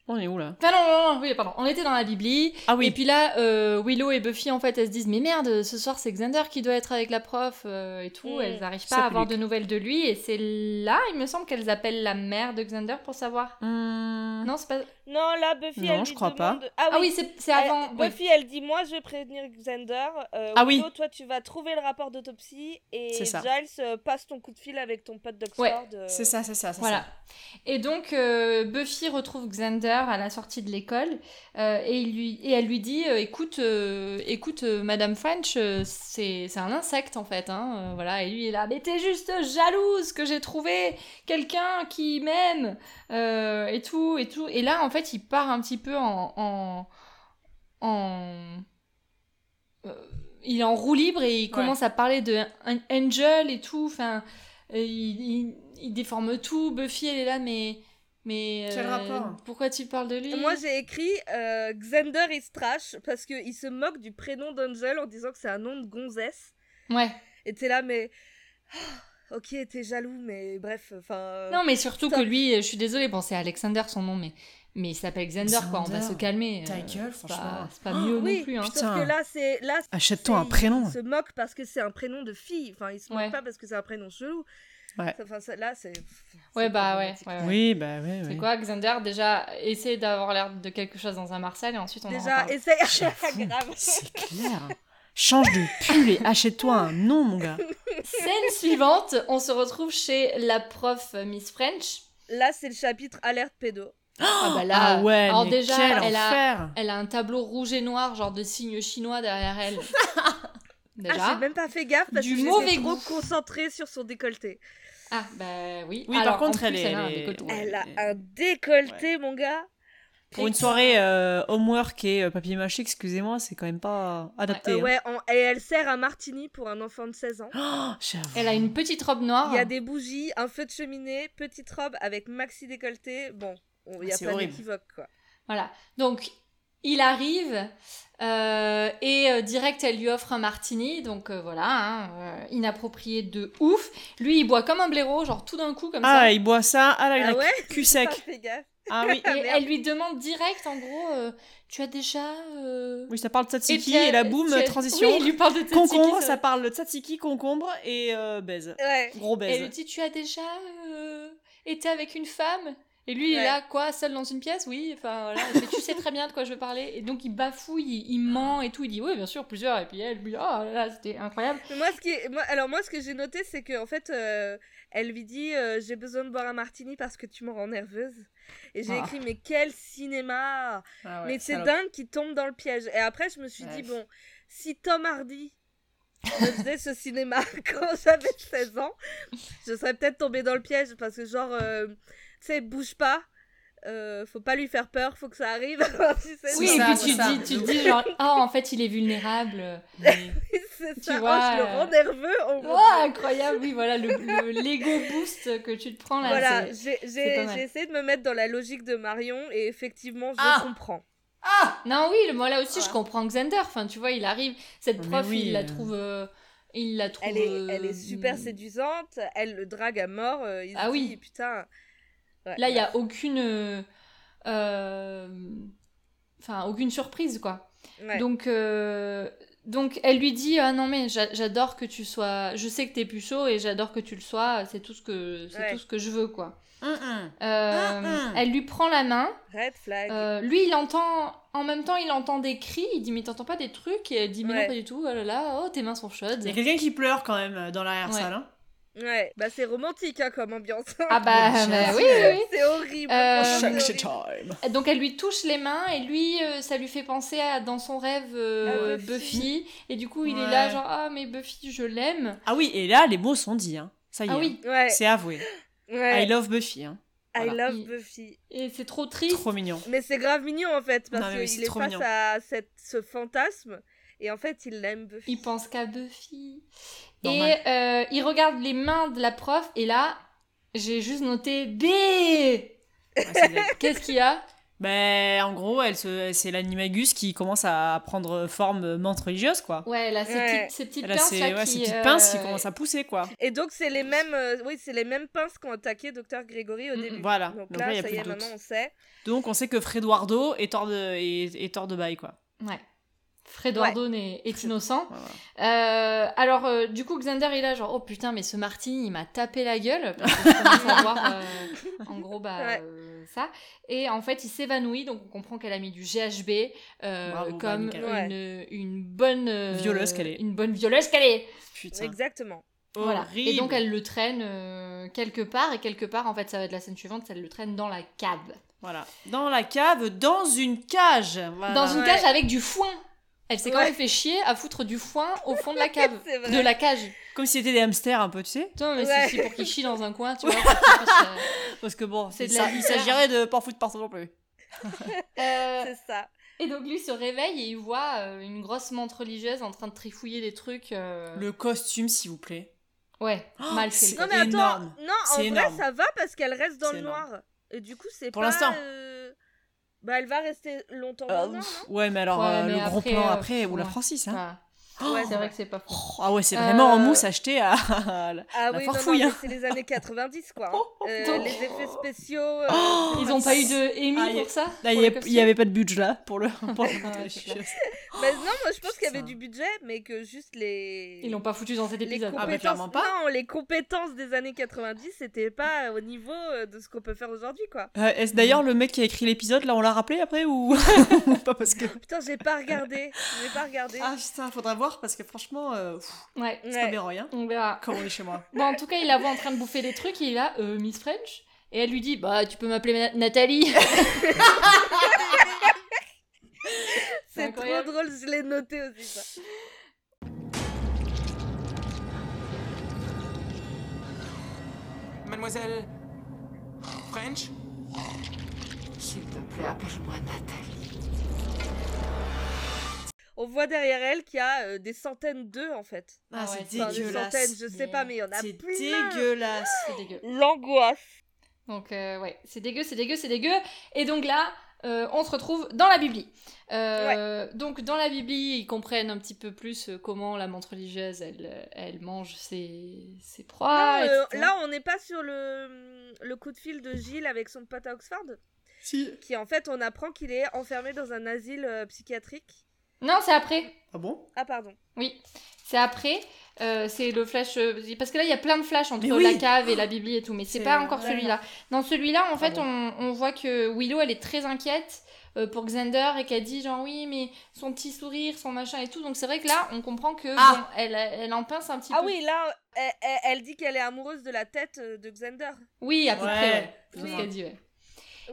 Speaker 4: On est où là
Speaker 3: Enfin, non, non, non, oui, pardon. On était dans la Bibli.
Speaker 4: Ah oui.
Speaker 3: Et puis là, euh, Willow et Buffy, en fait, elles se disent Mais merde, ce soir, c'est Xander qui doit être avec la prof euh, et tout.
Speaker 2: Mm.
Speaker 3: Elles n'arrivent
Speaker 4: Ça
Speaker 3: pas à avoir
Speaker 4: pue.
Speaker 3: de nouvelles de lui. Et c'est là, il me semble qu'elles appellent la mère de Xander pour savoir.
Speaker 4: Hmm.
Speaker 3: Non, c'est pas.
Speaker 2: Non, là, Buffy,
Speaker 4: Non,
Speaker 2: elle
Speaker 4: je
Speaker 2: lui
Speaker 4: crois
Speaker 2: demande-
Speaker 3: Ah oui, c'est c'est
Speaker 2: Ah elle-
Speaker 3: avant. oui.
Speaker 2: Buffy, elle dit Moi, je vais prévenir Xander. Euh,
Speaker 4: Ah oui.
Speaker 2: Willow, toi, tu vas trouver le rapport d'autopsie. Et
Speaker 4: C'est ça.
Speaker 2: Giles, euh, passe ton coup de fil avec ton pote d'Oxford.
Speaker 3: Ouais,
Speaker 2: euh,
Speaker 4: C'est ça, c'est ça, c'est
Speaker 3: Voilà. Et donc euh, Buffy retrouve Xander à la sortie de l'école euh, et, il lui, et elle lui dit euh, écoute euh, écoute euh, Madame French euh, c'est c'est un insecte en fait hein, euh, voilà et lui il est là mais t'es juste jalouse que j'ai trouvé quelqu'un qui m'aime euh, et tout et tout et là en fait il part un petit peu en en, en- euh, il est en roue libre et il commence à parler de An- Angel et tout enfin et il, il- il déforme tout. Buffy, elle est là, mais. mais euh,
Speaker 4: Quel rapport
Speaker 3: Pourquoi tu parles de lui
Speaker 2: Et Moi, j'ai écrit euh, Xander is trash parce qu'il se moque du prénom d'Angel en disant que c'est un nom de gonzesse.
Speaker 3: Ouais.
Speaker 2: Et t'es là, mais. [GASPS] Ah, ok, t'es jaloux, mais bref, enfin.
Speaker 3: Non, mais surtout
Speaker 2: Euh, Stop.
Speaker 3: que lui, je suis désolée, bon, c'est Alexander son nom, mais, mais il s'appelle Xander, quoi, on va
Speaker 4: Xander.
Speaker 3: se calmer.
Speaker 4: ça.
Speaker 3: euh,
Speaker 4: Ta gueule,
Speaker 3: c'est pas,
Speaker 4: franchement.
Speaker 3: c'est pas mieux
Speaker 2: Ah, oui,
Speaker 3: non plus. Hein.
Speaker 2: sauf
Speaker 4: Putain.
Speaker 2: que là, c'est. là c'est-
Speaker 4: Achète-toi un prénom.
Speaker 2: Il se moque parce que c'est un prénom de fille. Enfin, il se moque
Speaker 3: Ouais.
Speaker 2: pas parce que c'est un prénom chelou.
Speaker 4: Ouais.
Speaker 2: Enfin, ça- là, c'est.
Speaker 3: Ouais,
Speaker 2: c'est
Speaker 3: bah ouais.
Speaker 2: problématique.
Speaker 3: ouais, ouais.
Speaker 4: Oui, bah oui, oui.
Speaker 3: C'est quoi, Xander Déjà, essaie d'avoir l'air de quelque chose dans un Marcel et ensuite on en
Speaker 2: Déjà,
Speaker 3: reparle.
Speaker 2: essaye. [LAUGHS]
Speaker 4: J'avoue,
Speaker 2: Grave.
Speaker 4: C'est clair. Change de pull et achète-toi un nom, mon gars.
Speaker 3: Scène
Speaker 2: [LAUGHS]
Speaker 3: suivante, on se retrouve chez la prof euh, Miss French.
Speaker 2: Là, c'est le chapitre alerte pédo.
Speaker 3: ah bah là,
Speaker 4: Ah ouais,
Speaker 3: alors
Speaker 4: mais
Speaker 3: déjà,
Speaker 4: quel
Speaker 3: elle a,
Speaker 4: enfer.
Speaker 3: Elle a un tableau rouge et noir, genre de signes chinois
Speaker 2: [LAUGHS]
Speaker 3: derrière elle. Déjà.
Speaker 2: Ah, j'ai même pas fait gaffe parce
Speaker 3: Du
Speaker 2: que j'étais
Speaker 3: mauvais
Speaker 2: trop
Speaker 3: goût.
Speaker 2: concentrée sur son décolleté.
Speaker 3: Ah, bah oui.
Speaker 4: Oui, par
Speaker 3: Alors, en
Speaker 4: contre,
Speaker 3: plus,
Speaker 4: elle est-
Speaker 3: a un
Speaker 4: elle est-
Speaker 3: décolleté.
Speaker 4: Ouais,
Speaker 2: Elle a
Speaker 4: mais-
Speaker 2: un décolleté, mon gars.
Speaker 4: Pour une soirée euh, homework et euh, papier mâché, excusez-moi, c'est quand même pas adapté.
Speaker 3: Ah,
Speaker 2: Euh,
Speaker 4: hein.
Speaker 2: ouais, en- et elle sert un martini pour un enfant de 16 ans.
Speaker 4: Oh, j'avoue.
Speaker 3: Elle a une petite robe noire.
Speaker 2: Il y a des bougies, un feu de cheminée, petite robe avec maxi décolleté. Bon, on- il y
Speaker 4: Ah,
Speaker 2: a
Speaker 4: c'est
Speaker 2: pas
Speaker 4: horrible.
Speaker 2: d'équivoque quoi.
Speaker 3: Voilà. Donc, il arrive euh, et euh, direct, elle lui offre un martini. Donc, euh, voilà, hein, euh, inapproprié de ouf. Lui, il boit comme un blaireau, genre tout d'un coup, comme
Speaker 4: Ah,
Speaker 3: ça.
Speaker 4: il boit ça. Ah là, il a
Speaker 2: Ah ouais
Speaker 4: cul
Speaker 2: Pas
Speaker 4: sec.
Speaker 2: fait gaffe.
Speaker 4: Ah oui.
Speaker 3: et
Speaker 2: merde.
Speaker 3: elle lui demande direct, en gros, euh, tu as déjà. euh,
Speaker 4: Oui, ça parle de tzatziki
Speaker 3: été-
Speaker 4: et la boum,
Speaker 3: tu as-
Speaker 4: transition.
Speaker 3: Oui, il lui parle de tzatziki,
Speaker 4: concombre,
Speaker 3: ça-
Speaker 4: ça parle de tzatziki, concombre et euh, baise.
Speaker 2: Ouais.
Speaker 4: Gros
Speaker 3: Et elle lui
Speaker 4: baise.
Speaker 3: dit Tu as déjà euh, été avec une femme Et lui, il est
Speaker 2: Ouais.
Speaker 3: là, quoi, seul dans une pièce Oui, enfin voilà. Mais tu sais très bien de quoi je veux parler. Et donc, il bafouille, il, il ment et tout. Il dit Oui, bien sûr, plusieurs. Et puis elle lui dit Oh là là, c'était incroyable.
Speaker 2: Mais moi, ce qui est- moi- alors moi, ce que j'ai noté, c'est que en fait, euh, elle lui dit euh, j'ai besoin de boire un martini parce que tu me rends nerveuse. Et j'ai
Speaker 4: Ah.
Speaker 2: écrit mais quel cinéma
Speaker 3: Ah
Speaker 2: Mais c'est dingue qu'il tombe dans le piège. Et après, je me suis dit bon, si Tom Hardy me faisait ce cinéma [LAUGHS] quand j'avais 16 ans, je serais peut-être tombée dans le piège parce que genre, euh, tu sais, bouge pas. euh, faut pas lui faire peur, faut que ça arrive. [LAUGHS] Tu sais,
Speaker 3: Oui,
Speaker 2: non.
Speaker 3: et
Speaker 4: ça,
Speaker 3: puis
Speaker 4: c'est
Speaker 3: tu [LAUGHS]
Speaker 4: ça.
Speaker 3: te dis, tu te dis genre, ah, en fait, il est vulnérable. Mais-
Speaker 2: c'est
Speaker 3: tu
Speaker 2: ça. Oh,
Speaker 3: vois,
Speaker 2: je le
Speaker 3: euh,
Speaker 2: rends nerveux. oh mon
Speaker 3: Ouah, incroyable, oui, voilà, le, le Lego boost que tu te prends là.
Speaker 2: Voilà,
Speaker 3: c'est-
Speaker 2: j'ai
Speaker 3: c'est pas
Speaker 2: j'ai-
Speaker 3: mal.
Speaker 2: j'ai essayé de me mettre dans la logique de Marion et effectivement, je
Speaker 3: Ah
Speaker 2: comprends.
Speaker 3: Non, oui, le- moi là aussi,
Speaker 2: Ouais.
Speaker 3: je comprends Xander. Enfin, tu vois, il arrive, cette
Speaker 4: Mais
Speaker 3: prof,
Speaker 4: oui,
Speaker 3: il la
Speaker 4: euh.
Speaker 3: trouve. euh, il la trouve.
Speaker 2: Elle est, elle
Speaker 3: euh,
Speaker 2: est super séduisante, elle le drague à mort. euh, il se
Speaker 3: Ah
Speaker 2: dit,
Speaker 3: oui.
Speaker 2: putain. Ouais,
Speaker 3: Là, il y
Speaker 2: ouais.
Speaker 3: a aucune. euh, euh, Enfin, aucune surprise, quoi.
Speaker 2: Ouais.
Speaker 3: Donc, euh, donc, elle lui dit Ah non, mais j'a- j'adore que tu sois. Je sais que t'es puceau et j'adore que tu le sois. C'est tout ce que, c'est
Speaker 2: Ouais.
Speaker 3: tout ce que je veux, quoi.
Speaker 4: Hum,
Speaker 3: Euh,
Speaker 4: Mm-mm.
Speaker 3: Elle lui prend la main.
Speaker 2: Red flag.
Speaker 3: Euh, lui, il entend. En même temps, il entend des cris. Il dit Mais t'entends pas des trucs Et elle dit Mais
Speaker 2: Ouais.
Speaker 3: non, pas du tout. Oh là là, oh, tes mains sont chaudes.
Speaker 4: Il y a quelqu'un qui pleure quand même euh, dans l'arrière-salle.
Speaker 3: Ouais.
Speaker 4: hein.
Speaker 2: Ouais, bah c'est romantique hein, comme ambiance.
Speaker 3: Ah bah,
Speaker 4: Oh,
Speaker 3: bah,
Speaker 4: chef.
Speaker 3: oui, oui, oui.
Speaker 2: [LAUGHS] c'est horrible.
Speaker 3: Euh,
Speaker 2: franchement,
Speaker 4: Shake
Speaker 2: c'est
Speaker 4: the
Speaker 2: horrible.
Speaker 4: Oh, time.
Speaker 3: Donc elle lui touche les mains et lui, euh, ça lui fait penser à dans son rêve euh,
Speaker 2: À
Speaker 3: Buffy.
Speaker 2: Buffy.
Speaker 3: Et du coup, il est
Speaker 4: Ouais.
Speaker 3: là genre ah mais Buffy, je l'aime.
Speaker 4: Ah oui, et là, les mots sont dits. hein. Ça y est,
Speaker 3: Ah oui.
Speaker 2: Ouais,
Speaker 4: c'est avoué.
Speaker 2: ouais.
Speaker 4: I love Buffy. hein.
Speaker 2: I
Speaker 4: voilà.
Speaker 2: love
Speaker 3: Il-
Speaker 2: Buffy.
Speaker 3: Et c'est trop triste.
Speaker 4: Trop mignon.
Speaker 2: Mais c'est grave mignon en fait,
Speaker 4: Non,
Speaker 2: parce
Speaker 4: mais oui,
Speaker 2: qu'il
Speaker 4: c'est
Speaker 2: est
Speaker 4: trop
Speaker 2: face
Speaker 4: mignon.
Speaker 2: à cette, ce fantasme, et en fait il l'aime Buffy.
Speaker 3: Il pense qu'à Buffy.
Speaker 4: Normal.
Speaker 3: Et euh, il regarde les mains de la prof et là, j'ai juste noté B.
Speaker 4: Ouais, c'est bien.
Speaker 3: Qu'est-ce qu'il y a
Speaker 4: Mais Ben, en gros, elle se- c'est l'animagus qui commence à prendre forme euh, menthe religieuse, quoi.
Speaker 3: Ouais, là ces
Speaker 2: Ouais.
Speaker 3: petites, ces petites
Speaker 4: Là,
Speaker 3: pinces
Speaker 4: c'est
Speaker 3: là
Speaker 4: ouais,
Speaker 3: qui,
Speaker 4: ces petites pinces qui
Speaker 3: euh,
Speaker 4: commencent à
Speaker 3: [LAUGHS]
Speaker 4: pousser, quoi.
Speaker 2: Et donc c'est les mêmes, euh, oui c'est les mêmes pinces qu'ont attaqué Dr Grégory au
Speaker 3: Mm,
Speaker 2: début.
Speaker 4: voilà.
Speaker 2: Donc,
Speaker 4: Donc
Speaker 2: là,
Speaker 4: là, il y a
Speaker 2: ça
Speaker 4: plus
Speaker 2: y est,
Speaker 4: de doute.
Speaker 2: maintenant on sait.
Speaker 4: Donc, on sait que Fredoardo est tort de, est, est tort de bail, quoi.
Speaker 3: Ouais. Fred
Speaker 2: Ouais.
Speaker 3: Ordone est, est innocent.
Speaker 4: Voilà.
Speaker 3: Euh, alors, euh, du coup, Xander est là, genre, oh putain, mais ce Martin, il m'a tapé la gueule. Parce que je
Speaker 2: [LAUGHS]
Speaker 3: commence à voir, euh, en gros, bah,
Speaker 2: Ouais.
Speaker 3: euh, ça. Et en fait, il s'évanouit, donc on comprend qu'elle a mis du GHB euh,
Speaker 4: Bravo, bah,
Speaker 3: comme
Speaker 4: nickel.
Speaker 3: une, une bonne. euh,
Speaker 4: Violeuse qu'elle est.
Speaker 3: Une bonne violeuse qu'elle est.
Speaker 4: Putain.
Speaker 2: Exactement.
Speaker 3: Voilà. Et donc,
Speaker 4: Horrible.
Speaker 3: elle le traîne euh, quelque part, et quelque part, en fait, ça va être la scène suivante, elle le traîne dans la cave.
Speaker 4: Voilà. Dans la cave, dans une cage. Voilà.
Speaker 3: Dans une
Speaker 2: Ah bah Ouais.
Speaker 3: cage avec du foin. Elle s'est quand
Speaker 2: Ouais.
Speaker 3: même fait chier à foutre du foin au fond
Speaker 2: [LAUGHS]
Speaker 3: de la cave.
Speaker 2: C'est vrai.
Speaker 3: de la cage.
Speaker 4: Comme si c'était des hamsters, un peu, tu sais.
Speaker 3: Putain, mais
Speaker 2: Ouais.
Speaker 3: c'est aussi pour qu'il chie dans un [LAUGHS] coin, tu vois. pour qu'il fasse, euh,
Speaker 4: Parce que bon,
Speaker 3: C'est
Speaker 4: il
Speaker 3: de la
Speaker 4: s'a- il
Speaker 3: misère.
Speaker 4: s'agirait de pas en foutre partout non plus.
Speaker 3: [LAUGHS] Euh,
Speaker 2: C'est ça.
Speaker 3: et donc lui se réveille et il voit euh, une grosse menthe religieuse en train de trifouiller des trucs. euh,
Speaker 4: Le costume, s'il vous plaît.
Speaker 3: Ouais,
Speaker 4: Oh,
Speaker 3: mal fait.
Speaker 4: c'est-
Speaker 3: le
Speaker 2: Non
Speaker 3: costume.
Speaker 2: mais attends,
Speaker 4: énorme.
Speaker 2: non en
Speaker 4: C'est
Speaker 2: vrai
Speaker 4: énorme.
Speaker 2: ça va parce qu'elle reste dans
Speaker 4: C'est
Speaker 2: le
Speaker 4: énorme.
Speaker 2: noir. Et du coup c'est
Speaker 4: Pour
Speaker 2: pas,
Speaker 4: l'instant.
Speaker 2: euh, Bah elle va rester longtemps dans
Speaker 4: Euh,
Speaker 2: le noir. hein.
Speaker 4: pff, ouais, mais alors
Speaker 3: Ouais,
Speaker 4: euh,
Speaker 3: mais
Speaker 4: le gros
Speaker 3: après,
Speaker 4: plan
Speaker 3: euh,
Speaker 4: après, ou la
Speaker 3: ouais.
Speaker 4: Francis, hein.
Speaker 3: Voilà.
Speaker 4: Oh,
Speaker 3: Ouais, c'est vrai que c'est pas fou.
Speaker 4: Ah ouais, c'est vraiment en
Speaker 2: Euh,
Speaker 4: mousse acheté à. [LAUGHS] à la-
Speaker 2: Ah
Speaker 4: La
Speaker 2: oui, non, non,
Speaker 4: farfouille,
Speaker 2: mais
Speaker 4: hein.
Speaker 2: c'est les années 90
Speaker 4: [LAUGHS]
Speaker 2: quoi. hein. Euh,
Speaker 3: Donc-
Speaker 2: les effets spéciaux. euh,
Speaker 4: Oh,
Speaker 3: Ils ont pas eu de
Speaker 4: Ah,
Speaker 3: Emmy
Speaker 4: y-
Speaker 3: pour ça
Speaker 4: Là,
Speaker 3: pour
Speaker 4: il y
Speaker 3: le
Speaker 4: a- il
Speaker 3: costume
Speaker 4: y avait pas de budget là pour le. Pour le [LAUGHS]
Speaker 3: Ah, je suis
Speaker 2: bah, non, moi je pense qu'il y avait
Speaker 4: putain.
Speaker 2: du budget, mais que juste les.
Speaker 3: Ils l'ont pas foutu dans cet
Speaker 2: les
Speaker 3: épisode.
Speaker 2: compétences...
Speaker 4: Ah, bah, clairement pas.
Speaker 2: Non, les compétences des années 90, c'était pas au niveau euh, de ce qu'on peut faire aujourd'hui, quoi.
Speaker 4: Euh, Est-ce d'ailleurs le mec qui a écrit l'épisode là, on l'a rappelé après ou [LAUGHS] ou pas parce que.
Speaker 2: Putain, j'ai pas regardé. J'ai pas regardé.
Speaker 4: Ah putain, faudra voir parce que franchement, euh, pff,
Speaker 3: Ouais,
Speaker 4: c'est pas
Speaker 2: ouais.
Speaker 4: Béroy, hein.
Speaker 3: on verra.
Speaker 4: Comme on est chez moi.
Speaker 3: Bon, en tout cas, il la voit en train de bouffer des trucs et il a euh, Miss French. Et elle lui dit Bah, tu peux m'appeler Na- [LAUGHS] Nathalie.
Speaker 2: C'est trop
Speaker 3: incroyable.
Speaker 2: drôle, je l'ai noté aussi, ça.
Speaker 7: Mademoiselle French
Speaker 6: S'il te plaît, appelle-moi Nathalie.
Speaker 2: On voit derrière elle qu'il y a euh, des centaines d'œufs, en fait.
Speaker 3: Ah ouais,
Speaker 4: c'est
Speaker 3: c'est
Speaker 2: Enfin, des
Speaker 4: dégueulasse.
Speaker 2: centaines, je sais pas, mais il y en a
Speaker 4: C'est
Speaker 2: plein.
Speaker 4: dégueulasse.
Speaker 3: c'est dégueu.
Speaker 2: L'angoisse.
Speaker 3: Donc, euh, ouais, c'est dégueu, c'est dégueu, c'est dégueu. Et donc là, euh, on se retrouve dans la Bibli. Euh, Donc, dans la Bibli, ils comprennent un petit peu plus euh, comment la menthe religieuse, elle, euh, elle mange ses, ses proies.
Speaker 2: Non, euh,
Speaker 3: etc.
Speaker 2: là, on n'est pas sur le, le coup de fil de Gilles avec son pote à Oxford
Speaker 4: Si.
Speaker 2: qui en fait on apprend qu'il est enfermé dans un asile euh, psychiatrique.
Speaker 3: Non, c'est après.
Speaker 4: Ah bon
Speaker 2: Ah pardon.
Speaker 3: Oui, c'est après. Euh, c'est le flash. euh, Parce que là, il y a plein de flashs entre
Speaker 4: Mais oui.
Speaker 3: la cave et la Bibli et tout, mais c'est
Speaker 4: C'est
Speaker 3: pas encore
Speaker 4: vrai.
Speaker 3: celui-là. Dans celui-là, en fait,
Speaker 4: bon.
Speaker 3: on, on voit que Willow, elle est très inquiète euh, pour Xander et qu'elle dit, genre, oui, mais son petit sourire, son machin et tout. Donc c'est vrai que là, on comprend que
Speaker 4: Ah.
Speaker 3: bon, elle, elle en pince un petit
Speaker 2: Ah
Speaker 3: peu.
Speaker 2: oui, là elle, elle- elle dit qu'elle est amoureuse de la tête euh, de Xander.
Speaker 3: Oui, à peu
Speaker 4: Ouais,
Speaker 3: près, ouais. C'est
Speaker 4: plus ou
Speaker 3: ce
Speaker 4: moins.
Speaker 3: qu'elle dit, ouais.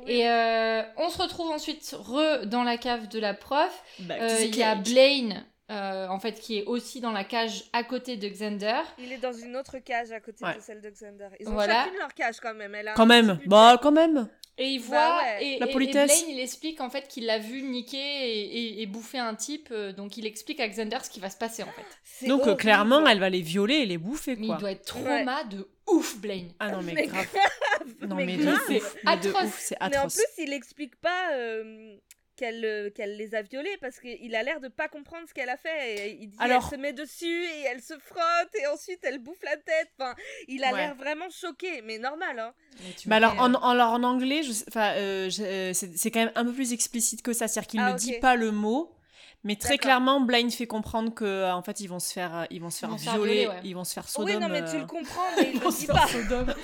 Speaker 2: Oui.
Speaker 3: Et euh, on se retrouve ensuite re dans la cave de la prof.
Speaker 4: Back to
Speaker 3: Euh,
Speaker 4: the
Speaker 3: Il y a
Speaker 4: cage.
Speaker 3: Blaine, euh, en fait, qui est aussi dans la cage à côté de Xander.
Speaker 2: Il est dans une autre cage à côté
Speaker 4: Ouais.
Speaker 2: de celle de Xander. Ils ont
Speaker 3: Voilà.
Speaker 2: chacune leur cage quand même. Elle a un
Speaker 4: Quand
Speaker 2: petit
Speaker 4: même.
Speaker 2: budget.
Speaker 4: Bah quand même.
Speaker 3: Et il voit,
Speaker 2: Bah ouais.
Speaker 3: et,
Speaker 4: La
Speaker 3: et- et
Speaker 4: politesse.
Speaker 3: Blaine, il explique en fait qu'il l'a vu niquer et, et- et bouffer un type, euh, donc il explique à Xander ce qui va se passer en fait.
Speaker 2: C'est
Speaker 4: Donc euh,
Speaker 2: horrible.
Speaker 4: clairement, elle va les violer et les bouffer
Speaker 3: Mais il
Speaker 4: quoi.
Speaker 3: doit être trauma de ouf, Blaine.
Speaker 4: Ah non mais,
Speaker 2: Mais
Speaker 4: grave. Non
Speaker 2: mais
Speaker 4: mais, de
Speaker 2: grave.
Speaker 4: ouf, mais de
Speaker 3: Atroce.
Speaker 4: ouf, c'est
Speaker 2: Mais en
Speaker 4: atroce.
Speaker 2: plus, il explique pas euh, qu'elle euh, qu'elle les a violés parce qu'il a l'air de pas comprendre ce qu'elle a fait. Et il dit
Speaker 4: Alors-
Speaker 2: elle se met dessus et elle se frotte et ensuite elle bouffe la tête. Enfin, il a
Speaker 4: Ouais.
Speaker 2: l'air vraiment choqué, mais normal. Hein.
Speaker 4: Mais alors en, en- alors, en anglais, je sais- enfin, euh, je- euh, c'est c'est quand même un peu plus explicite que ça, c'est-à-dire qu'il
Speaker 2: Ah,
Speaker 4: ne
Speaker 2: ok.
Speaker 4: dit pas le mot, mais très
Speaker 2: D'accord.
Speaker 4: clairement, Blind fait comprendre que euh, en fait ils vont se faire, euh, ils vont se
Speaker 3: Ils
Speaker 4: faire
Speaker 3: vont se faire
Speaker 4: violer,
Speaker 3: violer, ouais.
Speaker 4: ils vont se faire
Speaker 2: oui,
Speaker 4: sodome.
Speaker 2: non, mais tu
Speaker 4: euh,
Speaker 2: le
Speaker 4: [LAUGHS]
Speaker 2: comprends, mais il
Speaker 4: ils vont
Speaker 2: le
Speaker 4: se
Speaker 2: dit
Speaker 4: faire
Speaker 2: pas. [LAUGHS] Oh,
Speaker 4: sodome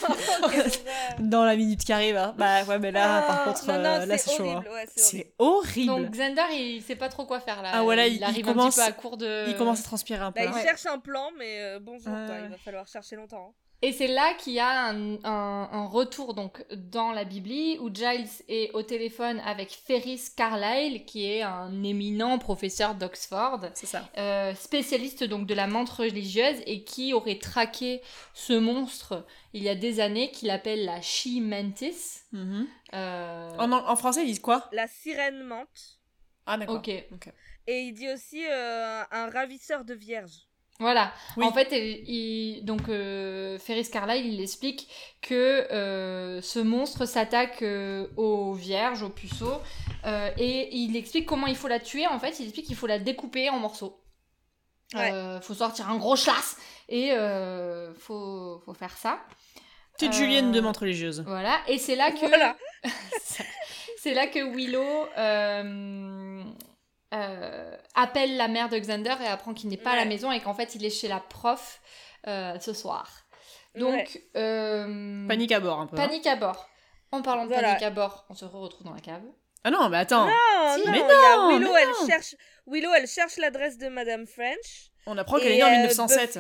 Speaker 4: [LAUGHS]
Speaker 2: Quelle
Speaker 4: dans la minute qui arrive. hein. Bah ouais, mais là par
Speaker 2: horreur.
Speaker 4: contre,
Speaker 2: Ah, Non, non,
Speaker 4: euh, là c'est chaud. hein.
Speaker 2: horrible, ouais, c'est horrible.
Speaker 4: C'est horrible.
Speaker 3: Donc Xander, il sait pas trop quoi faire là.
Speaker 4: Ah, voilà, il-
Speaker 3: il, arrive
Speaker 4: il commence-
Speaker 3: un petit peu à court de.
Speaker 4: Il commence à transpirer un peu.
Speaker 2: Bah,
Speaker 4: hein.
Speaker 2: il cherche un plan, mais euh, bonjour,
Speaker 4: Ouais,
Speaker 2: quoi,
Speaker 4: ouais.
Speaker 2: il va falloir chercher longtemps. hein.
Speaker 3: Et c'est là qu'il y a un, un- un retour donc dans la Bibli où Giles est au téléphone avec Ferris Carlyle qui est un éminent professeur d'Oxford,
Speaker 4: C'est ça.
Speaker 3: euh, spécialiste donc de la menthe religieuse et qui aurait traqué ce monstre il y a des années qu'il appelle la She Mantis.
Speaker 4: Mhm.
Speaker 3: Euh,
Speaker 4: En, an- en français, ils disent quoi
Speaker 2: La sirène mente.
Speaker 4: Ah d'accord.
Speaker 3: ok,
Speaker 2: Et il dit aussi euh, un ravisseur de vierges.
Speaker 3: Voilà.
Speaker 4: Oui.
Speaker 3: En fait, il, il- donc euh, Ferris Carlyle, il explique que euh, ce monstre s'attaque euh, aux vierges, aux puceaux, euh, et il explique comment il faut la tuer. En fait, il explique qu'il faut la découper en morceaux.
Speaker 2: Ouais.
Speaker 3: Euh, faut sortir un gros chasse et euh, faut, faut faire ça.
Speaker 4: Petite
Speaker 3: Euh,
Speaker 4: Julienne de menthe
Speaker 2: mm.
Speaker 4: religieuse.
Speaker 3: Voilà. Et c'est là que
Speaker 2: Voilà.
Speaker 3: [LAUGHS] c'est là que Willow euh, euh, appelle la mère de Xander et apprend qu'il n'est pas à la
Speaker 2: Ouais.
Speaker 3: maison et qu'en fait il est chez la prof euh, ce soir. Donc
Speaker 2: Ouais.
Speaker 3: euh,
Speaker 4: Panique à bord un peu. hein.
Speaker 3: panique à bord. En parlant de
Speaker 2: Voilà.
Speaker 3: panique à bord, on se retrouve dans la cave.
Speaker 4: Ah non, mais attends,
Speaker 2: Non,
Speaker 3: Si.
Speaker 2: non,
Speaker 4: Mais
Speaker 2: il y a
Speaker 4: Ah,
Speaker 3: Oh,
Speaker 4: non,
Speaker 2: Willow,
Speaker 4: mais
Speaker 2: elle
Speaker 4: non.
Speaker 2: cherche Willow, elle cherche l'adresse de Madame French.
Speaker 4: on apprend qu'elle
Speaker 2: Et,
Speaker 4: est née en
Speaker 2: euh,
Speaker 4: 1907.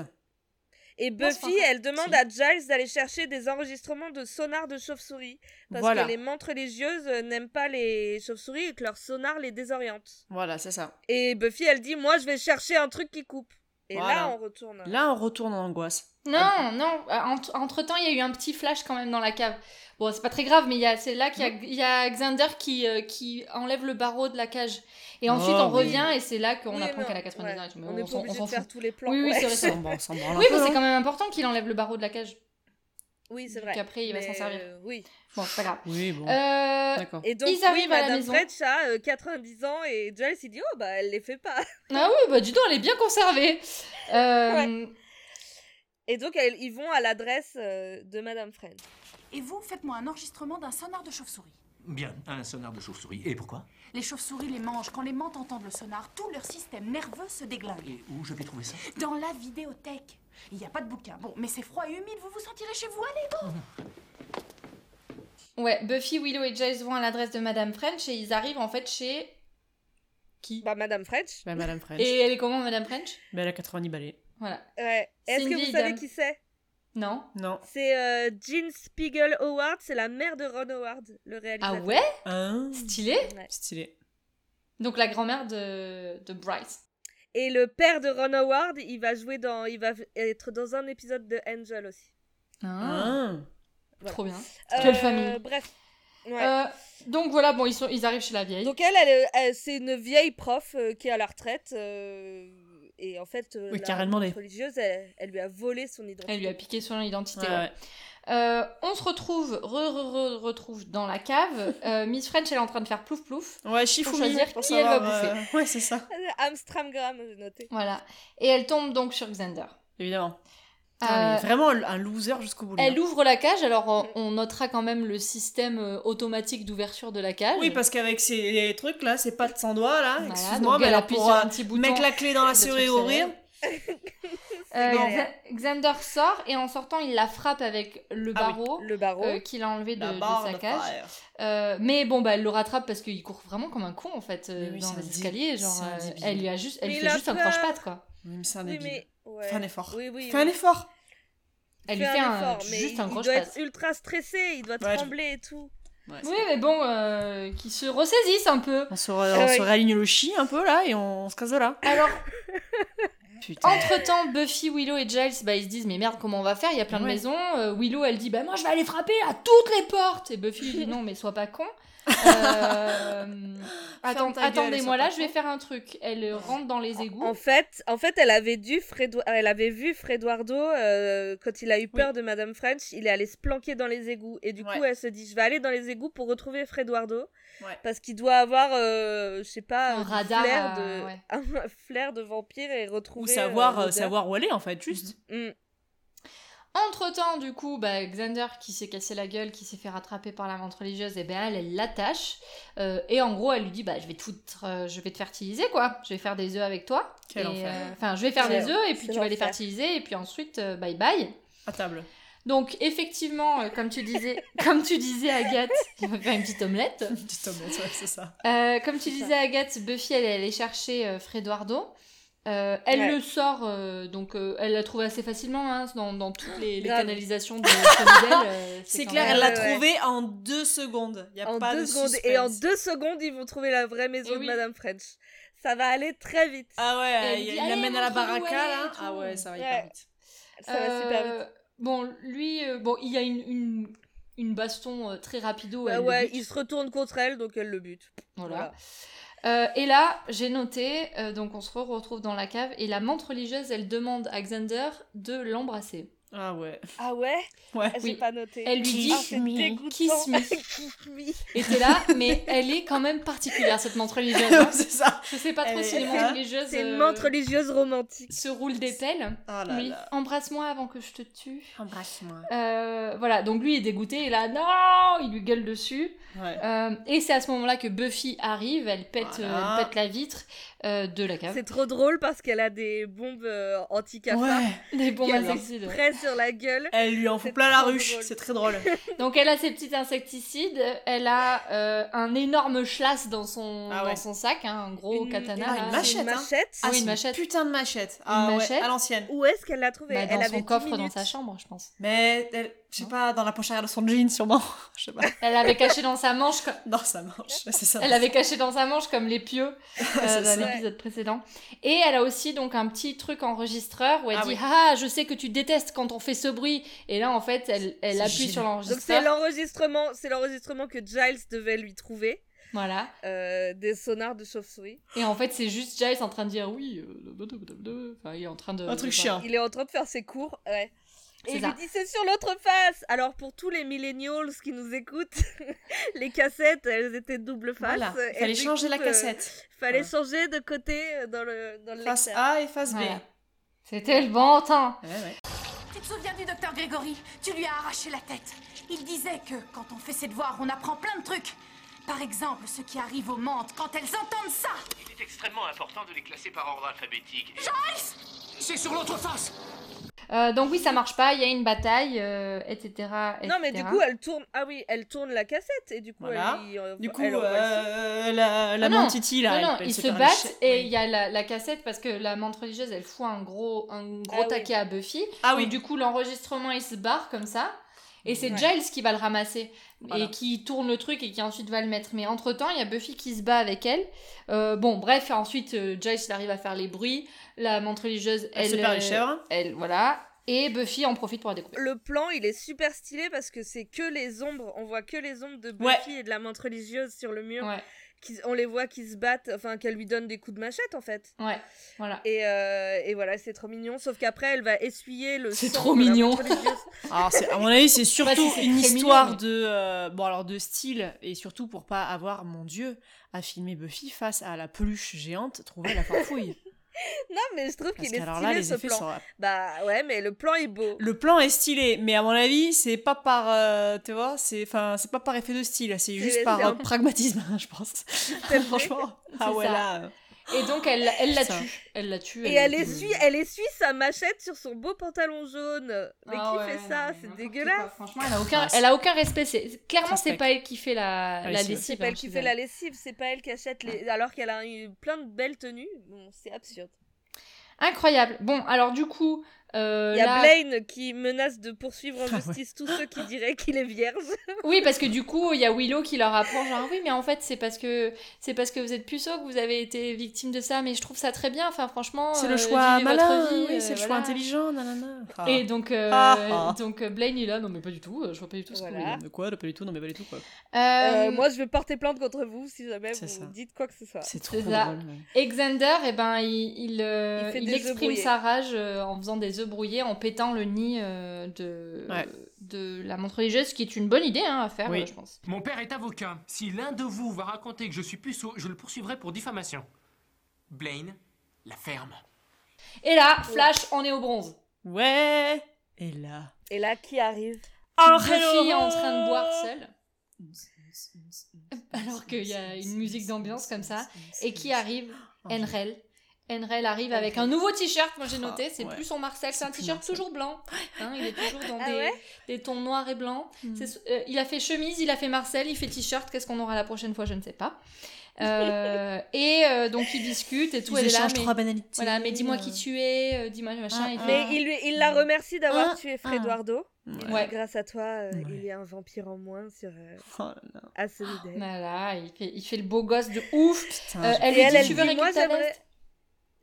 Speaker 2: Et
Speaker 3: c'est pas
Speaker 2: Buffy,
Speaker 3: vrai.
Speaker 2: elle demande
Speaker 3: Si.
Speaker 2: à Giles d'aller chercher des enregistrements de sonars de chauves-souris. Parce
Speaker 4: Voilà.
Speaker 2: que les montres religieuses euh, n'aiment pas les chauves-souris et que leurs sonars les désorientent.
Speaker 4: Voilà, c'est ça.
Speaker 2: Et Buffy, elle dit Moi, je vais chercher un truc qui coupe. Et
Speaker 4: Voilà.
Speaker 2: là, on retourne.
Speaker 4: Là, on retourne en angoisse.
Speaker 3: Non, non. euh, Entre temps, il y a eu un petit flash quand même dans la cave. Bon, c'est pas très grave, mais il y a- c'est là qu'il y a-
Speaker 2: Mm.
Speaker 3: il y, a Xander qui, euh, qui enlève le barreau de la cage. Et ensuite,
Speaker 4: Oh,
Speaker 3: on
Speaker 4: oui.
Speaker 3: revient et c'est là qu'on
Speaker 2: Oui,
Speaker 3: apprend
Speaker 2: non,
Speaker 3: qu'elle a 90 ans. et tout, mais
Speaker 2: ouais. On n'est pas
Speaker 3: s'en-
Speaker 2: obligé
Speaker 3: s'en
Speaker 2: de faire
Speaker 3: fout.
Speaker 2: tous les plans.
Speaker 3: Oui, oui,
Speaker 2: ouais.
Speaker 3: c'est vrai.
Speaker 4: On s'en- on s'en branle un
Speaker 3: Oui,
Speaker 4: peu,
Speaker 3: mais c'est
Speaker 4: hein.
Speaker 3: quand même important qu'il enlève le barreau de la cage.
Speaker 2: [LAUGHS] Oui, c'est vrai.
Speaker 3: Qu'après, il va
Speaker 2: Mais,
Speaker 3: s'en servir.
Speaker 2: euh, oui.
Speaker 3: Bon, c'est pas grave.
Speaker 4: Oui, bon.
Speaker 3: Euh,
Speaker 4: D'accord.
Speaker 2: Et donc,
Speaker 3: Ils
Speaker 2: oui,
Speaker 3: arrivent à la
Speaker 2: Madame
Speaker 3: maison.
Speaker 2: French a euh, 90 ans et Giles, il dit Oh, bah, elle les fait pas.
Speaker 3: Ah oui, bah dis donc, elle est bien conservée. Euh,
Speaker 2: Et donc, elle- ils vont à l'adresse euh, de Madame French.
Speaker 11: Et vous, faites-moi un enregistrement d'un sonar de chauve-souris.
Speaker 5: Bien, un sonar de chauve-souris. Et pourquoi
Speaker 11: Les chauves-souris les mangent. Quand les mentes entendent le sonar, tout leur système nerveux se déglingue.
Speaker 5: Et où je vais trouver ça
Speaker 11: Dans la vidéothèque. Il n'y a pas de bouquin. Bon, mais c'est froid et humide, vous vous sentirez chez vous, allez
Speaker 3: Ouais, Buffy, Willow et Jace vont à l'adresse de Madame French et ils arrivent en fait chez. Qui
Speaker 2: Bah, Madame French.
Speaker 4: Bah, Madame French.
Speaker 3: Et elle est comment, Madame French
Speaker 4: Mais elle a 90 balais.
Speaker 3: Voilà.
Speaker 2: Ouais.
Speaker 3: C'est
Speaker 2: Est-ce
Speaker 3: une
Speaker 2: que vous
Speaker 3: vieille
Speaker 2: savez
Speaker 3: dame.
Speaker 2: qui c'est
Speaker 3: Non
Speaker 4: Non.
Speaker 2: C'est euh, Jean Spiegel Howard, c'est la mère de Ron Howard, le
Speaker 3: Ah
Speaker 2: réalisateur.
Speaker 3: ouais
Speaker 4: Hein
Speaker 3: Stylé
Speaker 4: Stylé.
Speaker 3: Donc la grand-mère de, de Bryce.
Speaker 2: Et le père de Ron Howard, il va jouer dans, il va être dans un épisode de Angel aussi.
Speaker 4: Hein
Speaker 3: Ah, Trop bien.
Speaker 2: Euh,
Speaker 3: Quelle famille.
Speaker 2: Bref. Ouais.
Speaker 3: Euh, donc voilà, bon, ils, sont, ils arrivent chez la vieille.
Speaker 2: Donc elle, elle, est- elle- c'est une vieille prof euh, qui est à la retraite euh, et en fait, euh,
Speaker 4: Oui,
Speaker 2: la
Speaker 4: carrément des-
Speaker 2: religieuse, elle, elle lui a volé son identité.
Speaker 3: elle lui a piqué son identité.
Speaker 4: Ouais,
Speaker 3: ouais.
Speaker 4: ouais.
Speaker 3: Euh, on se retrouve, re, re, re- retrouve dans la
Speaker 4: [LAUGHS]
Speaker 3: cave. Euh, Miss French, elle est en train de faire plouf plouf.
Speaker 4: Ouais, Shifumi.
Speaker 3: Pour choisir
Speaker 4: pour
Speaker 3: qui elle va
Speaker 4: savoir, euh, Ouais, c'est ça.
Speaker 2: Amstramgram, j'ai noté.
Speaker 3: Voilà. Et elle tombe donc sur Xander.
Speaker 4: Évidemment.
Speaker 3: Euh,
Speaker 4: Putain, mais vraiment un loser jusqu'au bout. lui,
Speaker 3: Elle
Speaker 4: hein.
Speaker 3: ouvre la cage, alors on, on notera quand même le système euh, automatique d'ouverture de la cage.
Speaker 4: Oui, parce qu'avec ces trucs là, ses pattes sans doigts là,
Speaker 3: Voilà,
Speaker 4: excuse-moi,
Speaker 3: donc
Speaker 4: mais
Speaker 3: elle
Speaker 4: là
Speaker 3: appuie
Speaker 4: pour
Speaker 3: sur
Speaker 4: euh,
Speaker 3: un petit bouton.
Speaker 4: mettre la clé dans la
Speaker 3: de
Speaker 4: serrure et
Speaker 3: trucs
Speaker 4: [LAUGHS] ouvrir.
Speaker 3: Euh,
Speaker 2: Bon.
Speaker 3: Xa- Xander sort et en sortant, il la frappe avec le
Speaker 4: Ah oui.
Speaker 3: barreau
Speaker 2: Le barreau.
Speaker 3: euh, qu'il a enlevé de,
Speaker 4: La
Speaker 3: de
Speaker 4: barre
Speaker 3: sa
Speaker 4: de
Speaker 3: cage.
Speaker 4: fer.
Speaker 3: Euh, mais bon, bah, elle le rattrape parce qu'il court vraiment comme un con en fait euh,
Speaker 4: Mais oui,
Speaker 3: dans
Speaker 4: c'est un
Speaker 3: les
Speaker 4: dé-
Speaker 3: escaliers. Genre,
Speaker 4: c'est un
Speaker 3: euh,
Speaker 4: débile.
Speaker 3: elle lui a juste, elle
Speaker 2: Mais
Speaker 3: fait
Speaker 2: il a
Speaker 3: juste un
Speaker 2: peur.
Speaker 3: croche-patte quoi.
Speaker 4: Oui, mais c'est un
Speaker 2: oui,
Speaker 4: débile.
Speaker 2: mais ouais.
Speaker 4: Fais un effort.
Speaker 2: Oui, oui.
Speaker 4: Fais un
Speaker 2: oui.
Speaker 4: effort.
Speaker 3: Elle lui
Speaker 2: Fais
Speaker 3: fait un-
Speaker 2: effort, mais
Speaker 3: juste un
Speaker 2: il-
Speaker 3: gros
Speaker 2: Il doit
Speaker 3: patte.
Speaker 2: être ultra stressé, il doit
Speaker 4: Ouais, je-
Speaker 2: trembler et tout.
Speaker 3: Oui, mais bon, euh, qu'il se
Speaker 4: [LAUGHS]
Speaker 3: ressaisisse un peu.
Speaker 4: On se, re- on
Speaker 2: Ouais.
Speaker 4: se réaligne le chi un peu là et on, on se casse de là.
Speaker 3: Alors,
Speaker 10: putain.
Speaker 3: Entre-temps, Buffy, Willow et Giles, bah, ils se disent, mais merde, comment on va faire Il y a plein de
Speaker 10: Ouais.
Speaker 3: maisons. Euh, Willow, elle dit, bah moi, je vais aller frapper à toutes les portes. Et Buffy lui dit, non, mais sois pas con. Euh,
Speaker 2: [LAUGHS]
Speaker 3: attends-
Speaker 2: ta gueule,
Speaker 3: Attendez-moi
Speaker 2: sois pas
Speaker 3: là, je vais faire un truc. Elle euh, rentre dans les égouts.
Speaker 2: En fait, en fait, elle avait dû Fredo- elle avait vu Fredoardo euh, quand il a eu peur de Madame French, il est allé se planquer dans les égouts et du coup
Speaker 11: Ouais.
Speaker 2: elle se dit je vais aller dans les égouts pour retrouver Fredoardo
Speaker 11: Ouais.
Speaker 2: parce qu'il doit avoir euh, je sais pas
Speaker 3: Un
Speaker 2: euh, du
Speaker 3: radar
Speaker 2: flair
Speaker 3: à-
Speaker 2: de
Speaker 3: ouais.
Speaker 2: [LAUGHS] un flair de vampire et retrouver
Speaker 4: Ou savoir,
Speaker 2: euh,
Speaker 4: euh,
Speaker 2: l'odeur.
Speaker 4: savoir où aller, en fait, juste.
Speaker 2: Mm.
Speaker 3: Entre-temps, du coup, bah, Xander, qui s'est cassé la gueule, qui s'est fait rattraper par la vente religieuse, et ben elle, elle l'attache. Euh, et en gros, elle lui dit, bah, je vais te foutre, euh, je vais te fertiliser, quoi. Je vais faire des œufs avec toi.
Speaker 4: Quel
Speaker 3: Et,
Speaker 4: enfer.
Speaker 3: euh, Enfin, je vais faire
Speaker 2: C'est-
Speaker 3: des œufs,
Speaker 2: c'est
Speaker 3: et puis tu vas les
Speaker 2: l'enfer.
Speaker 3: fertiliser, et puis ensuite, euh, bye bye.
Speaker 4: À table.
Speaker 3: Donc, effectivement, euh, comme
Speaker 2: [LAUGHS]
Speaker 3: tu disais, comme tu disais, Agathe, il va faire une petite omelette.
Speaker 4: Une petite omelette, ouais, c'est ça.
Speaker 3: Euh, comme
Speaker 2: C'est
Speaker 3: tu
Speaker 2: ça.
Speaker 3: disais, Agathe, Buffy, elle est allée chercher euh, Fredoardo. Euh, elle
Speaker 2: Ouais.
Speaker 3: le sort, euh, donc euh, elle l'a trouvé assez facilement hein, dans, dans toutes les, les
Speaker 2: Grave.
Speaker 3: canalisations de Sunnydale.
Speaker 2: [LAUGHS]
Speaker 3: euh,
Speaker 4: C'est
Speaker 3: quand
Speaker 4: clair,
Speaker 3: même-
Speaker 4: elle l'a
Speaker 2: Ouais, ouais.
Speaker 4: trouvé en deux secondes. Y a
Speaker 2: En
Speaker 4: pas
Speaker 2: deux
Speaker 4: de
Speaker 2: secondes
Speaker 4: suspense.
Speaker 2: et en deux secondes ils vont trouver la vraie maison
Speaker 3: Eh
Speaker 2: de
Speaker 3: oui.
Speaker 2: Madame French. Ça va aller très vite.
Speaker 4: Ah
Speaker 3: elle
Speaker 4: ouais,
Speaker 3: dit,
Speaker 4: il
Speaker 3: allez,
Speaker 4: l'amène à la
Speaker 3: montre-nous où
Speaker 4: baraka,
Speaker 3: elle est et
Speaker 4: là.
Speaker 3: tout.
Speaker 4: Ah ouais, ça va
Speaker 2: Ouais.
Speaker 4: hyper vite.
Speaker 2: Ça va super vite.
Speaker 3: Euh, Bon, lui, euh, bon, il y a une, une, une baston euh, très rapido.
Speaker 2: Bah
Speaker 3: elle le
Speaker 2: ouais,
Speaker 3: bute.
Speaker 2: il se retourne contre elle donc elle le bute.
Speaker 3: Voilà. Euh, et là, j'ai noté, euh, donc on se re- retrouve dans la cave, et la montre religieuse, elle demande à Xander de l'embrasser.
Speaker 4: Ah ouais.
Speaker 2: [LAUGHS]
Speaker 4: [LAUGHS]
Speaker 2: Ah ouais
Speaker 4: Ouais.
Speaker 2: J'ai
Speaker 3: Oui.
Speaker 2: pas noté.
Speaker 3: Elle lui dit
Speaker 2: Ah, c'est dégoûtant.
Speaker 3: Kiss
Speaker 2: [LAUGHS]
Speaker 3: me. Euh,
Speaker 2: Kiss me.
Speaker 3: Et t'es là, mais elle est quand même particulière, cette montre religieuse. hein.
Speaker 4: c'est ça.
Speaker 3: Je sais pas trop
Speaker 4: Elle
Speaker 3: si
Speaker 4: est-
Speaker 3: les montres religieuses
Speaker 2: C'est une
Speaker 3: euh,
Speaker 2: montre religieuse romantique.
Speaker 3: se roulent des pelles.
Speaker 4: Ah là
Speaker 3: Oui,
Speaker 4: là.
Speaker 3: embrasse-moi avant que je te tue.
Speaker 4: Embrasse-moi.
Speaker 3: Euh, voilà, donc lui est dégoûté, et là, non Il lui gueule dessus.
Speaker 4: Ouais.
Speaker 3: Euh, et c'est à ce moment-là que Buffy arrive, elle pète,
Speaker 4: Voilà.
Speaker 3: euh, elle pète la vitre euh, de la cave.
Speaker 2: C'est trop drôle parce qu'elle a des bombes euh, anti-cafards
Speaker 4: Ouais.
Speaker 3: Des bombes
Speaker 4: Quelle
Speaker 3: insecticides.
Speaker 2: près sur la gueule.
Speaker 4: Elle lui en
Speaker 2: C'est
Speaker 4: fout plein la
Speaker 2: trop
Speaker 4: ruche.
Speaker 2: drôle.
Speaker 4: C'est très drôle.
Speaker 3: Donc elle a ses petits insecticides, elle a euh, un énorme chlasse dans son,
Speaker 4: Ah ouais.
Speaker 3: dans son sac, hein, un gros
Speaker 2: Une-
Speaker 3: katana.
Speaker 4: ah,
Speaker 3: là.
Speaker 4: une machette,
Speaker 2: Une
Speaker 4: hein.
Speaker 2: machette.
Speaker 3: Ah oui,
Speaker 4: c'est
Speaker 3: une machette.
Speaker 4: Putain de machette. Ah
Speaker 3: Une
Speaker 4: ouais,
Speaker 3: machette.
Speaker 4: à l'ancienne.
Speaker 2: Où est-ce qu'elle l'a trouvée
Speaker 3: Bah,
Speaker 2: Elle
Speaker 3: dans
Speaker 2: avait
Speaker 3: son
Speaker 2: 10
Speaker 3: coffre, dans
Speaker 2: minutes.
Speaker 3: sa chambre, je pense.
Speaker 4: Mais, elle, je sais
Speaker 3: Non.
Speaker 4: pas, dans la poche arrière de son jean, sûrement. [LAUGHS] Je sais pas.
Speaker 3: Elle l'avait caché dans sa manche, co-
Speaker 4: Dans sa manche. Ouais, C'est ça.
Speaker 3: elle l'avait caché dans sa manche comme les pieux euh,
Speaker 4: [LAUGHS] C'est
Speaker 3: dans
Speaker 4: ça.
Speaker 3: l'épisode précédent. Et elle a aussi donc un petit truc enregistreur où elle
Speaker 4: Ah
Speaker 3: dit
Speaker 4: oui.
Speaker 3: ah je sais que tu détestes quand on fait ce bruit et là en fait elle, elle
Speaker 4: C'est
Speaker 3: appuie
Speaker 4: génial.
Speaker 3: sur
Speaker 2: Donc c'est
Speaker 3: l'enregistreur.
Speaker 2: l'enregistrement, c'est l'enregistrement que Giles devait lui trouver
Speaker 3: Voilà.
Speaker 2: euh, des sonars de chauve-souris.
Speaker 3: Et en fait c'est juste Giles en train de dire oui. euh, blablabla. Enfin, il est en train de.
Speaker 4: Un truc
Speaker 3: de-
Speaker 4: chiant.
Speaker 2: Il est en train de faire ses cours, ouais.
Speaker 3: C'est
Speaker 2: Et il
Speaker 3: ça.
Speaker 2: lui dit c'est sur l'autre face. Alors pour tous les millennials qui nous écoutent, [LAUGHS] les cassettes elles étaient double face.
Speaker 4: Voilà.
Speaker 2: Et
Speaker 4: Fallait
Speaker 2: du
Speaker 4: changer
Speaker 2: coup,
Speaker 4: la
Speaker 2: euh,
Speaker 4: cassette.
Speaker 2: fallait
Speaker 4: Voilà.
Speaker 2: changer de côté euh, dans le dans le
Speaker 4: Face
Speaker 2: lecteur.
Speaker 4: A et face B.
Speaker 3: Voilà. C'était le bon temps.
Speaker 4: Ouais, ouais.
Speaker 11: Tu te souviens du docteur Grégory Tu lui as arraché la tête. Il disait que quand on fait ses devoirs, on apprend plein de trucs. Par exemple, ce qui arrive aux mentes quand elles entendent ça.
Speaker 12: Il est extrêmement important de les classer par ordre alphabétique.
Speaker 5: C'est sur l'autre face
Speaker 3: Euh, donc oui, ça marche pas, il y a une bataille, euh, etc.,
Speaker 2: Non mais
Speaker 3: etc..
Speaker 2: du coup elle tourne ah oui elle tourne la cassette et du coup
Speaker 4: Voilà.
Speaker 2: elle, y- euh,
Speaker 4: Du coup,
Speaker 2: elle envoie le signe.
Speaker 4: euh, la, la
Speaker 3: Ah non.
Speaker 4: mantiti, là.
Speaker 3: Non,
Speaker 4: elle
Speaker 3: non,
Speaker 4: peut
Speaker 3: ils se
Speaker 4: faire une
Speaker 3: battent
Speaker 4: chèque,
Speaker 3: et
Speaker 4: oui.
Speaker 3: il y a la, la cassette parce que la montre religieuse, elle fout un gros, un gros
Speaker 2: Ah oui.
Speaker 3: taquet à Buffy.
Speaker 4: Ah
Speaker 3: Donc,
Speaker 4: oui,
Speaker 3: du coup, l'enregistrement, il se barre comme ça. Et c'est
Speaker 2: Ouais.
Speaker 3: Giles qui va le ramasser
Speaker 4: Voilà.
Speaker 3: et qui tourne le truc et qui ensuite va le mettre. Mais entre-temps, il y a Buffy qui se bat avec elle. Euh, bon, bref, ensuite, euh, Giles il arrive à faire les bruits. La montre religieuse,
Speaker 4: elle,
Speaker 3: elle...
Speaker 4: se perd les
Speaker 3: euh,
Speaker 4: chèvres.
Speaker 3: Elle, voilà. Et Buffy en profite pour la découper.
Speaker 2: le plan il est super stylé parce que c'est que les ombres on voit que les ombres de
Speaker 4: Ouais.
Speaker 2: Buffy et de la menthe religieuse sur le mur
Speaker 3: Ouais,
Speaker 2: qui on les voit qui se battent enfin qu'elle lui donne des coups de machette en fait
Speaker 3: ouais, voilà.
Speaker 2: et, euh, et voilà c'est trop mignon sauf qu'après elle va essuyer le
Speaker 3: C'est
Speaker 2: sang
Speaker 3: trop
Speaker 2: de la
Speaker 3: mignon.
Speaker 2: menthe
Speaker 3: [LAUGHS]
Speaker 2: religieuse.
Speaker 4: Alors, Ah, c'est- à mon avis, c'est
Speaker 3: pas si
Speaker 4: surtout
Speaker 3: c'est
Speaker 4: une
Speaker 3: très mignon,
Speaker 4: histoire
Speaker 3: mais-
Speaker 4: de euh, bon alors de style et surtout pour pas avoir mon dieu à filmer Buffy face à la peluche géante trouvée à la [LAUGHS] farfouille.
Speaker 2: non mais je trouve
Speaker 4: Parce
Speaker 2: qu'il est
Speaker 4: qu'alors
Speaker 2: stylé
Speaker 4: là, les
Speaker 2: ce
Speaker 4: effets
Speaker 2: plan
Speaker 4: sont-
Speaker 2: bah ouais mais le plan est beau
Speaker 4: Le plan est stylé, mais à mon avis, c'est pas par euh, tu vois, c'est enfin c'est pas par effet de style, c'est juste par
Speaker 2: évident.
Speaker 4: euh, pragmatisme, [LAUGHS] je pense.
Speaker 2: à fait.
Speaker 4: Franchement, ah
Speaker 3: C'est
Speaker 4: ouais
Speaker 3: ça.
Speaker 4: là. euh,
Speaker 3: Et donc, elle, elle la
Speaker 4: Ça.
Speaker 3: tue. Elle la tue.
Speaker 2: Et elle essuie, elle essuie sa machette sur son beau pantalon jaune. Mais
Speaker 3: Ah
Speaker 2: qui
Speaker 3: ouais,
Speaker 2: fait ça
Speaker 3: non, mais
Speaker 2: C'est
Speaker 3: n'importe
Speaker 2: dégueulasse.
Speaker 3: quoi. Franchement, elle a aucun, elle a aucun respect. C'est- Clairement, c'est pas elle qui fait la,
Speaker 4: Ah,
Speaker 3: la
Speaker 4: si.
Speaker 3: lessive.
Speaker 2: C'est pas elle
Speaker 3: hein,
Speaker 2: qui
Speaker 3: chez
Speaker 2: fait la lessive, c'est pas elle qui achète les. Alors qu'elle a eu plein de belles tenues. Bon, c'est absurde.
Speaker 3: Incroyable. Bon, alors du coup, Euh,
Speaker 2: Il y a
Speaker 3: là- Ah
Speaker 2: Blaine qui menace de poursuivre en justice tous ceux qui diraient qu'il est vierge.
Speaker 3: Oui, parce que du coup, il y a Willow qui leur apprend genre oui, mais en fait, c'est parce que c'est parce que vous êtes puceau que vous avez été victime de ça, mais je trouve ça très bien. Enfin, franchement,
Speaker 4: C'est
Speaker 3: euh,
Speaker 4: le choix
Speaker 3: vivez
Speaker 4: malin,
Speaker 3: votre vie,
Speaker 4: oui,
Speaker 3: euh,
Speaker 4: c'est le choix
Speaker 3: voilà.
Speaker 4: intelligent, nanana. Ah.
Speaker 3: Et donc, euh,
Speaker 4: Ah, ah.
Speaker 3: donc euh, Blaine est là, non mais pas du tout, euh, je vois pas du tout ce que vous voulez.
Speaker 4: De quoi, de pas du tout, non mais pas du tout quoi.
Speaker 2: Euh,
Speaker 3: Euh,
Speaker 2: moi, je vais porter plainte contre vous si jamais vous
Speaker 4: C'est ça.
Speaker 2: dites quoi que ce soit.
Speaker 4: C'est trop
Speaker 3: C'est ça.
Speaker 4: drôle, ouais.
Speaker 3: Et Xander, eh ben, il, il, euh,
Speaker 2: Il fait
Speaker 3: il
Speaker 2: des œufs
Speaker 3: exprime
Speaker 2: brouillés.
Speaker 3: sa rage euh, en faisant des œufs brouillés, en pétant le nid euh, de,
Speaker 4: Ouais.
Speaker 3: de la montre religieuse, ce qui est une bonne idée hein, à faire,
Speaker 4: Oui.
Speaker 3: euh, je pense.
Speaker 12: Mon père est avocat. Si l'un de vous va raconter que je suis puceau, je le poursuivrai pour diffamation.
Speaker 7: Blaine, la ferme.
Speaker 3: Et là, Flash, on est au bronze.
Speaker 4: Ouais Et là... Oh,
Speaker 2: Et là, qui arrive Ah,
Speaker 3: Deux filles en train de boire seules, alors qu'il y a une musique d'ambiance comme ça. Et qui arrive Enrel. Enrel arrive avec un nouveau t-shirt, moi j'ai noté, c'est
Speaker 4: ouais.
Speaker 3: plus son Marcel, c'est un
Speaker 4: plus
Speaker 3: t-shirt
Speaker 4: Marcel.
Speaker 3: toujours blanc. hein, il est toujours dans
Speaker 2: Ah
Speaker 3: des,
Speaker 2: ouais
Speaker 3: des tons noirs et blancs. C'est- euh, il a fait chemise, il a fait Marcel, il fait t-shirt, qu'est-ce qu'on aura la prochaine fois, je ne sais pas. Euh, et euh, donc ils discutent et tout,
Speaker 4: Ils
Speaker 3: elle est là,
Speaker 4: échangent
Speaker 3: mais,
Speaker 4: trois banalités.
Speaker 3: voilà, mais dis-moi qui tu es, euh, dis-moi machin.
Speaker 4: Ah,
Speaker 3: et tout.
Speaker 2: Mais il, lui- il la remercie d'avoir
Speaker 4: Ah,
Speaker 2: tué
Speaker 4: ah.
Speaker 2: Fredoardo.
Speaker 4: Ouais.
Speaker 2: Et
Speaker 3: Ouais.
Speaker 2: Grâce à toi, euh,
Speaker 4: Ouais.
Speaker 2: il y a un vampire en moins sur euh,
Speaker 4: Oh là là,
Speaker 2: Asmodee.
Speaker 3: Voilà, il fait, il fait le beau gosse de ouf.
Speaker 4: putain,
Speaker 3: Euh,
Speaker 4: j'ai-
Speaker 3: elle
Speaker 2: Et
Speaker 3: lui
Speaker 2: elle,
Speaker 3: dit,
Speaker 2: elle
Speaker 3: tu
Speaker 2: dit,
Speaker 3: veux
Speaker 2: moi,
Speaker 3: récupérer ta
Speaker 2: j'aimerais-
Speaker 3: veste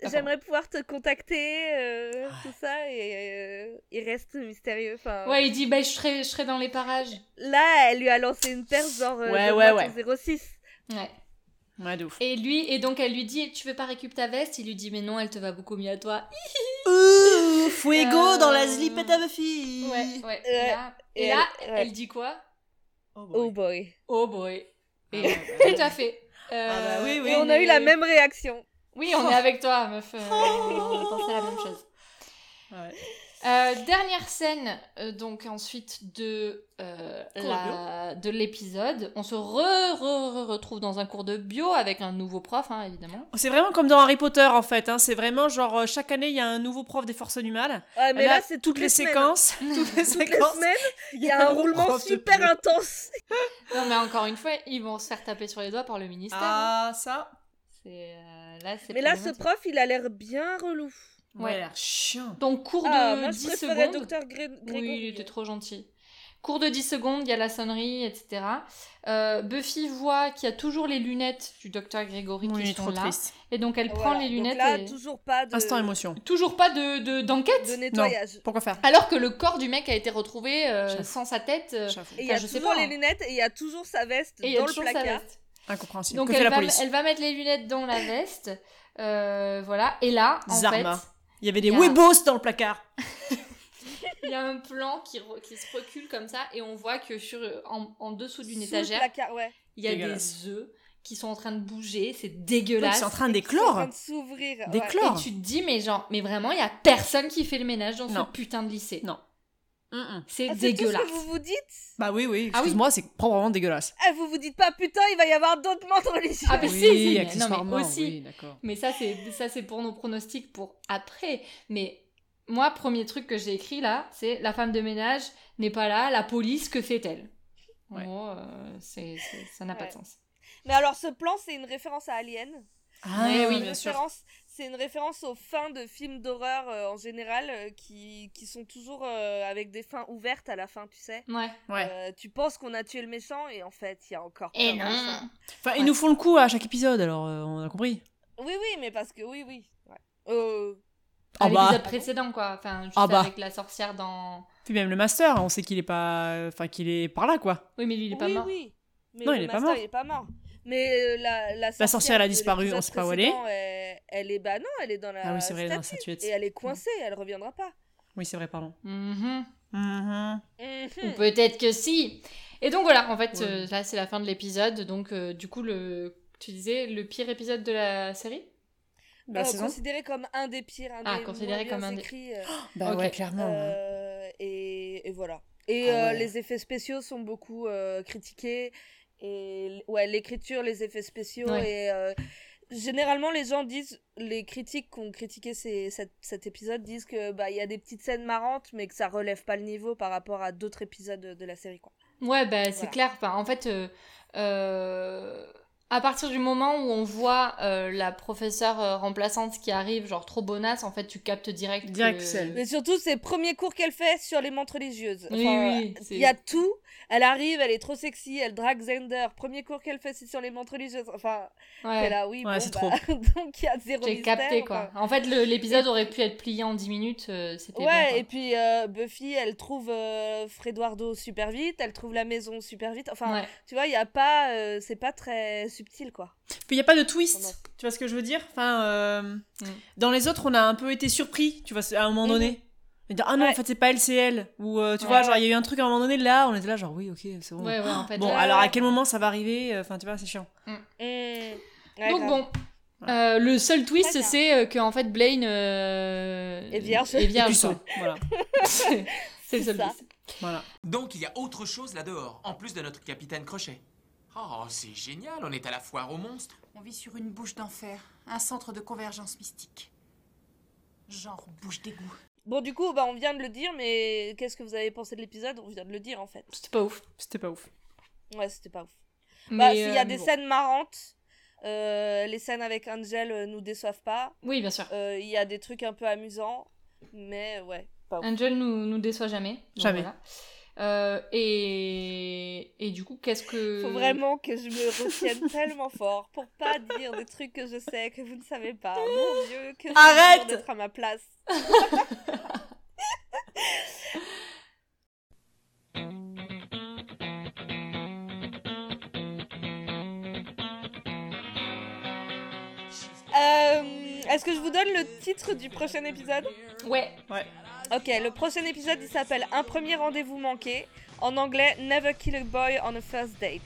Speaker 3: Ah,
Speaker 2: J'aimerais pouvoir te contacter, euh, tout ça, et euh, il reste mystérieux. Enfin,
Speaker 3: Ouais, il dit, bah, je serai, je serai dans les parages.
Speaker 2: Là, elle lui a lancé une perche genre euh,
Speaker 4: Ouais,
Speaker 2: donne-moi
Speaker 4: ouais,
Speaker 2: ton 06.
Speaker 3: Ouais.
Speaker 4: Ouais, de ouf.
Speaker 3: Et lui, et donc elle lui dit, tu veux pas récupérer ta veste Il lui dit, mais non, elle te va beaucoup mieux à toi.
Speaker 4: Ouh, fuego
Speaker 3: Euh,
Speaker 4: dans la slipette à Buffy
Speaker 3: Ouais, ouais.
Speaker 2: Ouais.
Speaker 4: Euh,
Speaker 3: Et là, et
Speaker 2: Et
Speaker 3: là,
Speaker 2: elle-
Speaker 3: elle,
Speaker 2: ouais.
Speaker 3: dit quoi
Speaker 4: Oh, boy.
Speaker 2: Oh boy.
Speaker 3: Oh
Speaker 4: [LAUGHS]
Speaker 3: boy. Et,
Speaker 4: ouais,
Speaker 3: euh, [LAUGHS] tout à fait. Euh,
Speaker 4: Ah bah oui, oui.
Speaker 2: Et on a eu la
Speaker 3: mais-
Speaker 2: même réaction.
Speaker 3: Oui,
Speaker 4: [LAUGHS]
Speaker 3: on est avec toi, meuf. euh,
Speaker 4: Oh.
Speaker 3: on pensait la même chose.
Speaker 4: Ouais.
Speaker 3: Euh, dernière scène, euh, donc ensuite de euh,
Speaker 4: Cours de
Speaker 3: la- de l'épisode, on se re, re- re- retrouve dans un cours de bio avec un nouveau prof, hein, évidemment.
Speaker 4: C'est vraiment comme dans Harry Potter en fait, hein. c'est vraiment genre euh, chaque année il y a un nouveau prof des forces du mal.
Speaker 2: Ouais, mais
Speaker 4: Là,
Speaker 2: là, c'est
Speaker 4: Eh ben, toutes les,
Speaker 2: semaines, hein.
Speaker 4: séquences,
Speaker 3: [LAUGHS]
Speaker 4: toutes les
Speaker 2: Toutes les
Speaker 4: séquences.
Speaker 2: semaines, il y a un roulement
Speaker 4: prof de
Speaker 2: super
Speaker 4: bio.
Speaker 2: intense.
Speaker 3: Non, mais encore une fois, ils vont se faire taper sur les doigts par le ministère. hein.
Speaker 4: Ah ça.
Speaker 3: C'est, euh, là, c'est
Speaker 2: Mais là, ce
Speaker 3: problématique.
Speaker 2: prof, il a l'air bien relou.
Speaker 3: Ouais.
Speaker 4: l'air chiant.
Speaker 3: Donc, cours de
Speaker 2: Ah, moi, je
Speaker 3: 10
Speaker 2: préférais
Speaker 3: secondes.
Speaker 2: Docteur Gré-
Speaker 3: Oui, il
Speaker 2: Grégory.
Speaker 3: était trop gentil. Cours de 10 secondes, il y a la sonnerie, etc. Euh, Buffy voit qu'il y a toujours les lunettes du docteur Grégory
Speaker 4: Oui, il
Speaker 3: qui
Speaker 4: est
Speaker 3: sont
Speaker 4: trop
Speaker 3: là.
Speaker 4: triste.
Speaker 3: Et donc elle prend
Speaker 2: Voilà.
Speaker 3: les lunettes
Speaker 2: Donc là,
Speaker 3: et...
Speaker 2: toujours pas de,
Speaker 3: Euh,
Speaker 4: Instant émotion.
Speaker 3: Toujours pas d'enquête de, d'enquête
Speaker 2: de nettoyage.
Speaker 4: Pourquoi faire
Speaker 3: Alors que le corps du mec a été retrouvé euh,
Speaker 4: J'avoue.
Speaker 3: sans sa tête. euh,
Speaker 4: J'avoue.
Speaker 2: Et il y a
Speaker 3: Enfin, je sais
Speaker 2: toujours
Speaker 3: pas,
Speaker 2: les
Speaker 3: hein.
Speaker 2: lunettes et il y a toujours sa veste
Speaker 3: et il y a
Speaker 2: dans le
Speaker 3: toujours sa
Speaker 2: placard.
Speaker 3: veste.
Speaker 4: Incompréhensible.
Speaker 3: Donc
Speaker 4: que
Speaker 3: elle
Speaker 4: fait la
Speaker 3: va,
Speaker 4: police
Speaker 3: elle va mettre les lunettes dans la veste. Euh, voilà. Et là, en
Speaker 4: Zarma.
Speaker 3: fait,
Speaker 4: Il y avait des
Speaker 3: il y a-
Speaker 4: Weebos dans le placard.
Speaker 3: il y a un plan qui, re- qui se recule comme ça et on voit que sur, en, en dessous d'une
Speaker 2: Sous le
Speaker 3: étagère,
Speaker 2: placard, ouais.
Speaker 3: il y a
Speaker 4: Dégueulasse.
Speaker 3: des œufs qui sont en train de bouger. C'est
Speaker 4: Ils
Speaker 3: dégueulasse.
Speaker 4: sont en
Speaker 2: Ils sont
Speaker 4: train
Speaker 2: en
Speaker 4: d'éclore.
Speaker 2: train de s'ouvrir.
Speaker 4: Des
Speaker 2: ouais. Ah,
Speaker 4: clores.
Speaker 3: Et tu te dis, mais genre, mais vraiment, il y a personne qui fait le ménage dans
Speaker 4: Non.
Speaker 3: ce putain de lycée.
Speaker 4: Non. Mm-mm.
Speaker 2: Ah, c'est
Speaker 3: C'est
Speaker 2: tout ce
Speaker 3: dégueulasse.
Speaker 2: que vous vous dites
Speaker 4: Bah oui, oui,
Speaker 3: Ah oui.
Speaker 4: excuse-moi, c'est probablement dégueulasse.
Speaker 2: ah, Vous vous dites pas, putain, il va y avoir d'autres morts religieuses.
Speaker 3: Ah, mais si, si, mais-
Speaker 4: oui,
Speaker 3: non, mais
Speaker 4: accessoirement,
Speaker 3: aussi.
Speaker 4: oui, d'accord.
Speaker 3: Mais ça, c'est ça, c'est pour nos pronostics pour après. Mais moi, premier truc que j'ai écrit là, c'est la femme de ménage n'est pas là, la police, que fait-elle En
Speaker 4: Ouais.
Speaker 3: gros, euh, c'est- c'est- ça n'a pas de
Speaker 2: Ouais.
Speaker 3: sens.
Speaker 2: Mais alors, ce plan, c'est une référence à Alien.
Speaker 4: Ah
Speaker 3: Mais oui,
Speaker 2: Une
Speaker 4: bien sûr.
Speaker 2: référence- C'est une référence aux fins de films d'horreur euh, en général euh, qui, qui sont toujours euh, avec des fins ouvertes à la fin, tu sais.
Speaker 3: Ouais.
Speaker 4: Ouais.
Speaker 2: Euh, tu penses qu'on a tué le méchant et en fait, il y a encore. plein
Speaker 3: Et
Speaker 2: de
Speaker 3: non
Speaker 2: méchants.
Speaker 4: Enfin,
Speaker 3: Ouais.
Speaker 4: ils nous font le coup à chaque épisode, alors euh, on a compris.
Speaker 2: Oui, oui, mais parce que oui, oui. Ouais. Euh,
Speaker 3: À
Speaker 4: Ah bah.
Speaker 3: l'épisode précédent, quoi. Enfin, juste
Speaker 4: Ah bah.
Speaker 3: avec la sorcière dans.
Speaker 4: Puis même le master, on sait qu'il est pas, enfin qu'il est par là quoi.
Speaker 3: Oui, mais lui, il est pas
Speaker 2: oui,
Speaker 3: mort.
Speaker 2: oui. Mais
Speaker 4: Non,
Speaker 2: le
Speaker 4: il est pas
Speaker 2: master,
Speaker 4: mort.
Speaker 2: Il est pas mort. Mais euh, la, la,
Speaker 4: La sorcière, elle a
Speaker 2: de
Speaker 4: disparu,
Speaker 2: l'épisode
Speaker 4: on sait pas où elle est.
Speaker 2: précédent, Elle, elle est bah non, elle est dans la
Speaker 4: Ah oui, c'est vrai, il est dans la
Speaker 2: statue.
Speaker 4: statuette.
Speaker 2: Et elle est coincée, elle reviendra pas.
Speaker 4: Oui, c'est vrai, pardon.
Speaker 3: Mhm.
Speaker 4: Mhm.
Speaker 3: Ou
Speaker 2: Mhm.
Speaker 3: peut-être que si. Et donc voilà, en fait,
Speaker 4: Ouais.
Speaker 3: euh, là, c'est la fin de l'épisode. Donc, euh, du coup, le... tu disais le pire épisode de la série
Speaker 4: Bah,
Speaker 2: Euh,
Speaker 4: saison.
Speaker 2: considéré comme un des pires, un
Speaker 3: Ah,
Speaker 2: des moins
Speaker 3: considéré
Speaker 2: bien
Speaker 3: comme un des-
Speaker 2: écrits, euh,
Speaker 4: Bah
Speaker 3: Ok.
Speaker 4: ouais, clairement. ouais.
Speaker 2: euh, et, et voilà. Et
Speaker 4: Ah
Speaker 2: euh,
Speaker 4: ouais.
Speaker 2: les effets spéciaux sont beaucoup euh, critiqués. Et l- ouais, l'écriture, les effets spéciaux.
Speaker 3: Ouais.
Speaker 2: Et euh, généralement, les gens disent, les critiques qui ont critiqué ces- cet, cet épisode disent que bah il y a des petites scènes marrantes, mais que ça relève pas le niveau par rapport à d'autres épisodes de, de la série, quoi.
Speaker 3: Ouais, bah, c'est
Speaker 2: Voilà.
Speaker 3: clair. Enfin, en fait, euh, euh, à partir du moment où on voit euh, la professeure euh, remplaçante qui arrive, genre trop bonasse, en fait, tu captes direct. que-
Speaker 4: Direct que c'est elle.
Speaker 2: Mais surtout, c'est le premier cours qu'elle fait sur les mentes religieuses.
Speaker 3: Oui,
Speaker 2: Enfin,
Speaker 3: oui,
Speaker 2: euh,
Speaker 3: c'est-
Speaker 2: Il y a tout. Elle arrive, elle est trop sexy, elle drague Zender. Premier cours qu'elle fait, c'est sur les mentes religieuses. Enfin,
Speaker 3: Ouais.
Speaker 2: t'es là, oui,
Speaker 3: Ouais,
Speaker 2: bon,
Speaker 3: c'est
Speaker 2: bah,
Speaker 3: trop.
Speaker 2: [LAUGHS] donc il y a zéro
Speaker 3: J'ai
Speaker 2: mystère,
Speaker 3: capté quoi.
Speaker 2: enfin.
Speaker 3: En fait, le- l'épisode aurait pu être plié en 10 minutes. euh, C'était bon,
Speaker 2: Ouais,
Speaker 3: quoi.
Speaker 2: et puis euh, Buffy, elle trouve euh, Fredoardo super vite, elle trouve la maison super vite. Enfin,
Speaker 4: Ouais.
Speaker 2: tu vois, il y a pas, euh, c'est pas très subtil quoi.
Speaker 4: Puis il n'y a pas de twist, tu vois ce que je veux dire Enfin, euh, dans les autres, on a un peu été surpris, tu vois, à un moment donné. On dit, ah non, en fait, c'est pas elle, c'est elle. Ou euh, tu
Speaker 3: Ouais.
Speaker 4: vois, genre, il y a eu un truc à un moment donné, là, on était là, genre, oui, ok, c'est bon.
Speaker 3: Ouais, ouais, en fait,
Speaker 4: bon,
Speaker 3: ouais,
Speaker 4: alors
Speaker 3: ouais.
Speaker 4: à quel moment ça va arriver Euh, Enfin, tu vois, c'est chiant.
Speaker 2: Ouais,
Speaker 3: Mmh. Donc
Speaker 2: grave.
Speaker 3: bon, euh, le seul
Speaker 2: Très
Speaker 3: twist,
Speaker 2: bien.
Speaker 3: c'est euh, que en fait Blaine euh,
Speaker 2: Et vierge.
Speaker 3: est
Speaker 4: [LAUGHS]
Speaker 7: Et
Speaker 3: vierge,
Speaker 7: puis
Speaker 3: quoi.
Speaker 7: ça, voilà.
Speaker 3: [LAUGHS] c'est c'est le seul
Speaker 2: ça.
Speaker 3: twist.
Speaker 4: Voilà.
Speaker 7: Donc il y a autre chose là-dehors, en plus de notre capitaine Crochet. Oh, c'est génial, on est à la foire aux monstres.
Speaker 11: On vit sur une bouche d'enfer, un centre de convergence mystique. Genre bouche d'égout.
Speaker 2: Bon, du coup, bah, on vient de le dire, mais qu'est-ce que vous avez pensé de l'épisode On vient de le dire en fait.
Speaker 3: C'était pas ouf.
Speaker 4: C'était pas ouf.
Speaker 2: Ouais, c'était pas ouf.
Speaker 3: Mais,
Speaker 2: bah, s'il y a
Speaker 3: euh,
Speaker 2: des
Speaker 3: bon.
Speaker 2: scènes marrantes, euh, les scènes avec Angel euh, nous déçoivent pas.
Speaker 3: Oui, bien sûr.
Speaker 2: Euh, Il y a des trucs un peu amusants, mais ouais, pas ouf.
Speaker 3: Angel nous, nous déçoit jamais. donc
Speaker 2: Jamais.
Speaker 3: voilà. Euh, et... et du coup, qu'est-ce que.
Speaker 2: Faut vraiment que je me retienne tellement fort pour pas dire des trucs que je sais, que vous ne savez pas. Mon Dieu, que c'est
Speaker 4: Arrête
Speaker 2: dur d'être à ma place. Euh, Est-ce que je vous donne le titre du prochain épisode
Speaker 3: Ouais.
Speaker 4: Ouais.
Speaker 2: Ok, le prochain épisode il s'appelle Un premier rendez-vous manqué. En anglais, Never kill a boy on a first date.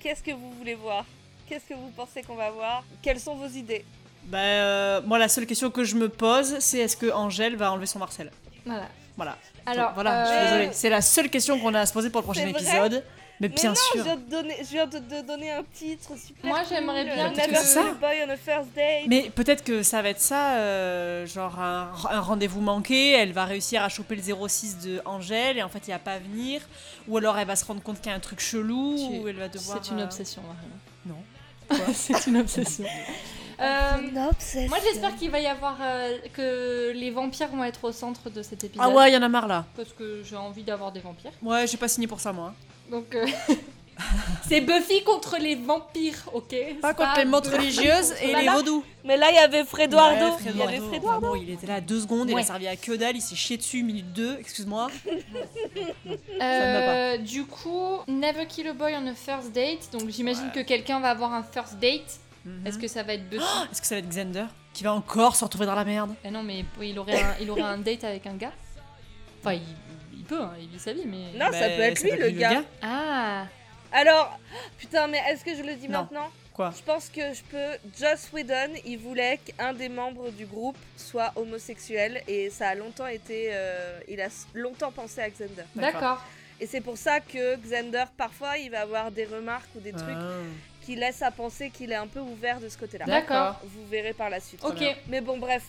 Speaker 2: Qu'est-ce que vous voulez voir Qu'est-ce que vous pensez qu'on va voir Quelles sont vos idées
Speaker 4: Bah, euh, moi, la seule question que je me pose, c'est est-ce que Angèle va enlever son Marcel
Speaker 3: Voilà.
Speaker 4: Voilà.
Speaker 2: Alors,
Speaker 4: Donc, voilà, je suis
Speaker 2: euh,
Speaker 4: désolée. C'est la seule question qu'on a à se poser pour le prochain
Speaker 2: C'est vrai
Speaker 4: épisode. Mais, bien
Speaker 2: non,
Speaker 4: sûr.
Speaker 2: Je viens, de donner, je viens de te donner un titre super.
Speaker 3: Moi,
Speaker 2: cool,
Speaker 3: j'aimerais
Speaker 2: euh,
Speaker 3: bien
Speaker 2: Never
Speaker 4: que-
Speaker 2: kill a boy on a first date.
Speaker 4: Mais peut-être que ça va être ça, euh, genre un, un rendez-vous manqué, elle va réussir à choper le 06 de Angèle et en fait il va pas à venir, ou alors elle va se rendre compte qu'il y a un truc chelou,
Speaker 3: Tu-
Speaker 4: ou elle va devoir...
Speaker 3: C'est une
Speaker 4: euh,
Speaker 3: obsession, Mariana. [LAUGHS]
Speaker 4: Non.
Speaker 3: c'est une
Speaker 4: [LAUGHS]
Speaker 3: obsession. Euh,
Speaker 2: Euh,
Speaker 3: Moi, j'espère qu'il va y avoir euh, que les vampires vont être au centre de cet épisode.
Speaker 4: Ah ouais, il y en a marre là.
Speaker 3: Parce que j'ai envie d'avoir des vampires.
Speaker 4: Ouais, j'ai pas signé pour ça moi. hein.
Speaker 3: Donc, euh, [LAUGHS] c'est Buffy contre les vampires, ok C'est
Speaker 4: Pas contre les mentes
Speaker 3: Buffy [LAUGHS]
Speaker 2: [LAUGHS]
Speaker 4: religieuses
Speaker 3: contre
Speaker 4: et
Speaker 3: la-
Speaker 4: les vaudous.
Speaker 2: Mais là, il y avait Fredoardo.
Speaker 4: Ouais,
Speaker 2: il y avait
Speaker 4: Enfin,
Speaker 2: Fredoardo.
Speaker 4: bon, il était là deux secondes, il
Speaker 3: Ouais.
Speaker 4: a servi à que dalle, il s'est chié dessus, minute 2, excuse-moi.
Speaker 3: Euh, du coup, Never kill a boy on a first date. Donc, j'imagine que quelqu'un va avoir un first date.
Speaker 4: Hein
Speaker 3: Est-ce que ça va être Buffy
Speaker 4: Mhm. [GASPS] Est-ce que ça va être Xander qui va encore se retrouver dans la merde
Speaker 3: Eh non, mais il aurait, un, il aurait un date avec un gars. Enfin, il, il peut, hein, il vit sa vie, mais.
Speaker 2: Non, Ah, ça peut être lui, le, gars.
Speaker 3: Ah
Speaker 2: Alors, putain, mais est-ce que je le dis
Speaker 3: Non.
Speaker 2: maintenant
Speaker 4: Quoi
Speaker 2: Je pense que je peux. Joss Whedon, il voulait qu'un des membres du groupe soit homosexuel et ça a longtemps été. euh, il a s- longtemps pensé à Xander.
Speaker 3: D'accord. D'accord.
Speaker 2: Et c'est pour ça que Xander, parfois, il va avoir des remarques ou des
Speaker 4: Ah.
Speaker 2: trucs qui laissent à penser qu'il est un peu ouvert de ce côté-là.
Speaker 3: D'accord.
Speaker 2: Vous verrez par la suite.
Speaker 3: Ok. Très bien.
Speaker 2: Mais bon, bref.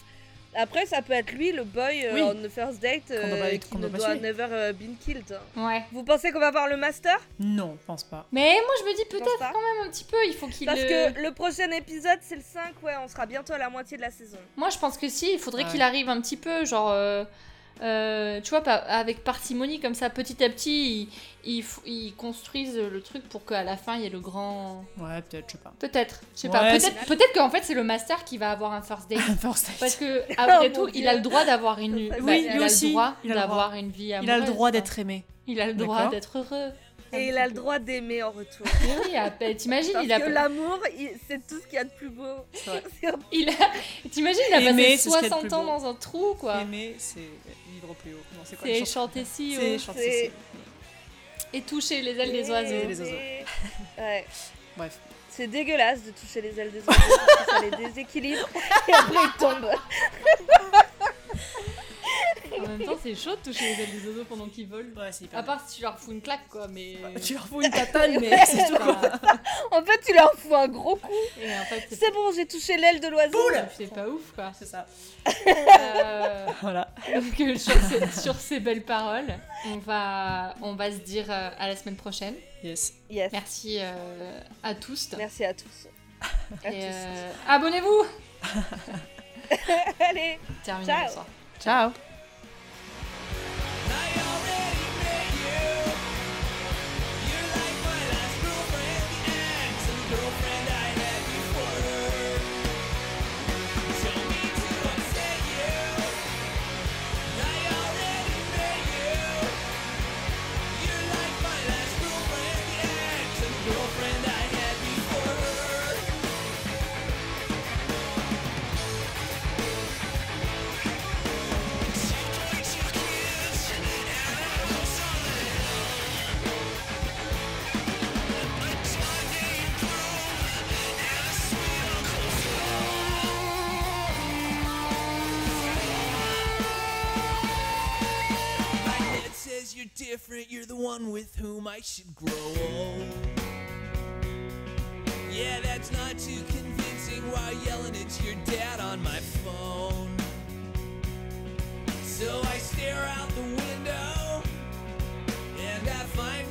Speaker 2: Après, ça peut être lui, le boy euh,
Speaker 3: Oui.
Speaker 2: on the first date,
Speaker 4: Qu'on doit
Speaker 2: euh,
Speaker 4: pas-
Speaker 2: qui
Speaker 4: qu'on
Speaker 2: ne
Speaker 4: doit pas
Speaker 2: doit
Speaker 4: tuer.
Speaker 2: never euh, been killed. hein.
Speaker 3: Ouais.
Speaker 2: Vous pensez qu'on va voir le master
Speaker 4: Non, je pense pas.
Speaker 3: Mais moi je me dis peut-être quand même un petit peu, il faut qu'il.
Speaker 2: Parce
Speaker 3: euh,
Speaker 2: que le prochain épisode, c'est le 5, ouais, on sera bientôt à la moitié de la saison.
Speaker 3: Moi je pense que si, il
Speaker 4: Ah
Speaker 3: faudrait
Speaker 2: Ouais.
Speaker 3: qu'il arrive un petit peu, genre. euh, euh, tu vois, pas- avec parcimonie, comme ça, petit à petit, ils, ils f- ils construisent le truc pour qu'à la fin il y ait le grand.
Speaker 4: Ouais, peut-être, je sais pas. [LAUGHS]
Speaker 3: Peut-être, je sais
Speaker 4: Ouais,
Speaker 3: pas.
Speaker 4: c'est-
Speaker 3: Peut-être peut qu'en fait c'est le master qui va avoir un first
Speaker 4: [LAUGHS]
Speaker 3: date. Parce que
Speaker 4: Oh
Speaker 3: après
Speaker 4: mon
Speaker 3: tout, il a
Speaker 4: Dieu.
Speaker 3: le droit d'avoir une.
Speaker 4: Ça, ça,
Speaker 3: bah,
Speaker 4: oui,
Speaker 3: il
Speaker 4: lui
Speaker 3: a
Speaker 4: aussi,
Speaker 3: le droit
Speaker 4: il a le droit.
Speaker 3: d'avoir une vie amoureuse.
Speaker 4: Il a le droit
Speaker 3: quoi.
Speaker 4: d'être aimé.
Speaker 3: Il a le droit
Speaker 4: D'accord.
Speaker 3: d'être heureux.
Speaker 2: Et il a le droit d'aimer en retour.
Speaker 3: Oui, ah, bah, t'imagines,
Speaker 2: Parce
Speaker 3: [LAUGHS] il a.
Speaker 2: que l'amour, il- c'est tout ce qu'il y a de plus beau. [LAUGHS]
Speaker 3: Il a... T'imagines, il a passé
Speaker 4: Aimer, c'est ce qu'il y a de
Speaker 3: 60
Speaker 4: plus
Speaker 3: ans
Speaker 4: beau.
Speaker 3: dans un trou, quoi.
Speaker 4: Aimer, c'est vivre plus haut. Non, c'est quoi
Speaker 3: C'est
Speaker 4: les chansons
Speaker 3: chanter si haut.
Speaker 4: C'est chanter si haut.
Speaker 3: Et toucher les ailes des oiseaux.
Speaker 4: les oiseaux.
Speaker 2: Ouais.
Speaker 4: Bref.
Speaker 2: C'est dégueulasse de toucher les ailes des oiseaux, parce que ça les déséquilibre [LAUGHS] et après ils tombent.
Speaker 3: En même temps, c'est chaud de toucher les ailes des oiseaux pendant qu'ils volent.
Speaker 4: Ouais, c'est
Speaker 3: À part si tu leur fous une claque, quoi, mais.
Speaker 4: [LAUGHS] Tu
Speaker 2: [LAUGHS]
Speaker 4: leur fous une
Speaker 3: Ah,
Speaker 4: tatane, mais c'est tout.
Speaker 2: En fait, tu leur fous un gros coup.
Speaker 3: Et en fait,
Speaker 2: C'est bon, j'ai touché l'aile de l'oiseau.
Speaker 3: C'est pas ouf,
Speaker 4: [LAUGHS]
Speaker 3: quoi. C'est
Speaker 4: ça.
Speaker 3: Voilà. Donc, euh, sur, ces, sur ces belles paroles, on va, on va se dire euh, à la semaine prochaine.
Speaker 4: Yes.
Speaker 2: Yes.
Speaker 3: Merci euh, à tous.
Speaker 2: Merci à tous. À
Speaker 3: Et,
Speaker 2: tous.
Speaker 3: euh, abonnez-vous
Speaker 2: [LAUGHS] Allez,
Speaker 3: Terminé
Speaker 2: Ciao.
Speaker 3: bonsoir.
Speaker 4: Ciao.
Speaker 10: My head says you're different, you're the one with whom I should grow old. Yeah, that's not too convincing while yelling at your dad on my phone. So I stare out the window and I find